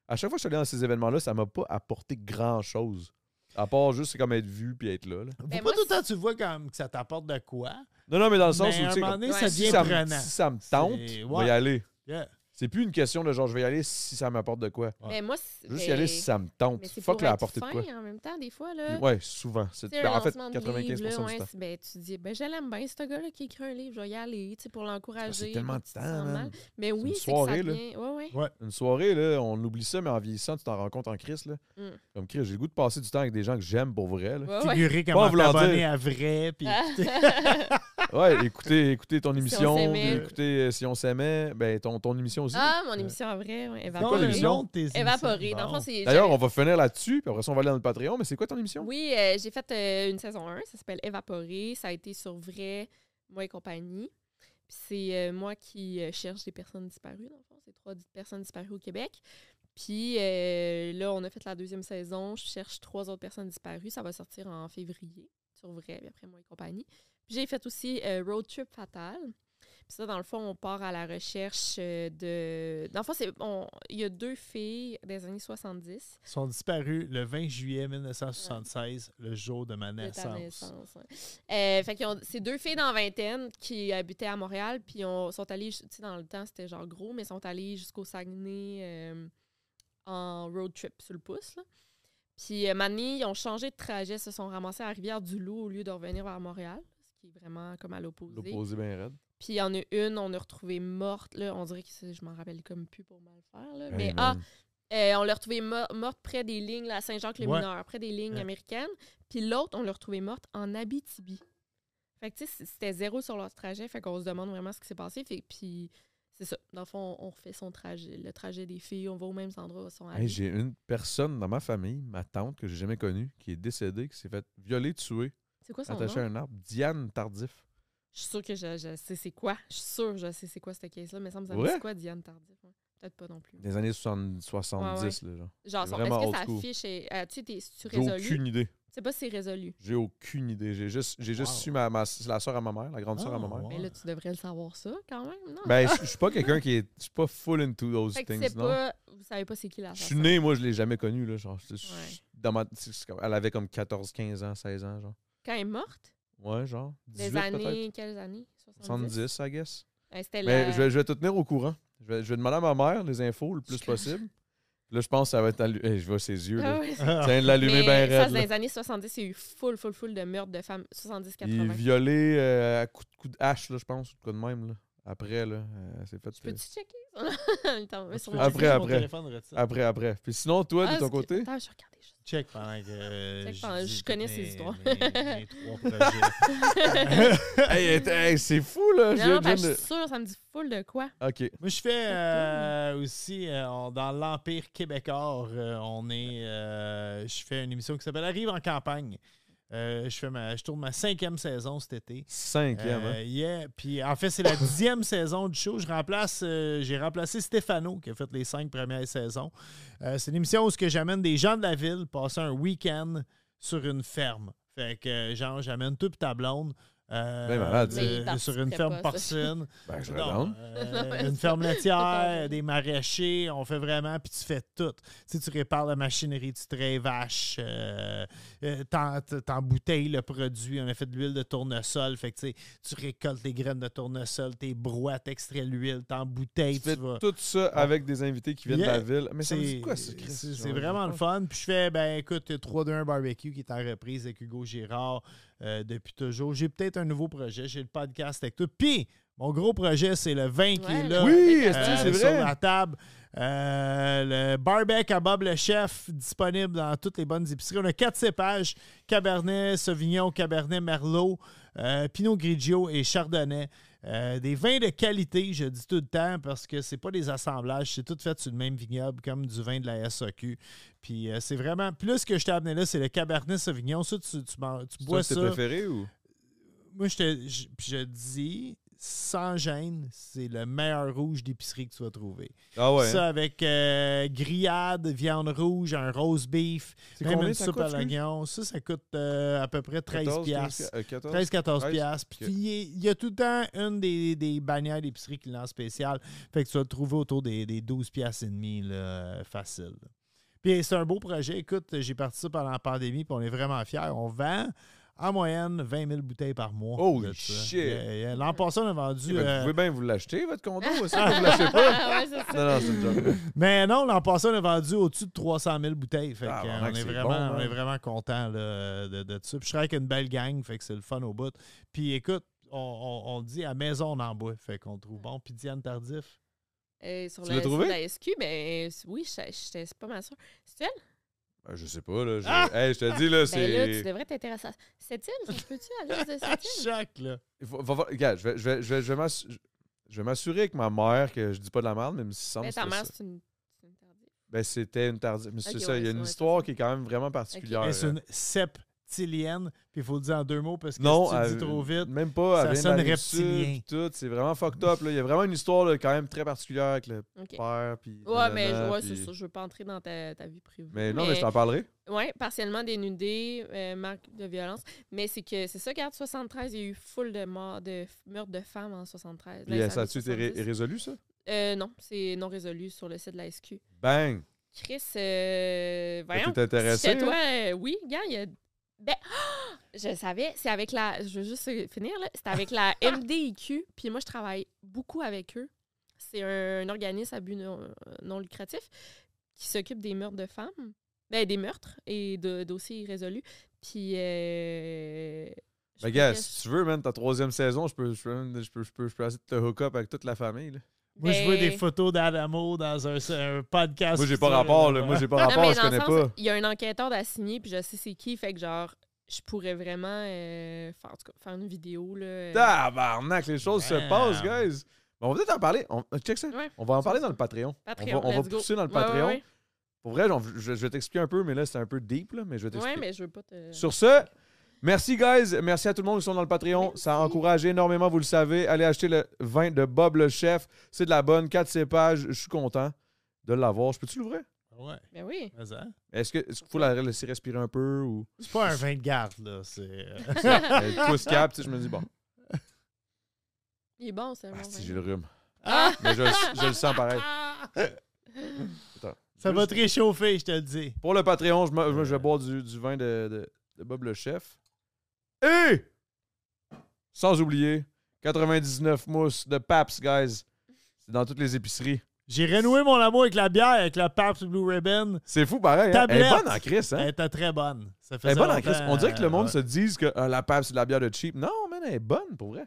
Speaker 1: à chaque fois que je suis allé dans ces événements-là, ça m'a pas apporté grand chose. À part juste c'est comme être vu puis être là. là.
Speaker 2: Faut
Speaker 3: Ben,
Speaker 2: pas
Speaker 3: moi,
Speaker 2: tout le temps que tu vois comme que ça t'apporte de quoi.
Speaker 1: Non, non, mais dans le sens
Speaker 2: mais
Speaker 1: où
Speaker 2: à un
Speaker 1: tu sais,
Speaker 2: moment
Speaker 1: comme,
Speaker 2: donné,
Speaker 3: comme-
Speaker 2: ça
Speaker 3: si
Speaker 1: si
Speaker 2: devient
Speaker 1: ça, me,
Speaker 2: prenant.
Speaker 1: si ça me tente,
Speaker 2: C'est-
Speaker 1: je
Speaker 2: ouais.
Speaker 1: vais y aller.
Speaker 2: Yeah.
Speaker 1: C'est plus une question de genre je vais y aller si ça m'apporte de quoi.
Speaker 3: Mais moi, c'est-
Speaker 1: Juste y
Speaker 3: mais-
Speaker 1: aller si ça me tente.
Speaker 3: Mais c'est
Speaker 1: Fuck
Speaker 3: pour
Speaker 1: la
Speaker 3: être
Speaker 1: apporter de
Speaker 3: fin,
Speaker 1: quoi.
Speaker 3: en même temps, des fois,
Speaker 2: hein.
Speaker 3: là.
Speaker 1: Ouais, souvent. C'est- ben,
Speaker 3: tu sais, un
Speaker 1: En fait,
Speaker 3: lancement
Speaker 1: 95%
Speaker 3: de livre, là,
Speaker 1: du
Speaker 3: ouais,
Speaker 1: temps.
Speaker 3: c'est- ben, tu dis, ben, je l'aime bien, ce gars-là qui écrit un livre, je vais y aller, tu sais, pour l'encourager.
Speaker 1: C'est tellement
Speaker 3: pour
Speaker 1: de
Speaker 3: qu'il se
Speaker 1: temps,
Speaker 3: sente
Speaker 1: man.
Speaker 3: Ah, mal. Mais oui,
Speaker 1: une
Speaker 3: c'est que ça
Speaker 1: soirée, là.
Speaker 3: vient. Ouais, ouais.
Speaker 1: Une soirée, là, on oublie ça, mais en vieillissant, tu t'en rends compte en crise. Là.
Speaker 3: Mm.
Speaker 1: Comme Chris, j'ai le goût de passer du temps avec des gens que j'aime pour vrai. Là.
Speaker 3: Ouais, ouais.
Speaker 2: Figurer
Speaker 1: Pas
Speaker 2: comment
Speaker 1: en voulant
Speaker 2: t'abonner
Speaker 1: dire.
Speaker 2: à vrai, puis...
Speaker 3: Ah.
Speaker 1: Ouais, écoutez, écoutez ton
Speaker 3: Si on
Speaker 1: émission, puis
Speaker 3: s'aimait.
Speaker 1: écoutez euh, si on s'aimait, ben ton, ton émission aussi.
Speaker 3: Ah, mon émission en
Speaker 2: Non,
Speaker 3: vrai, ouais,
Speaker 1: quoi,
Speaker 2: le
Speaker 3: évaporée.
Speaker 1: l'émission?
Speaker 2: nom de tes émissions.
Speaker 3: Évaporée. Dans le
Speaker 2: Bon.
Speaker 3: fond, c'est.
Speaker 1: D'ailleurs, on va finir là-dessus, puis après ça, on va aller dans le Patreon. Mais c'est quoi ton émission?
Speaker 3: Oui, euh, j'ai fait euh, une saison 1, ça s'appelle Évaporé. Ça a été sur Vrai, Moi et compagnie. Puis c'est euh, moi qui euh, cherche des personnes disparues, dans le fond. C'est trois di- personnes disparues au Québec. Puis euh, là, on a fait la deuxième saison. Je cherche trois autres personnes disparues. Ça va sortir en février, sur vrai, puis après moi et compagnie. Puis j'ai fait aussi euh, Road Trip Fatal. Puis ça, dans le fond, on part à la recherche euh, de. Dans le fond, c'est- on- il y a deux filles des années 70
Speaker 2: Ils sont disparus le 20 juillet 1976, le jour de ma
Speaker 3: de ta
Speaker 2: naissance.
Speaker 3: naissance. ouais. Euh, fait qu'ils ont- c'est deux filles dans la vingtaine qui habitaient à Montréal, puis on sont allées, ju- tu sais, dans le temps, c'était genre gros, mais sont allées jusqu'au Saguenay euh, en road trip sur le pouce. là. Puis euh, Mani, ils ont changé de trajet, se sont ramassés à Rivière-du-Loup au lieu de revenir vers Montréal, ce qui est vraiment comme à l'opposé.
Speaker 1: L'opposé bien raide.
Speaker 3: Puis il y en a une, on a retrouvée morte. Là, on dirait que c'est- je m'en rappelle comme plus pour mal faire. Là. Mais
Speaker 1: Hey,
Speaker 3: ah,
Speaker 1: man.
Speaker 3: euh, on l'a retrouvée mo- morte près des lignes là, à Saint-Jacques-les-Mineurs, près des lignes
Speaker 2: Ouais.
Speaker 3: américaines. Puis l'autre, on l'a retrouvée morte en Abitibi. Fait que tu sais, c- c'était zéro sur leur trajet. Fait qu'on se demande vraiment ce qui s'est passé. Fait, puis c'est ça. Dans le fond, on, on refait son trajet, le trajet des filles. On va au même endroit où elles sont allées.
Speaker 1: Hey, j'ai une personne dans ma famille, ma tante que j'ai jamais connue, qui est décédée, qui s'est faite violer, tuer,
Speaker 3: c'est quoi son
Speaker 1: attachée
Speaker 3: nom?
Speaker 1: à un arbre. Diane Tardif.
Speaker 3: Je suis sûre que je, je sais c'est quoi. Je suis sûre que je sais c'est quoi cette caisse-là. Mais ça me semble
Speaker 1: Ouais?
Speaker 3: c'est quoi, Diane Tardif? Ouais. Peut-être pas non plus.
Speaker 1: Des années 70, 70 là, genre.
Speaker 3: Genre,
Speaker 1: C'est
Speaker 3: son-
Speaker 1: vraiment
Speaker 3: est-ce
Speaker 1: old
Speaker 3: que sa
Speaker 1: school.
Speaker 3: fiche est. ah, tu sais, t'es- tu
Speaker 1: J'ai
Speaker 3: résolu?
Speaker 1: aucune idée.
Speaker 3: Je sais pas si c'est résolu.
Speaker 1: J'ai aucune idée. J'ai juste, j'ai juste
Speaker 2: Wow.
Speaker 1: su ma, ma- la soeur à ma mère, la grande soeur à ma
Speaker 2: Ah,
Speaker 1: mère.
Speaker 2: ouais.
Speaker 3: Mais là, tu devrais le savoir ça quand même, non?
Speaker 1: Ben, je je suis pas quelqu'un qui est. Je suis pas full into those
Speaker 3: fait que
Speaker 1: things,
Speaker 3: c'est
Speaker 1: non?
Speaker 3: pas. Vous savez pas c'est qui la
Speaker 1: Je suis
Speaker 3: personne.
Speaker 1: né, moi, je l'ai jamais connu, là. Genre, je- je-
Speaker 3: Ouais.
Speaker 1: dans ma- c'est- c'est comme- elle avait comme 14, 15 ans, 16 ans, genre.
Speaker 3: Quand elle est morte?
Speaker 1: Ouais, genre.
Speaker 3: Des
Speaker 1: 18 peut-être.
Speaker 3: années. Quelles années? 70.
Speaker 1: 70, I guess.
Speaker 3: Ouais, C'était
Speaker 1: Mais
Speaker 3: la-
Speaker 1: je vais, je vais te tenir au courant. Je vais, je vais demander à ma mère les infos le plus possible. Là, je pense que ça va être. allu- Hey, je vois ses yeux,
Speaker 3: Ah
Speaker 1: là.
Speaker 3: ouais, c'est-
Speaker 2: Ah,
Speaker 1: Tiens, de l'allumer
Speaker 3: Mais
Speaker 1: bien
Speaker 3: ça,
Speaker 1: raide,
Speaker 3: c'est dans
Speaker 1: là.
Speaker 3: les années 70, il y a eu full, full, full de meurtres de femmes. 70-80.
Speaker 1: Il est violé euh, à coup de, coup de hache, là, je pense, ou de quoi de même, là. Après, là, euh, c'est fait. euh,
Speaker 3: Peux-tu checker? Le temps, mais sur mon-
Speaker 1: Après,
Speaker 2: Mon
Speaker 1: après.
Speaker 2: téléphone retire.
Speaker 1: Après, après. Puis sinon, toi,
Speaker 3: Ah,
Speaker 1: de ton côté,
Speaker 3: c'est que- Attends, je regardais juste.
Speaker 2: Check pendant que. euh,
Speaker 3: Check pendant-
Speaker 2: dis
Speaker 3: je connais ces
Speaker 2: mes-
Speaker 3: histoires.
Speaker 2: mes- mes trois projets.
Speaker 1: Hey, hey, hey, c'est fou, là. Ah, je viens
Speaker 3: Non,
Speaker 1: de-
Speaker 3: ben, je suis sûre, ça me dit full de quoi?
Speaker 1: OK.
Speaker 2: Moi, je fais euh, aussi, euh, on- dans l'Empire québécois, euh, on est, euh, je fais une émission qui s'appelle Arrive en campagne. Euh, je, fais ma, je tourne ma cinquième saison cet été.
Speaker 1: Cinquième, hein?
Speaker 2: Euh, yeah. Puis en fait, c'est la dixième saison du show. Je remplace, euh, j'ai remplacé Stéphano qui a fait les cinq premières saisons. Euh, c'est une émission où ce que j'amène des gens de la ville passer un week-end sur une ferme. Fait que euh, genre, j'amène tout ta blonde. euh,
Speaker 1: Ben, malade,
Speaker 2: de-
Speaker 1: ça.
Speaker 3: Mais il
Speaker 2: sur une
Speaker 3: participerait
Speaker 2: ferme
Speaker 3: pas, ça.
Speaker 2: porcine.
Speaker 1: hein? Ben, je
Speaker 2: Non,
Speaker 1: regarde.
Speaker 2: euh,
Speaker 3: Non, mais
Speaker 2: une
Speaker 3: ça-
Speaker 2: ferme laitière,
Speaker 3: Totalement.
Speaker 2: des maraîchers, on fait vraiment, puis tu fais tout. Tu sais, tu répares la machinerie, tu traites vache, euh, euh, t'en- t'embouteilles le produit, on a fait de l'huile de tournesol, fait que tu sais, tu récoltes les graines de tournesol, tes broies, t'extrais l'huile,
Speaker 1: Tu
Speaker 2: t'embouteilles, tu
Speaker 1: fais
Speaker 2: vas...
Speaker 1: tout ça avec des invités qui viennent
Speaker 2: Yeah.
Speaker 1: de la ville. Mais ça me dit
Speaker 2: C'est
Speaker 1: quoi, ce Chris?
Speaker 2: c'est- c'est vraiment le fun. Puis je fais, ben écoute, 3-2-1 Barbecue qui est en reprise avec Hugo Girard euh, depuis toujours. J'ai peut-être un nouveau projet, j'ai le podcast avec tout. Puis, mon gros projet, c'est le vin qui est
Speaker 3: Ouais.
Speaker 2: là.
Speaker 1: Oui, est-ce
Speaker 2: Euh,
Speaker 1: que c'est
Speaker 2: sur
Speaker 1: vrai?
Speaker 2: la table. Euh, le barbecue à Bob le Chef, disponible dans toutes les bonnes épiceries. On a quatre cépages Cabernet, Sauvignon, Cabernet, Merlot, euh, Pinot Grigio et Chardonnay. Euh, des vins de qualité, je dis tout le temps, parce que c'est pas des assemblages, c'est tout fait sur le même vignoble, comme du vin de la SAQ. Puis euh, c'est vraiment. Plus que je t'ai amené là, c'est le Cabernet Sauvignon. Ça, tu, tu, m'en- tu
Speaker 1: C'est
Speaker 2: bois
Speaker 1: toi, c'est
Speaker 2: ça.
Speaker 1: tes préféré ou?
Speaker 2: Moi, je te je- puis je dis, sans gêne, c'est le meilleur rouge d'épicerie que tu vas trouver.
Speaker 1: Ah ouais. hein?
Speaker 2: Ça avec euh, grillade, viande rouge, un rose beef,
Speaker 1: C'est
Speaker 2: même
Speaker 1: combien
Speaker 2: une
Speaker 1: ça
Speaker 2: soupe
Speaker 1: coûte,
Speaker 2: à
Speaker 1: excuse?
Speaker 2: l'oignon. Ça, ça coûte euh, à peu près 13
Speaker 1: 14, 15,
Speaker 2: piastres.
Speaker 1: euh, 14?
Speaker 2: 13-14
Speaker 1: 13,
Speaker 2: piastres. Puis
Speaker 1: ok.
Speaker 2: il est- il y a tout le temps une des, des bannières d'épicerie qui lance spécial. Fait que tu vas le trouver autour des, des 12 piastres et demi, là, euh, facile. Puis c'est un beau projet. Écoute, j'ai participé pendant la pandémie, puis on est vraiment fiers. On vend en moyenne 20 000 bouteilles par mois.
Speaker 1: Holy
Speaker 2: de ça.
Speaker 1: shit!
Speaker 2: Yeah, yeah. L'an passé, on a vendu...
Speaker 1: Ben,
Speaker 2: euh,
Speaker 1: Vous pouvez bien vous l'acheter, votre condo, ou si vous ne l'achetez pas?
Speaker 3: Ah ouais, c'est ça.
Speaker 1: Non, non, c'est une joke.
Speaker 2: Mais non, l'an passé, on a vendu au-dessus de 300 000 bouteilles. Fait
Speaker 1: Ah,
Speaker 2: que, euh,
Speaker 1: vraiment
Speaker 2: on,
Speaker 1: que
Speaker 2: est
Speaker 1: c'est
Speaker 2: vraiment,
Speaker 1: bon, hein.
Speaker 2: on est vraiment contents là, de, de ça. Puis je travaille avec une belle gang, fait que c'est le fun au bout. Puis écoute, on, on- on le dit à maison, on en boit. Fait qu'on le trouve bon. Puis Diane Tardif.
Speaker 3: Euh, sur
Speaker 1: Tu
Speaker 3: la,
Speaker 1: l'as
Speaker 3: sur
Speaker 1: trouvé?
Speaker 3: la SQ, ben euh, oui, je- je- c'est pas mal sûr. C'est elle?
Speaker 1: Ben, Je sais pas, là. je- Hey, je te dis, là,
Speaker 3: Ah! Ben là, tu
Speaker 1: c'est.
Speaker 3: devrais t'intéresser à Septième, ça se peut-tu aller de
Speaker 2: À
Speaker 3: septième?
Speaker 2: chaque, là.
Speaker 1: Il faut- faut- faut- Regarde, je vais- je vais- je vais- je vais m'assu- je vais m'assurer avec ma mère que je dis pas de la merde, mais il me semble
Speaker 3: Ben,
Speaker 1: que
Speaker 3: ta
Speaker 1: c'était ça.
Speaker 3: mère, c'est une, c'est une tardive.
Speaker 1: Ben, c'était une tardive. Mais c'est
Speaker 3: Ok,
Speaker 1: ça, il y
Speaker 3: ouais,
Speaker 1: a une
Speaker 3: ouais,
Speaker 1: histoire
Speaker 3: c'est ça.
Speaker 1: qui est quand même vraiment particulière.
Speaker 2: Et C'est
Speaker 1: hein.
Speaker 2: une cep reptilienne. Puis il faut le dire en deux mots parce que
Speaker 1: Non,
Speaker 2: si tu le
Speaker 1: elle-
Speaker 2: dis trop vite.
Speaker 1: Même pas,
Speaker 2: ça
Speaker 1: elle vient de
Speaker 2: sonne
Speaker 1: la Rive-Sud,
Speaker 2: reptilien.
Speaker 1: puis tout, c'est vraiment fucked up. là. Il y a vraiment une histoire là, quand même très particulière avec le
Speaker 3: OK.
Speaker 1: père. Puis
Speaker 3: Ouais, mais
Speaker 1: nanana,
Speaker 3: ouais,
Speaker 1: puis-
Speaker 3: c'est ça. Je veux pas entrer dans ta, ta vie privée.
Speaker 1: Mais non, mais, je t'en parlerai.
Speaker 3: Ouais, partiellement dénudé, euh, marque de violence. Mais c'est que, c'est ça, regarde, 73, il y a eu full de morts, de f- meurtres de femmes en 73.
Speaker 1: Puis, euh, ça
Speaker 3: a
Speaker 1: a-tu été ré- résolu, ça?
Speaker 3: Euh, non, c'est non résolu sur le site de la SQ.
Speaker 1: Bang!
Speaker 3: Chris, euh, voyons.
Speaker 1: T'es intéressé, hein.
Speaker 3: Chez
Speaker 1: là?
Speaker 3: toi, euh, oui, gars, il y a. Ben, je savais, c'est avec la. Je veux juste euh, finir, là. C'est avec la MDIQ, puis moi, je travaille beaucoup avec eux. C'est un, un organisme à but non, non lucratif qui s'occupe des meurtres de femmes, ben, des meurtres et de dossiers irrésolus. Puis. Euh, je
Speaker 1: Ben,
Speaker 3: crois
Speaker 1: gars,
Speaker 3: que
Speaker 1: si tu veux, man, ta troisième saison, je peux, je peux, je peux, je peux, je peux essayer de te hook up avec toute la famille. là.
Speaker 2: Moi, je veux
Speaker 3: Ben-
Speaker 2: des photos d'Adamo dans un, un podcast.
Speaker 1: Moi, j'ai pas
Speaker 2: futur,
Speaker 1: rapport, Ah, là. Moi, j'ai pas
Speaker 3: Non,
Speaker 1: rapport,
Speaker 3: mais
Speaker 1: je
Speaker 3: dans le
Speaker 1: connais
Speaker 3: sens,
Speaker 1: pas.
Speaker 3: Il y a un enquêteur d'assigné, puis je sais c'est qui, fait que genre, je pourrais vraiment euh, faire, en tout cas, faire une vidéo. Là, euh,
Speaker 1: Tabarnak, les choses se
Speaker 2: Damn.
Speaker 1: passent, guys. Mais on va peut-être en parler. On, euh, check ça.
Speaker 3: Ouais.
Speaker 1: On va en parler dans le Patreon.
Speaker 3: Patreon,
Speaker 1: on va, on va
Speaker 3: let's go.
Speaker 1: pousser dans le
Speaker 3: Ouais,
Speaker 1: Patreon.
Speaker 3: ouais, ouais.
Speaker 1: Pour vrai, j'en- je, je vais t'expliquer un peu, mais là, c'est un peu deep, là, mais je vais
Speaker 3: Ouais,
Speaker 1: t'expliquer.
Speaker 3: mais euh, je veux pas te.
Speaker 1: Sur ce, merci, guys. Merci à tout le monde qui sont dans le Patreon. Ça
Speaker 3: Merci.
Speaker 1: encourage énormément, vous le savez. Allez acheter le vin de Bob le Chef. C'est de la bonne, 4 cépages. Je suis content de l'avoir. Je peux-tu l'ouvrir?
Speaker 2: Ouais,
Speaker 3: Ben oui.
Speaker 2: mais ça.
Speaker 1: Est-ce que- est-ce qu'il faut la laisser respirer un peu ou.
Speaker 2: C'est pas un vin de garde, là. C'est. euh,
Speaker 1: Elle pousse cap, tu sais, je me dis, bon,
Speaker 3: Il est bon, c'est
Speaker 1: ah,
Speaker 3: bon. ben
Speaker 1: si
Speaker 3: ouais.
Speaker 1: j'ai le rhume.
Speaker 2: Ah!
Speaker 1: Mais je, le- je le sens pareil.
Speaker 3: Ah!
Speaker 1: Attends.
Speaker 2: Ça va
Speaker 1: Juste-
Speaker 2: te réchauffer, je te le dis.
Speaker 1: Pour le Patreon, je, me- je- je
Speaker 2: Euh.
Speaker 1: vais boire du, du vin de, de- de Bob le Chef. Et sans oublier, 99 mousses de Paps, guys. C'est dans toutes les épiceries.
Speaker 2: J'ai renoué mon amour avec la bière, avec la Pabst Blue Ribbon.
Speaker 1: C'est fou, pareil. hein? Elle est
Speaker 2: Tablette.
Speaker 1: bonne en crise, hein?
Speaker 2: Elle était très bonne. Ça
Speaker 1: Elle est
Speaker 2: faisait
Speaker 1: bonne en
Speaker 2: longtemps,
Speaker 1: crise. On dirait que le monde
Speaker 2: euh,
Speaker 1: se dise que euh, la Paps, c'est de la bière de cheap. Non, man, elle est bonne, pour vrai.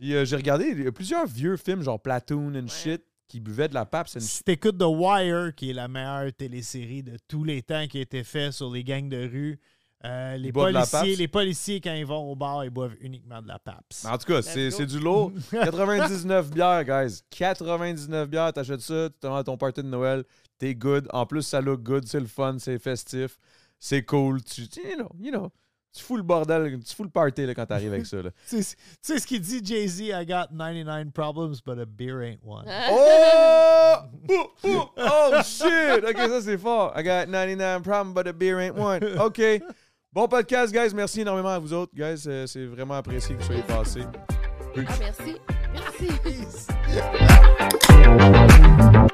Speaker 1: Puis euh, j'ai regardé il y a plusieurs vieux films, genre Platoon and shit, qui buvaient de la Paps. and shit.
Speaker 2: euh, Si t'écoutes The Wire, qui est la meilleure télésérie de tous les temps qui a été faite sur les gangs de rue, euh, les,
Speaker 1: Ils boivent de la
Speaker 2: policiers,
Speaker 1: Pabst. Ah
Speaker 2: les policiers, quand ils vont au bar, ils boivent uniquement de la Pabst.
Speaker 1: En tout cas, c'est
Speaker 3: go.
Speaker 1: c'est du lourd. 99 bières, guys. 99 bières, t'achètes ça, tu te rends à ton party de Noël, t'es good. En plus, ça look good, c'est le fun, c'est festif, c'est cool. Tu, tu- you know, you know. Tu fous le bordel, tu fous le party là, quand t'arrives avec ça. là.
Speaker 2: Tu sais, tu sais ce qu'il dit, Jay-Z? I got 99 problems, but a beer ain't one.
Speaker 1: Oh! Oh, oh! Oh, shit! OK, ça, c'est fort. I got 99 problems, but the beer ain't one. OK. Bon podcast, guys. Merci énormément à vous autres, guys. Euh, C'est vraiment apprécié que vous soyez passés.
Speaker 3: Ah, merci. Merci.
Speaker 2: Peace.